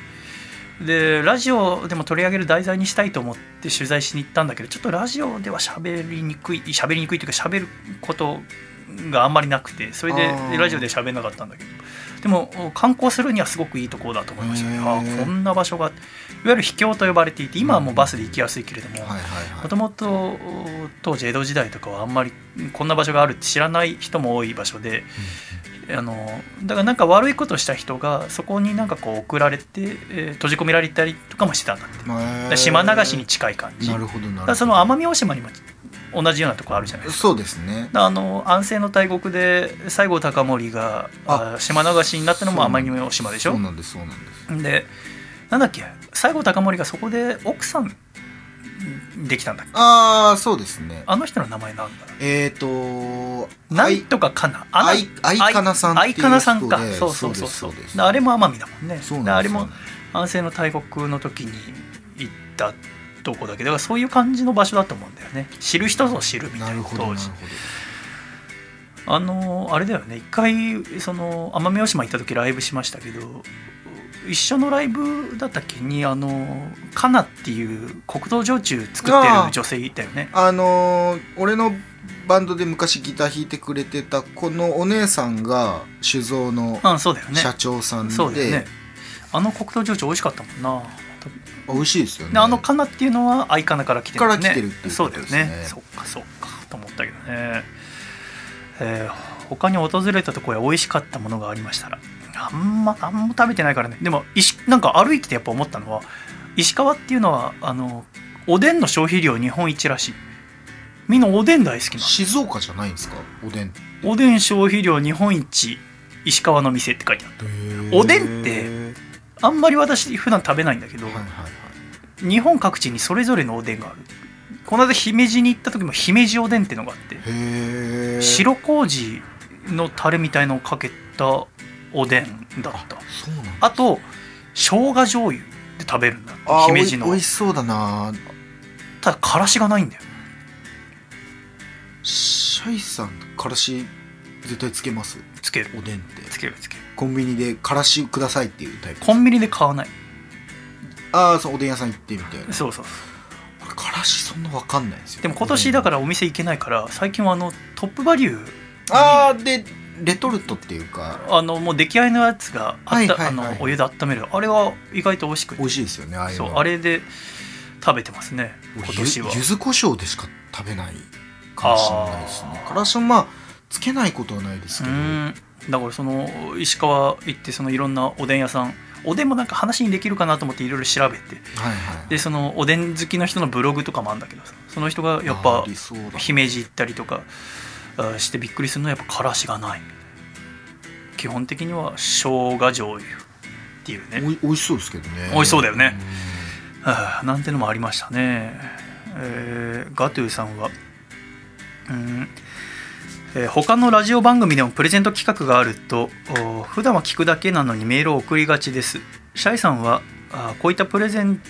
でラジオでも取り上げる題材にしたいと思って取材しに行ったんだけどちょっとラジオでは喋りにくい喋りにくいというか喋ることがあんまりなくてそれで
あー
ラジオで喋れなかったんだけどでも観光するにはすごくいいところだと思いましたね
へ
あ
ー
ーこんな場所がいわゆる秘境と呼ばれていて今はもうバスで行きやすいけれども
はいはいは
も
い
ともと当時江戸時代とかはあんまりこんな場所があるって知らない人も多い場所で、あのだからなんか悪いことをした人がそこになんかこう送られて、えー閉じ込められたりとかもしてたんだってだか
へ
ら
ー
島流しに近い感じ
なるほどなる
だ
ほ
から
ど
その奄美大島にも同じようなとこあるじゃないですか。
そうです
だ
ね
からあの安政の大国で西郷隆盛があ
あ
島流しになったのも
そうな
奄
ん
美大島でしょ
そうなんですそうなんです
でなんだっけ西郷隆盛がそこで奥さんできたんだっけ
ああそうですね
あの人の名前なんだ
えっ、ー、と
な
あ
ん
い
とかかな。
あいあいかなさんって
あ
いう
い
人で
かなさんか。そうそうそう
です
そう。
です
だあれも奄美だもんね。
そうなんです
だあれも
そうなんです
安政の大国の時に行ったとこだけど、だからそういう感じの場所だと思うんだよね。知る人ぞ知るみた
ないる
な
ほどな
当
る
時
ほ。ど
あのあれだよね。一回その奄美大島行った時ライブしましたけど、一緒のライブだったっけにあのカナっていう国道焼酎作って
あ
る
あ
女性いたよね
あのー俺のバンドで昔ギター弾いてくれてたこのお姉さんが酒造の
うんそうだよね
社長さんで、
そうだよねあの国道焼酎美味しかったもんな
あ美味しいですよね
であのカナっていうのはアイカナから来てるんだよね
から来てるっていう
そう
こ
だ
と
よ
ですね
ねそっかそっかと思ったけどね、えー他に訪れたところへ美味しかったものがありましたらあんま何も食べてないからねでも石なんか歩いててやっぱ思ったのは石川っていうのはあのおでんの消費量日本一らしいみんなおでん大好きなの
静岡じゃないんですかおでんって
おでん消費量日本一石川の店って書いてあおでんってるあんまり私普段食べないんだけど、
はいはいはい
日本各地にそれぞれのおでんがあるこの間姫路に行った時も姫路おでんってのがあって
へえ
白麹のタレみたいのをかけたおでんだった
そうなんだ
あと生姜醤油で食べるんだって
あ
姫路の
おい美味しそうだな
ただからしがないんだよ
シャイさんからし絶対つけます
つける
おでんって
つけるつける
コンビニでからしくださいっていうタイプ
コンビニで買わない
ああそうおでん屋さん行ってみたいな
そうそうそ
俺からしそんなわかんないんですよ
うでも今年だかららお店行けないから最近はあのトップバリュー
ああでレトルトっていうか
あのもう出来合いのやつがあった
はいはいはい
あのお湯で温めるあれは意外と美味しくて
美味しいですよねああいう
そう
の
あれで食べてますね今
俺
年は
ゆ柚子胡椒でしか食べないかもしれないですねからしはまあつけないことはないです
う
けど
ーんだからその石川行ってそのいろんなおでん屋さんおでんもなんか話にできるかなと思っていろいろ調べて
はいはい
でそのおでん好きの人のブログとかもあるんだけどさその人がやっ
あ
ぱ
りそうだ
姫路行ったりとかあーしてびっくりするのはやっぱからしがない基本的には生姜醤油っていうね
おい美味しそうですけどね
美味しそうだよね
うん
はあなんてのもありましたね、えーガトゥーさんはうん、えー他のラジオ番組でもプレゼント企画があるとお普段は聞くだけなのにメールを送りがちですシャイさんはあこういったプレゼン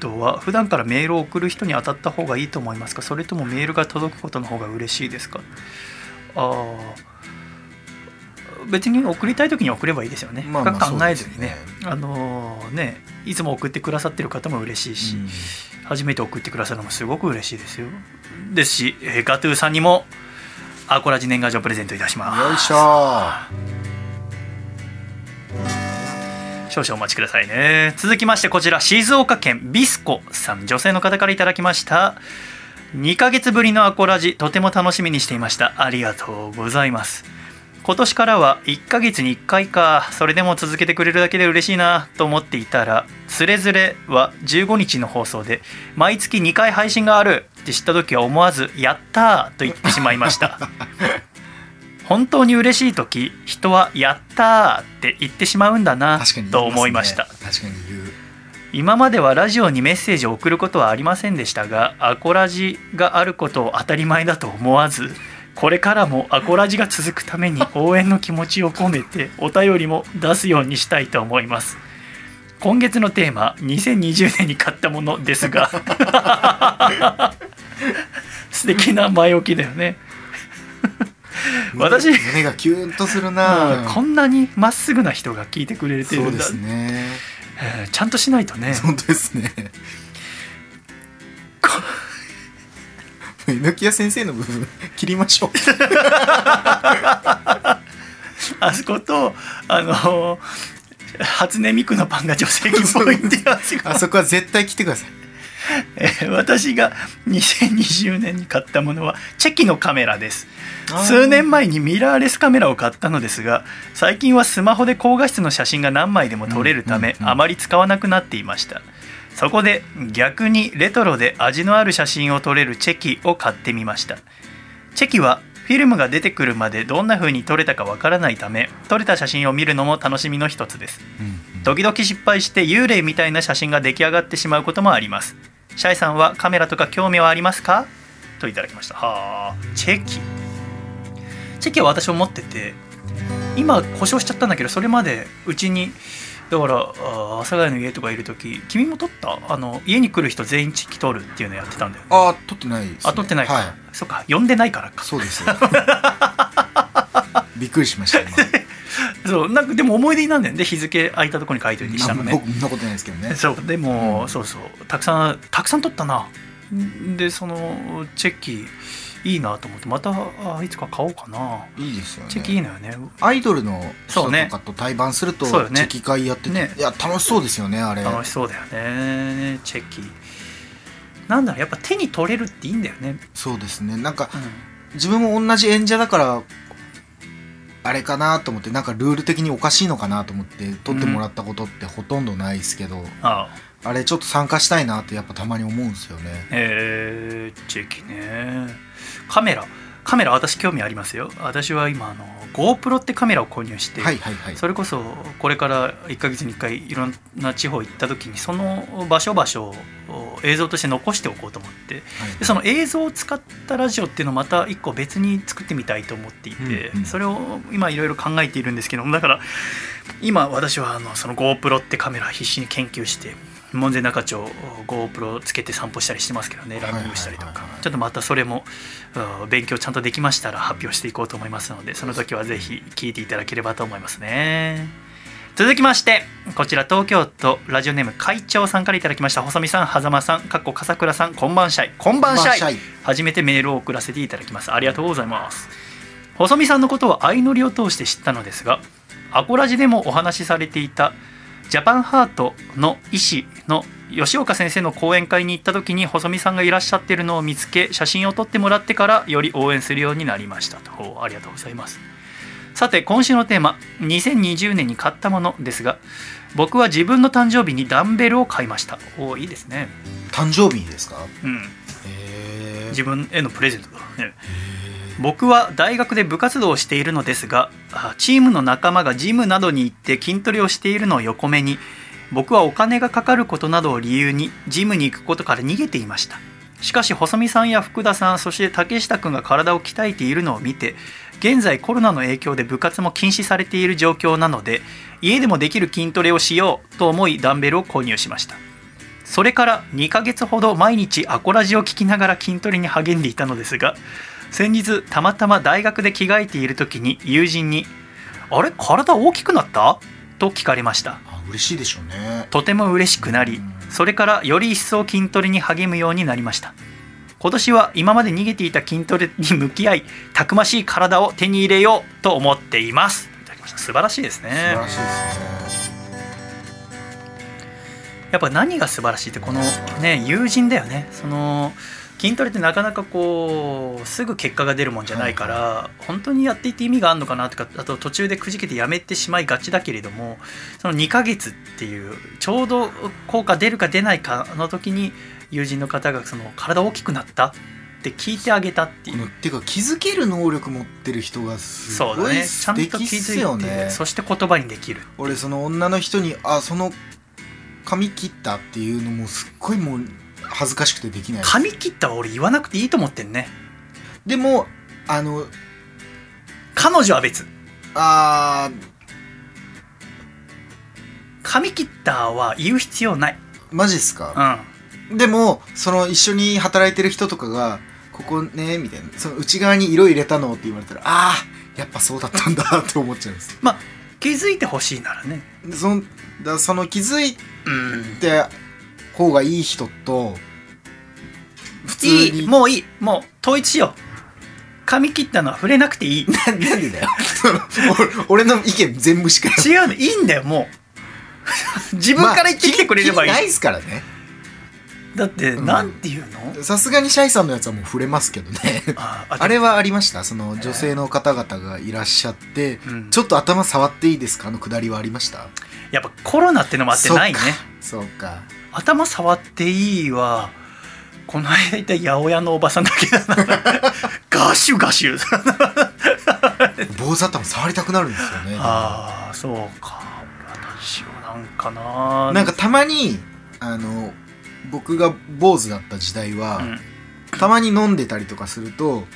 トは普段からメールを送る人に当たった方がいいと思いますかそれともメールが届くことの方が嬉しいですかあー別に送りたい時に送ればいいですよね、
まあまあ
深く考えず
そうで
に
す
ね
ね
あのーねいつも送ってくださってる方も嬉しいし、
うん
初めて送ってくださるのもすごく嬉しいですよですし、えーガトゥーさんにもアコラジ年賀状プレゼントいたします
よいしょー
少々お待ちくださいね続きましてこちら静岡県ビスコさん女性の方からいただきました2ヶ月ぶりのアコラジとても楽しみにしていましたありがとうございます今年からは1ヶ月に1回かそれでも続けてくれるだけで嬉しいなと思っていたら「つれづれ」は15日の放送で毎月2回配信があるって知った時は思わず「やったー!」と言ってしまいま した本当に嬉しい時人は「やったー!」って言ってしまうんだな
確かに言ますね
と思いました
確かに言う
今まではラジオにメッセージを送ることはありませんでしたがアコラジがあることを当たり前だと思わずこれからもアコラジが続くため に応援の気持ちを込めてお便りも出すようにしたいと思います今月のテーマ2020年に買ったものですが 素敵な前置きだよね私
胸胸がキュンとするな
こんなにまっすぐな人が聞いてくれて
そ
る
うんで
だ、
すね
えーちゃんとしないとね
本当ですね
こ
猪木屋先生の 部分切りましょう
あそこと、あのー初音ミクのパンが女性気分っていう話が
あそこは絶対来てください
えー 私が2020年に買ったものはチェキのカメラです
あー
数年前にミラーレスカメラを買ったのですが最近はスマホで高画質の写真が何枚でも撮れるため、
うんうんうん
あまり使わなくなっていましたそこで逆にレトロで味のある写真を撮れるチェキを買ってみましたチェキはフィルムが出てくるまでどんな風に撮れたかわからないため撮れた写真を見るのも楽しみの一つです時々失敗して幽霊みたいな写真が出来上がってしまうこともありますシャイさんはカメラとか興味はありますかといただきましたはあチェキチェキは私も持ってて今故障しちゃったんだけどそれまでうちにだからあー阿佐ヶ谷の家とかいる時君も撮ったあの家に来る人全員チェキ撮るっていうのやってたんだよね
あ撮ってないです、ね、
あ撮ってないか、
はい
そっ か呼んでないからか
そうですびっくりしました今
そうなんかでも思い出になんだよね日付空いたとこに書いといてしたの
なんも
ね
僕そんなことないですけどね
そうでも、
うん
そうそうたくさんたくさん撮ったなでそのチェキいいなと思ってまたあいつか買おうかない
いですよね
チェキいいのよね
アイドルの人
そ
と
うね
かと対バンするとチ
そうよね
ェキ会やってて、
ね
いや楽しそうですよねあれ
楽しそうだよねチェキなんだろうやっぱ手に取れるっていいんだよね、
そうですねなんか
うん
自分も同じ演者だからあれかなと思ってなんかルール的におかしいのかなと思って撮ってもらったことってほとんどないですけど、
ああ
あれちょっと参加したいなってやっぱたまに思うんですよね
えー、チェキねカメラカメラ私興味ありますよ私は今あの GoPro ってカメラを購入して、
はいはいはい
それこそこれから1ヶ月に1回いろんな地方行った時にその場所場所を映像として残しておこうと思って
はい
でその映像を使ったラジオっていうのをまた一個別に作ってみたいと思っていて、
うんうん
それを今いろいろ考えているんですけどもだから今私はあのその GoPro ってカメラ必死に研究して門前仲町 GoPro つけて散歩したりしてますけどねランニングしたりと
はいは
か
いはいはい
ちょっとまたそれもうん勉強ちゃんとできましたら発表していこうと思いますのでその時はぜひ聞いていただければと思いますね。続きましてこちら東京都ラジオネーム会長さんからいただきました細見さん狭間さんかっこ笠倉さんこんばんしゃいこんばんしゃい
こんばんし
初めてメールを送らせていただきますありがとうございます細見さんのことは相乗りを通して知ったのですがアコラジでもお話しされていたジャパンハートの医師の吉岡先生の講演会に行った時に細見さんがいらっしゃってるのを見つけ写真を撮ってもらってからより応援するようになりましたとおありがとうございますさて今週のテーマ2020年に買ったものですが僕は自分の誕生日にダンベルを買いましたおいいですね
誕生日にですか
うん
え
自分へのプレゼントだからね僕は大学で部活動をしているのですがあチームの仲間がジムなどに行って筋トレをしているのを横目に僕はお金がかかることなどを理由にジムに行くことから逃げていましたしかし細見さんや福田さんそして竹下くんが体を鍛えているのを見て現在コロナの影響で部活も禁止されている状況なので家でもできる筋トレをしようと思いダンベルを購入しましたそれから2ヶ月ほど毎日アコラジを聞きながら筋トレに励んでいたのですが先日たまたま大学で着替えている時に友人に「あれ体大きくなった?」と聞かれました
あ嬉しいでしょうね
とても嬉しくなりそれからより一層筋トレに励むようになりました今年は今まで逃げていた筋トレに向き合いたくましい体を手に入れようと思っていますいただきました素晴らしいです
素晴
ね
らしいですね
やっぱ何が素晴らしいってこのね友人だよねその筋トレってなかなかこうすぐ結果が出るもんじゃないから、本当にやっていて意味があるのかなとかあと途中でくじけてやめてしまいがちだけれどもその2ヶ月っていうちょうど効果出るか出ないかの時に友人の方がその体大きくなったって聞いてあげたって
こ
いう
の。てか気づける能力持ってる人がす
そうだ
ごい
ね、ちゃ
素
んと気
敵っすよ
づいて、
ね
そして言葉にできる
俺その女の人に「あその髪切った」っていうのもすっごいもう恥ずかしくてできない
髪切ったは俺言わなくていいと思ってんね
でもあの
彼女は別
あー
髪切ったは言う必要ない
マジっす
う
か、
ん
でもその一緒に働いてる人とかが「ここね」みたいなその内側に色入れたのって言われたらあーやっぱそうだったんだって思っちゃうんです
まあ気づいてほしいならね
でそのだその気づい
うん
た方がいい人と普通に
いいもういいもう統一しよう髪切ったのは触れなくて いい
ななんでだよその俺俺の意見全部しかよ
違うのいいんだよも う自分から言ってきてくれればいい、
まあ切りないですからね
だって、
うん
なんていうの
さすがにシャイさんのやつはもう触れますけどね
あ
あれはありましたその女性の方々がいらっしゃって、
うん
ちょっと頭触っていいですかのくだりはありました
やっぱコロナってのもあってないね
そうか
頭触っていいはこの間いた八百屋のおばさんだけだ なガシュガシュ
そうか坊主頭触りたくなるんですよね
ああそうか私はなんかな
なんかたまにあの僕が坊主だった時代は、
うん
たまに飲んでたりとかすると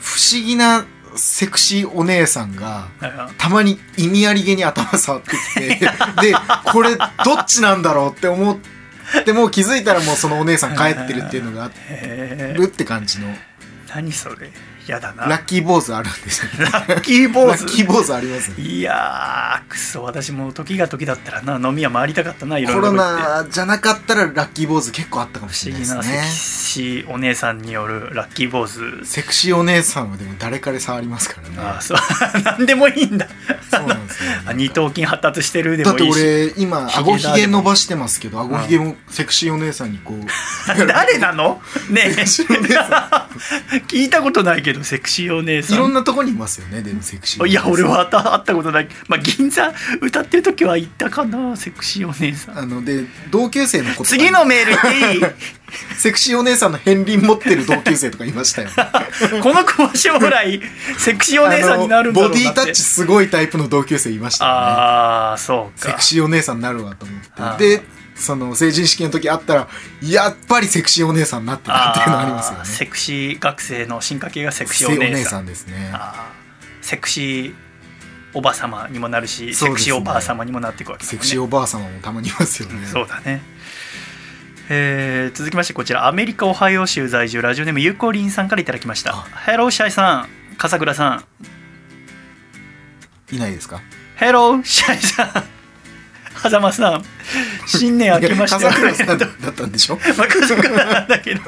不思議なセクシーお姉さんが
だから
たまに意味ありげに頭触って きてでこれどっちなんだろうって思ってもう気づいたらもうそのお姉さん帰ってるっていうのがあ
へー
るって感じの
何それやだな
ラッキー坊主あるんですよ ね
ラッキーボ
ラ
ー
ッキ
ズ
ー坊主ありますね
いやーくそ私も時が時だったらな飲み屋回りたかったないろい
コ
ろと
ロ
言って
ナじゃなかったらラッキー坊主結構あったかもし
不
れ
思
ない
議
です
な
ね
セクシーお姉さんによるラッキー坊主
セクシーお姉さんはでも誰かで触りますからね
ああそう 何でもいいんだ
そうなんですよ
あ二頭筋発達してるで
だっ
も
て
いいし
俺今
ひげだ
顎ひげ伸ばしてますけど顎ひげもセクシーお姉さんにこう
誰なのねえ
セクシーお姉
聞いたことないけどセクシーお姉さ
いろ
ん
んなとこにいますよねでもセクシーお
い
姉さ
や
ん
俺は会った会ったことないまあ銀座歌ってる時は行ったかなセクシーお姉さん
あので同級生のこと
次のメールいって
セクシーお姉さんの片鱗持ってる同級生とかいましたよ
いいこの子は将来セクシーお姉さんになるんだろう
あのボデ
な
ィ
って
タッチすごいタイプの同級生いましたよね
ああそう
セ
か
クシーお姉さんになるわと思
あ
っ
ー
てでその成人式の時会ったらやっぱりセクシーお姉さんになってたっていうのありますよ
あー
ね
セクシー学生の進化系がセ
セ
クシーお姉さん
んですね
あーセクシーおばさまにもなるし、
そ
セ
う
ク
です
シ
ね
ーおばあさまにもなっていくわけだもん
セ
ね
クシーおばあ様もたまにいますよね
そうだね、えー続きましてこちらアメリカ・オハイオ州在住ラジオネームゆうこりんさんからいただきました
あ
ヘローシャイさん笠倉さん
いないですか
ヘローシャイさん 狭間さん新年明けまして
いや笠倉さん
と
だったんで しょ
まあ笠倉なんだけど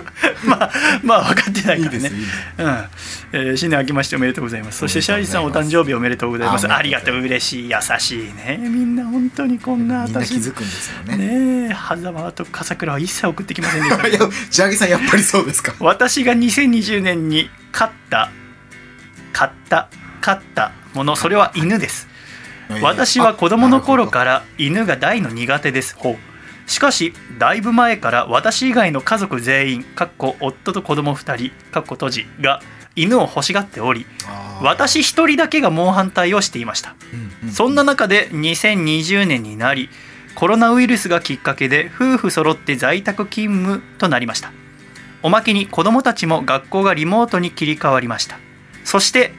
まあまあ分かってない
いい
からね
ですよいいですよ
うんえー新年明けましておめでとうございますそしてシャイさん
お
お
めでとう
誕
ござい
生
ます
日おめでとうございますあ
あ
り
り
が
が
と
と
う
う
嬉しい優しいねみんな本当にこんな
みんな気
私
づくんですよね
ねえ狭間と笠倉は一切送ってきませんで した
いやジャーギさんやっぱりそうですか
私が2020年に買った買った買ったものそれは犬です私は子供の頃から犬が大の苦手ですほうしかしだいぶ前から私以外の家族全員かっこ夫と子供2人かっこ閉じが犬を欲しがっており
あー
私一人だけが猛反対をしていました
う
そんな中で2020年になりコロナウイルスがきっかけで夫婦揃って在宅勤務となりましたおまけに子どもたちも学校がリモートに切り替わりましたそして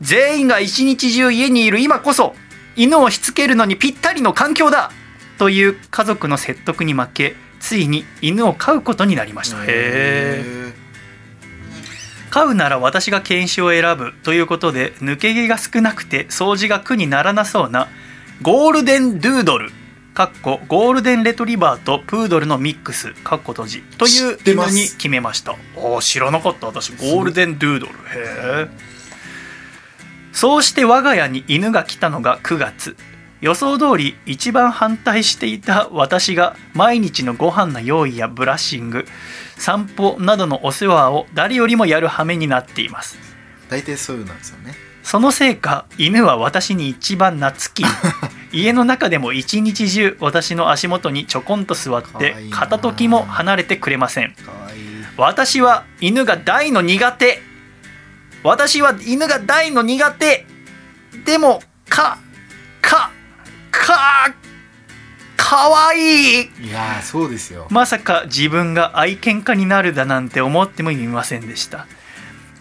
全員が一日中家にいる今こそ犬をしつけるのにぴったりの環境だという家族の説得に負けついに犬を飼うことになりましたへえ飼うなら私が犬種を選ぶということで抜け毛が少なくて掃除が苦にならなそうなゴールデンドゥードルかっこゴールデンレトリバーとプードルのミックスかっこ閉じという
知って
犬
ます
に決めましたおー知らなかった私ゴールデンドゥードルへえそうして我が家に犬が来たのが9月予想通り一番反対していた私が毎日のご飯の用意やブラッシング散歩などのお世話を誰よりもやる羽目になっています
大体そういうのなんですよね
そのせいか犬は私に一番 懐き家の中でも一日中私の足元にちょこんと座っ
かわ
て
いいな
片時も離れてくれません
かわいい
私は犬が大の苦手私は犬が大の苦手でもかかかかわいい
いやーそうですよ
まさか自分が愛犬家になるだなんて思ってもいませんでした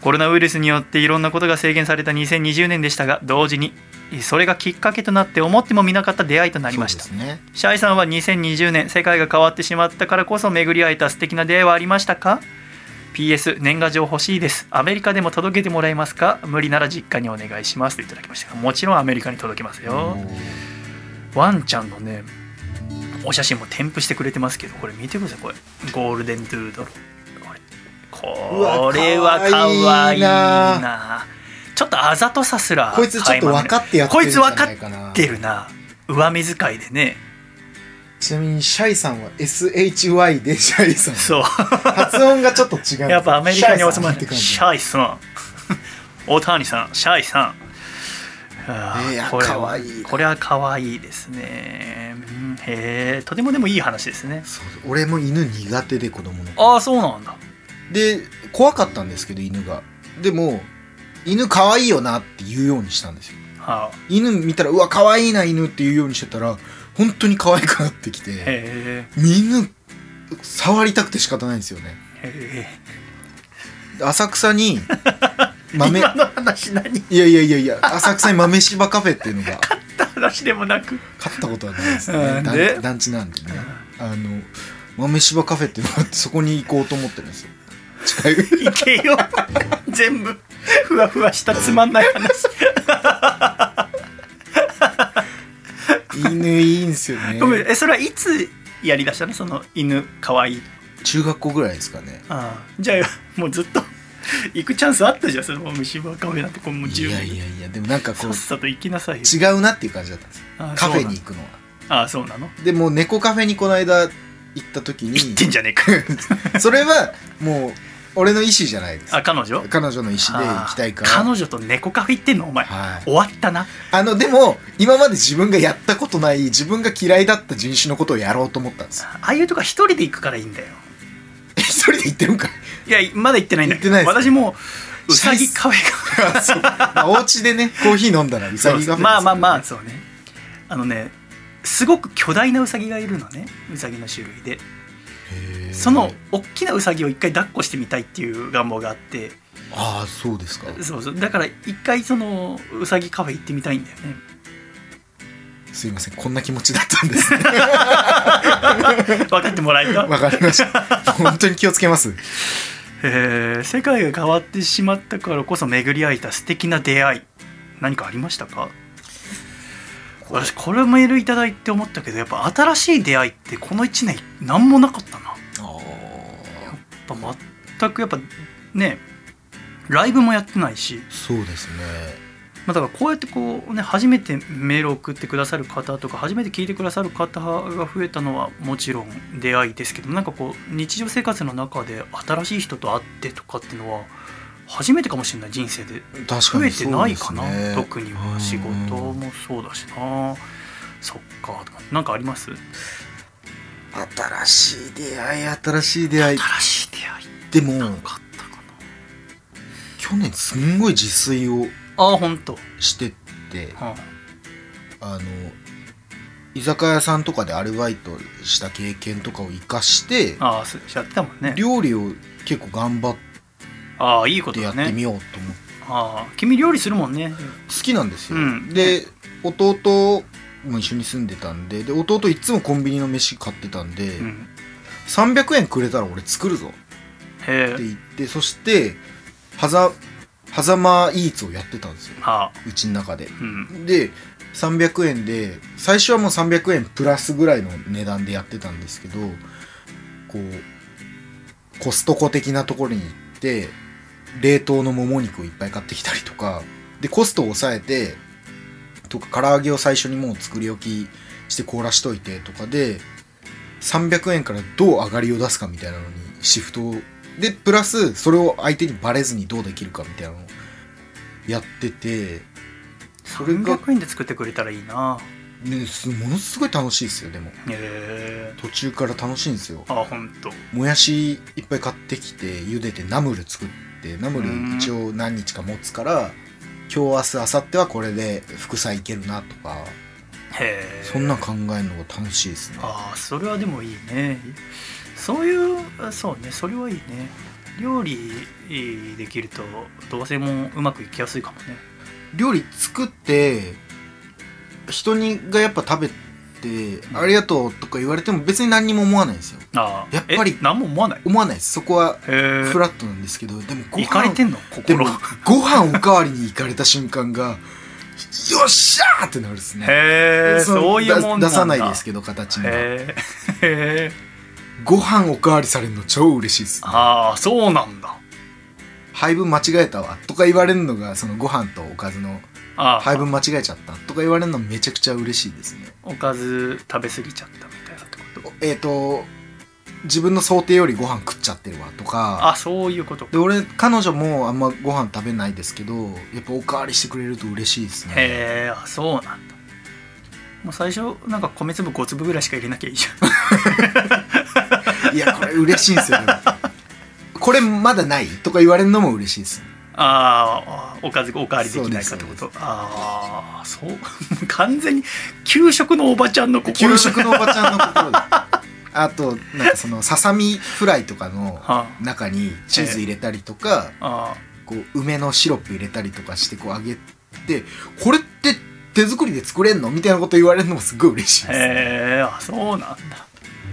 コロナウイルスによっていろんなことが制限された2020年でしたが同時にそれがきっかけとなって思ってもみなかった出会いとなりました
そうですね
シャイさんは2020年世界が変わってしまったからこそ巡り会えた素敵な出会いはありましたか PS 年賀状欲しいですアメリカでも届けてもらえますか無理なら実家にお願いしますといただきましたがもちろんアメリカに届きますよ
もう
ワンちゃんのねお写真も添付してくれてますけどこれ見てくださいこれゴールデンドゥードル
うわ
これこれはかわいいなちょっとあざとさすら
こいつちょっと分かってやってるんじゃないかな
っ出るな上目遣いでね
ちなみにシャイさんは SHY でシャイさん
そう
発音がちょっと違うんですよ
やっぱアメリカに収ま
シャイさん
っ
ってて感じ
シャイさん 大谷さんシャイさんあー
いや
これは
可愛いな
これは可愛いですねうんへえとてもでもいい話ですね
そう俺も犬苦手で子供の頃
ああそうなんだ
で怖かったんですけど犬がでも犬可愛いよなって言うようにしたんですよ
はあ
犬見たらうわ可愛いな犬って言うようにしてたら本当に可愛くなってきて
へ
犬触りたくて仕方ないんですよね
えへ
浅 草に
え
豆
今の話何
いやいやいやいや浅草に豆柴カフェっていうのが
話でもなく
勝ったことはないです
う
ね
ん
団
で
団地なんでねあの豆柴カフェっていうのがあってそこに行こうと思ってるんですよ近い
行けよ 全部ふわふわしたつまんない話
犬いいんすよね
ごめんえそれはいつやりだしたのその犬かわいい
中学校ぐらいですかね
ああじゃあ もうずっと行くチャンスあったじゃんその虫歯カフェなんてこうもう
い
十
や
分
いやいやでもなんかこ
さ
う
っさと行きなさいよ
違うなっていう感じだったんですよ
あ
カフェに
そ
行くのは
うなああそうなの
でもう猫カフェにこの間行った時に
行ってんじゃねえ か
それはもう俺の意思じゃないです
あ彼女
彼女の意思で行きたいから
ああ彼女と猫カフェ行ってんのお前
はい、
終わったな
あのでも今まで自分がやったことない自分が嫌いだった人種のことをやろうと思ったんですよ
ああいうとこは一人で行くからいいんだよ
一人で行ってるんかい
いやまだ行ってないんだけど
行ってないで
私もうう
シャ
さ
イっ
ぎ
す
カフェが
あそうまあお家 でねコーヒー飲んだらうさぎカフェですからね
まあまあまあそうねあのねすごく巨大なウサギがいるのねウサギの種類で
へー
その大きなウサギを一回抱っこしてみたいっていう願望があって
ああそうですか
そうそうだから一回そのウサギカフェ行ってみたいんだよね
すいませんこんな気持ちだったんですね
分かってもらえ た
わかりました 本当に気をつけます
えー世界が変わってしまったからこそ巡り会えた素敵な出会い何かありましたか私これメールいただいて思ったけどやっぱ新しい出会いってこの1年何もなかったなや
あ
っぱ全くやっぱねライブもやってないし、
そうですね
まあ、だからこうやってこうね初めてメールを送ってくださる方とか初めて聞いてくださる方が増えたのはもちろん出会いですけどなんかこう日常生活の中で新しい人と会ってとかっていうのは初めてかもしれない人生で
確かに
増えてないか
そうです
な、
ね
特には仕事
うん
もそうだしなそっかなんかあります
新しい出会い新しい出会い
新しい出会い
でも
があったか
去年すんごい自炊を
なあ本当、
してって
は
あの居酒屋さんとかでアルバイトした経験とかを生かして
あ、ああすやってたもんね
料理を結構頑張っ
ああいいこと
てや
だ
って
ね
みようと思って
ああ君料理するもんね
好きなんですよ、
うん
で弟も一緒に住んでたんでで弟いつもコンビニの飯買ってたんで、
うん
300円くれたら俺作るぞ
へ
って
え
言ってそしてはざはざまイーツをやってたんですよ
はあ
うちの中で
うん
で300円で最初はもう300円プラスぐらいの値段でやってたんですけどこうコストコ的なところに行って冷凍のもも肉をいっぱい買ってきたりとかでコストを抑えてとか唐揚げを最初にもう作り置きして凍らしといてとかで300円からどう上がりを出すかみたいなのにシフトをでプラスそれを相手にバレずにどうできるかみたいなのをやっててそれが
300円で作ってくれたらいいな
ね、すものすごい楽しいですよでも
へえ
途中から楽しいんですよ
ああ本当
もやしいっぱい買ってきて茹でてナムル作ってナムル一応何日か持つから今日明日明後日はこれで副菜いけるなとか
へえ
そんなん考えるのが楽しいですね
ああそれはでもいいねそういうそうねそれはいいね料理できると同性もうまくいきやすいかもね
料理作って人にがやっぱ食べて「ありがとう」とか言われても別に何にも思わないんですよ
ああ
やっぱり
え何も思わないへ
思わないですそこは
え
フラットなんですけどでもご
行かれ
飯
てんの
でも
心へ
ご飯おかわりに行かれた瞬間が「よっしゃー!」ってなるですね
え
の
そういうもんなんだ
出出さないです
け
けど形には
へえへえ
ご飯おかわりされるの超嬉しいです
ああそうなんだ
配分間違えたわとか言われるのがそのご飯とおかずの
ああ
配分間違えちゃったとか言われるのめちゃくちゃ嬉しいですね
おかず食べ過ぎちゃったみたいなってこと
えっ、と自分の想定よりご飯食っちゃってるわとか
あそういうこと
で俺彼女もあんまご飯食べないですけどやっぱおかわりしてくれると嬉しいですね
へえあそうなんだもう最初なんか米粒5粒ぐらいしか入れなきゃいいじゃん
いやこれ嬉しいんですよでもこれまだないとか言われるのも嬉しいです
あーおかずおかわりできないかってこ
そう
とああそう 完全に給食のおばちゃんの心
給食のおばちゃんの心であとなんかそのささみフライとかの
は
中にチーズ入れたりとか、
あ
こう梅のシロップ入れたりとかしてこう揚げてこれって手作りで作れんのみたいなこと言われるのもすごい嬉しい
あー
です、
へえあそうなんだ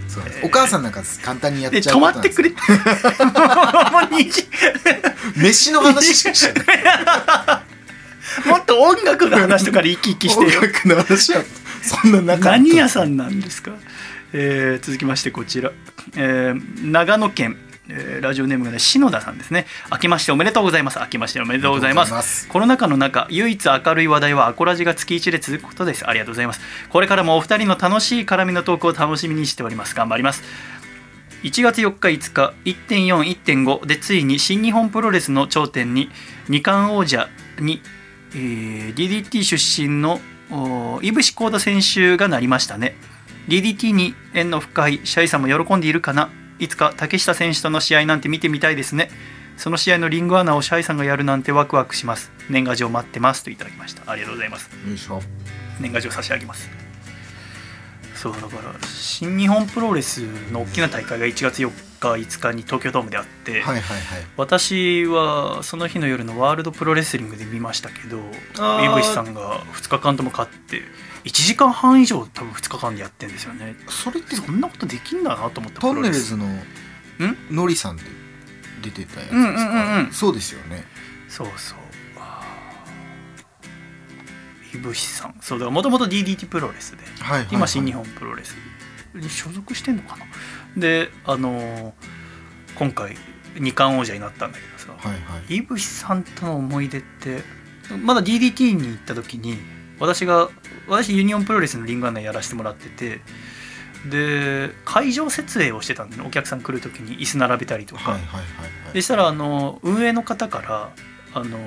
そうなんですお母さんなんか簡単にやっ
で
ちゃ
止
うこ
ま
と
っ
なん
て
です
くれもう 虹
飯の話し かしてない
もっと音楽の話とかで生き生きしてよ
音楽の話はそんななかった
何屋さんなんですか、えー続きましてこちら、えー長野県、えーラジオネームが、ね、篠田さんですね明けましておめでとうございます明けましておめでとうございます
おめでとうございます
コロナ禍の中唯一明るい話題はアコラジが月1で続くことですありがとうございますこれからもお二人の楽しい絡みのトークを楽しみにしております頑張ります1月4日5日1.41.5でついに新日本プロレスの頂点に二冠王者に、えー DDT 出身のおー井伏幸太選手がなりましたね DDT に縁の深いシャイさんも喜んでいるかないつか竹下選手との試合なんて見てみたいですねその試合のリングアナをシャイさんがやるなんてワクワクします年賀状待ってますといただきましたありがとうございます
よいしょ
年賀状差し上げますそうだから新日本プロレスの大きな大会が1月4日5日に東京ドームであって、
はいはいはい
私はその日の夜のワールドプロレスリングで見ましたけど
あー
井口さんが2日間とも勝って1時間半以上多分2日間でやってるんですよね
それって
そんなことできんだなと思った
トンネル
プ
ズ
ロ
ののりさんで出てたやつですか、
うんうんうんうん
そうですよね
レスそうそう井口さんそうだもともと DDT プロレスで
はいはい、はい、
今新日本プロレスに所属してんのかなであのー今回二冠王者になったんだけどさ、
はいはい
イブシさんとの思い出ってまだ DDT に行った時に私が私ユニオンプロレスのリング案内やらせてもらっててで会場設営をしてたんで、ね、お客さん来る時に椅子並べたりとか、
はいはいはいはい
でしたらあの運営の方からあの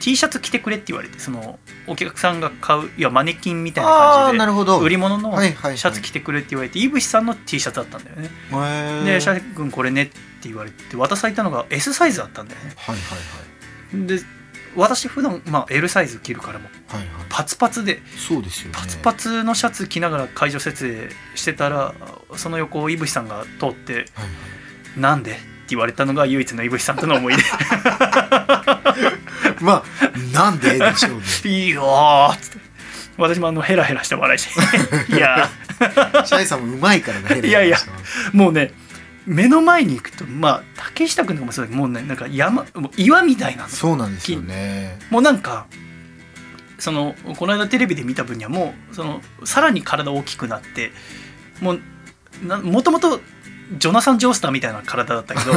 T シャツ着てくれって言われてそのお客さんが買ういやマネキンみたいな
ああ
感じ
な
で
るほど
売り物の
はいはい
シ
はい
ャツ着てくれって言われて井渕さんの T シャツだったんだよね
へー
で「シ
は
ャ
い
イ君これね」って言われて渡されたのが S サイズだったんだよね
はい
で私普段まあ L サイズ着るからもう
はいはいはい
パツパツで
そうですよね
パツパツのシャツ着ながら会場設営してたらその横を井渕さんが通って
はいはい
「なんで?」って言われたのが唯一の井渕さんとの思い出
まあなんででしょう ね
いいよーっつって私もあのヘラヘラして笑いしていや
シャイさんもうまいからね
いやいやーもうね目の前に行くとまあ竹下君とかもそうだけどもうねなんか山もう岩みたいなの
そうなんですよね
もうなんかそのこの間テレビで見た分にはもうそのさらに体大きくなってもうなもともとジョナサン・ジョースターみたいな体だったけど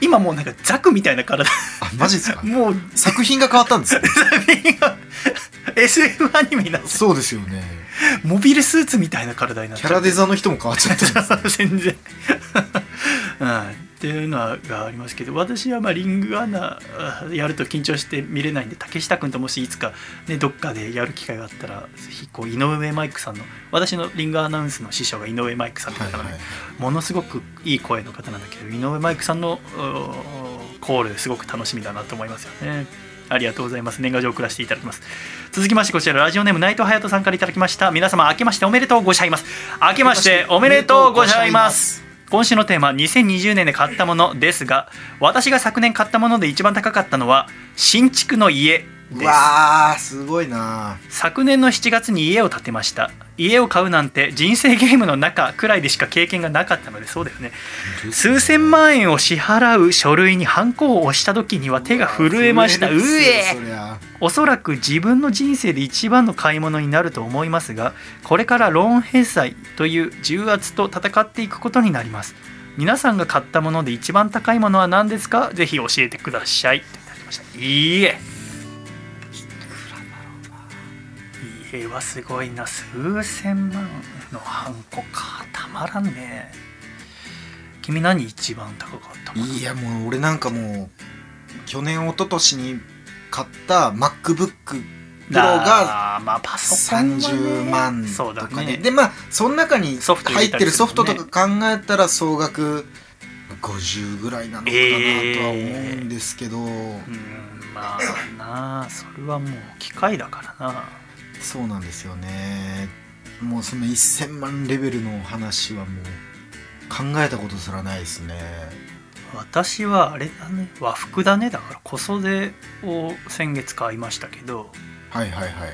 今もうなんかザクみたいな体
あマジですか
もう
作品が変わったんですよ
SF アニメになって
そうですよね
モビルスーツみたいな体になっ
キ
ちゃっ
ャ
て
ラデザの人も変わっちゃった んですね
全然、うん、っていうのがありますけど私はまあリングアナあやると緊張して見れないんで竹下君ともしいつか、ね、どっかでやる機会があったらぜひこう井上マイクさんの私のリングアナウンスの師匠が井上マイクさんって
はい
方なの
はい
で、ものすごくいい声の方なんだけど井上マイクさんのおコールすごく楽しみだなと思いますよねありがとうございます年賀状を送らせていただきます続きましてこちらラジオネーム内藤隼人さんからいただきました皆様明けましておめでとうございます明けましておめでとうございます今週のテーマ2020年で買ったものですが私が昨年買ったもので一番高かったのは新築の家
う
です
わーすごいな
昨年の7月に家を建てました家を買うなんて人生ゲームの中くらいでしか経験がなかったのでそうだよね数千万円を支払う書類にハンコを押した時には手が震えましたう
震え
え
るっすよそりゃ
おそらく自分の人生で一番の買い物になると思いますがこれからローン返済という重圧と戦っていくことになります皆さんが買ったもので一番高いものは何ですかぜひ教えてくださいといただきましたいいえ家はすごいな数千万のハンコかたまらんね君何一番高かったもの
いやもう俺なんかもう去年一昨年に買った MacBook プロが
あーまあパソコンはね
30万
そう
と
だ
か
ね
ねでまあその中に
ソフト入
入
れ
った
り
てる
する
ソ
もんね
フトとか考えたら総額50ぐらいなのかなとは思うんですけど、
うんまあなあそれはもう機械だからな
そうなんですよねもうその1000万レベルの話はもう考えたことすらないですね
私はあれだね和服だねだから小袖を先月買いましたけど
はいはいはい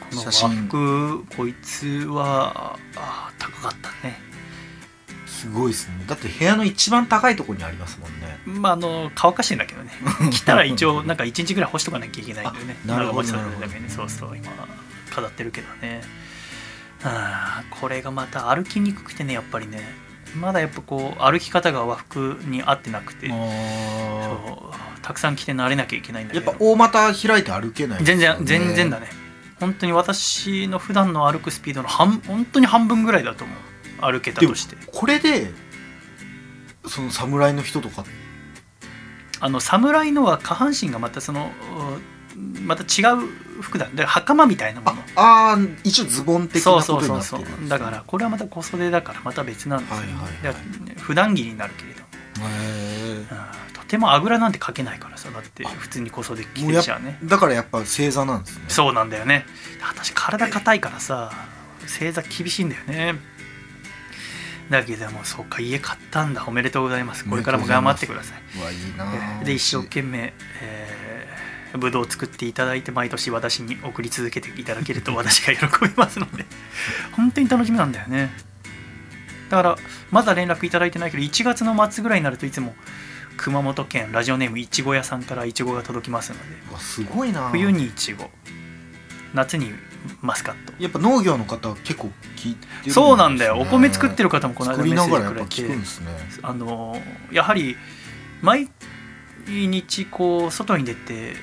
この和
写真
服こいつはあー高かったね
すごいですねだって部屋の一番高いところにありますもんね
まああの乾かしてんだけ どね来たら一応なんか1日ぐらい干しとかなきゃいけないんだよね
あなる
長
ほど
持ちす
なるほど
だけねそうそう今飾ってるけどねあーこれがまた歩きにくくてねやっぱりねまだやっぱこう歩き方が和服に合ってなくて
あ
そうたくさん着て慣れなきゃいけないんだ
ーや
け
っ
ど
ぱ大股開いて歩けないです
全
よ
然
ね、
全然だね本当に私の普段の歩くスピードの半本当に半分ぐらいだと思う歩けたとして
これでその侍の人とか
あの侍のは下半身がまたそのうんまた違う服だで袴みたいなもの
ああー一応ズボン的な
そう
こ
そ
と
う
に
そう
な
そ
ってるんですね
うだからこれはまた小袖だからまた別なんですよ、ね
はいはいはい
だから普段着になるけれども
へ
うんとてもあぐらなんてかけないからさだって普通に小袖着てちゃうね
ーだからやっぱ正座なんですね
そうなんだよね私体硬いからさ正座厳しいんだよねだけどもそうか家買ったんだおめでとうございますこれからも頑張ってください
わいいなー
で一生懸命、えー、ぶどうを作っていただいて毎年私に送り続けていただける と私が喜びますので本当に楽しみなんだよねだからまだ連絡いただいてないけど1月の末ぐらいになるといつも熊本県ラジオネームいちご屋さんからいちごが届きますので
うわすごいなー
冬にいちご夏にマスカット
やっぱ農業の方は結構聞いてるんですね
そうなんだよお米作ってる方もこの間
作
メ
り
ッ
な
セー
がら
ジ
やっ
く
ぱ
れ
聞くん
て
ですね
あのやはり毎日こう外に出て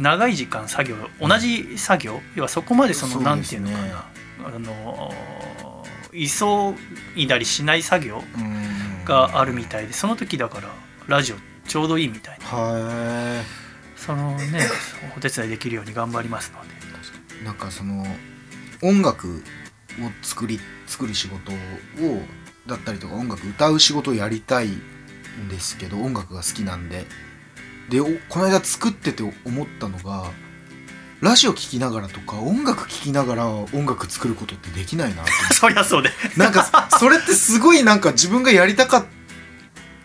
長い時間作業同じ作業、要はそこまでその
そう
なん
で
て
す
い
ね
うのかなあの急いだりしない作業
うん
があるみたいでその時だからラジオちょうどいいみたいな
は
その ねお手伝いできるように頑張りますので
いなんかその音楽を作り作る仕事をだったりとか音楽歌う仕事をやりたいんですけど音楽が好きなんででおこの間作ってて思ったのがラジオ聴きながらとか音楽聴きながら音楽作ることってできないなと思って
そりゃそうで
なんかそれってすごいなんか自分がやりたかっ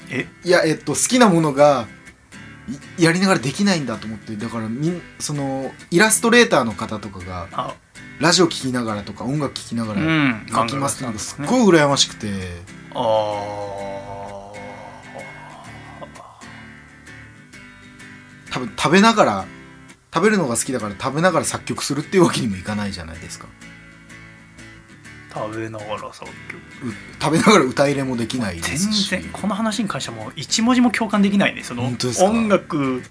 え
いやえっと好きなものがいやりながらできないんだと思ってだからみんそのイラストレーターの方とかが
あ
ラジオ聴きながらとか音楽聴きなが
う
ら
ん
書きますってなんかすっ
ね
ごい羨ましくて
あ
多分食べながら食べるのが好きだから食べながら作曲するっていうわけにもいかないじゃないですか
ー食べながら作曲
う食べながら歌入れもできないですし
全然この話に関してはもう一文字も共感できないねその
本当ですか
音楽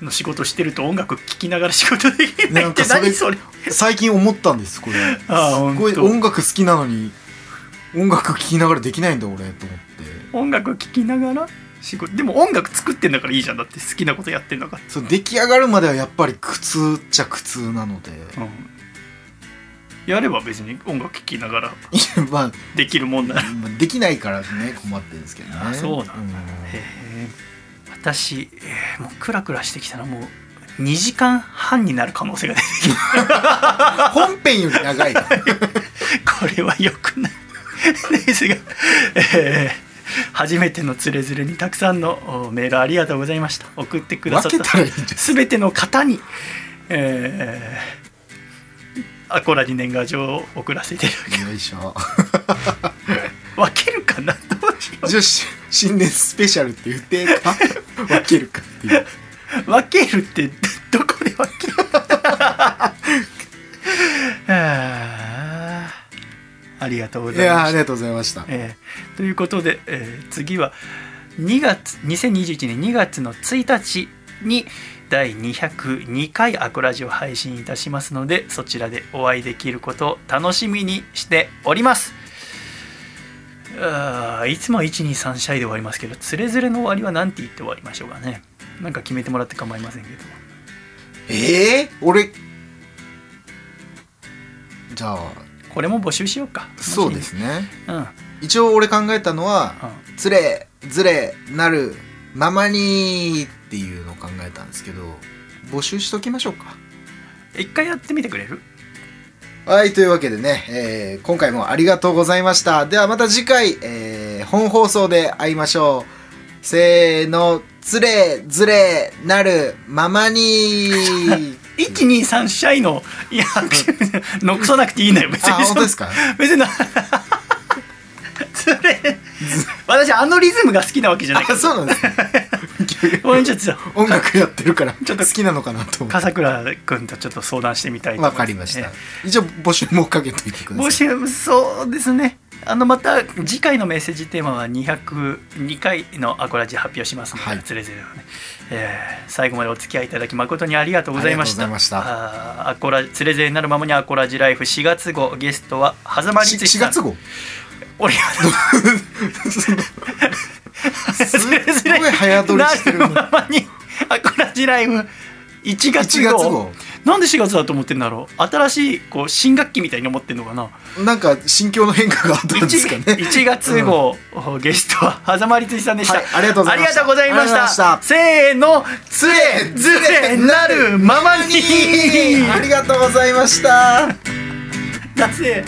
の仕事してると音楽聴きながら仕事できないって
なんかそれ
何それ
最近思ったんですこれす
あー
ごい
本当
音楽好きなのに音楽聴きながらできないんだ俺と思って
音楽聴きながら仕事でも音楽作ってんだからいいじゃんだって好きなことやってんだか
そう出来上がるまではやっぱり苦痛っちゃ苦痛なので
ら、うん、やれば別に音楽聴きながら
いやまあ
できるもんなら
まあできないからね困ってるんですけどね
あそうなんだへ
ん
え私、えーもうクラクラしてきたらもう2時間半になる可能性が出てき
本編より長い
これは良くないですが、えー初めてのつれづれにたくさんのおメールありがとうございました送ってくださっ
分け
た
たらいいんじゃない
すべての方に、えーアコラジ年賀状を送らせていただ
よいしょ
き分けるかなどうしよ
じゃあし新年スペシャルって言ってか分けるかって いう
う分けるってどこで分ける あーありがとうご
い
ざいま
や
す
ありがとうございました
えーということで、えー次は2月2021年2月の1日に第202回アコラジを配信いたしますのでそちらでお会いできることを楽しみにしておりますあーいつもは123シャイで終わりますけどつれづれの終わりは何て言って終わりましょうかねなんか決めてもらって構いませんけど
ええ俺じゃあ
これも募集しようか
そうですね
うん、うん、
一応俺考えたのは「つれずれなるままに」っていうのを考えたんですけど募集しときましょうか
一回やってみてくれる
はいというわけでね、えー今回もありがとうございましたではまた次回、えー本放送で会いましょうせーの「つれずれなるまま に」
123シャイのいや残さなくていいんだよ別
あ
に
本当ですか
別にな 私あのリズムが好きなわけじゃない
あそうなんですね
ごめんちょっと
音楽やってるから
ち
ち
ょ
ょ
っ
っ
と
と好きなのかなと思っ
笠倉君とちょっと相談してみたい
て
と思い
わ
す
かりました
え
一応募集もかけといて
え
くだ
募
さい
集そうですねあのまた次回のメッセージテーマは202回のアコラジ発表しますので、
はい
つれづれをね、ええ最後までお付き合いいただき誠にありがとうございました
ありがとうございま
あーアコラつれづれになるままにアコラジライフ4月号ゲストは狭間
し
律
4
さん
月号
俺は
すすごい早撮りしてる
な
の
るままにアコラジライブ1
1
月
月
号
号
なんで4月だと思ってんだろう新しいこう新学期みたいに思ってんのかな
なんか心境の変化があったんですか
1,
ね
月号、ゲストは狭間律さんでした、
はいありがとうござい
あり
ました
がとうございましたせーのつれずれなるまま に
ありがとうございました
だせ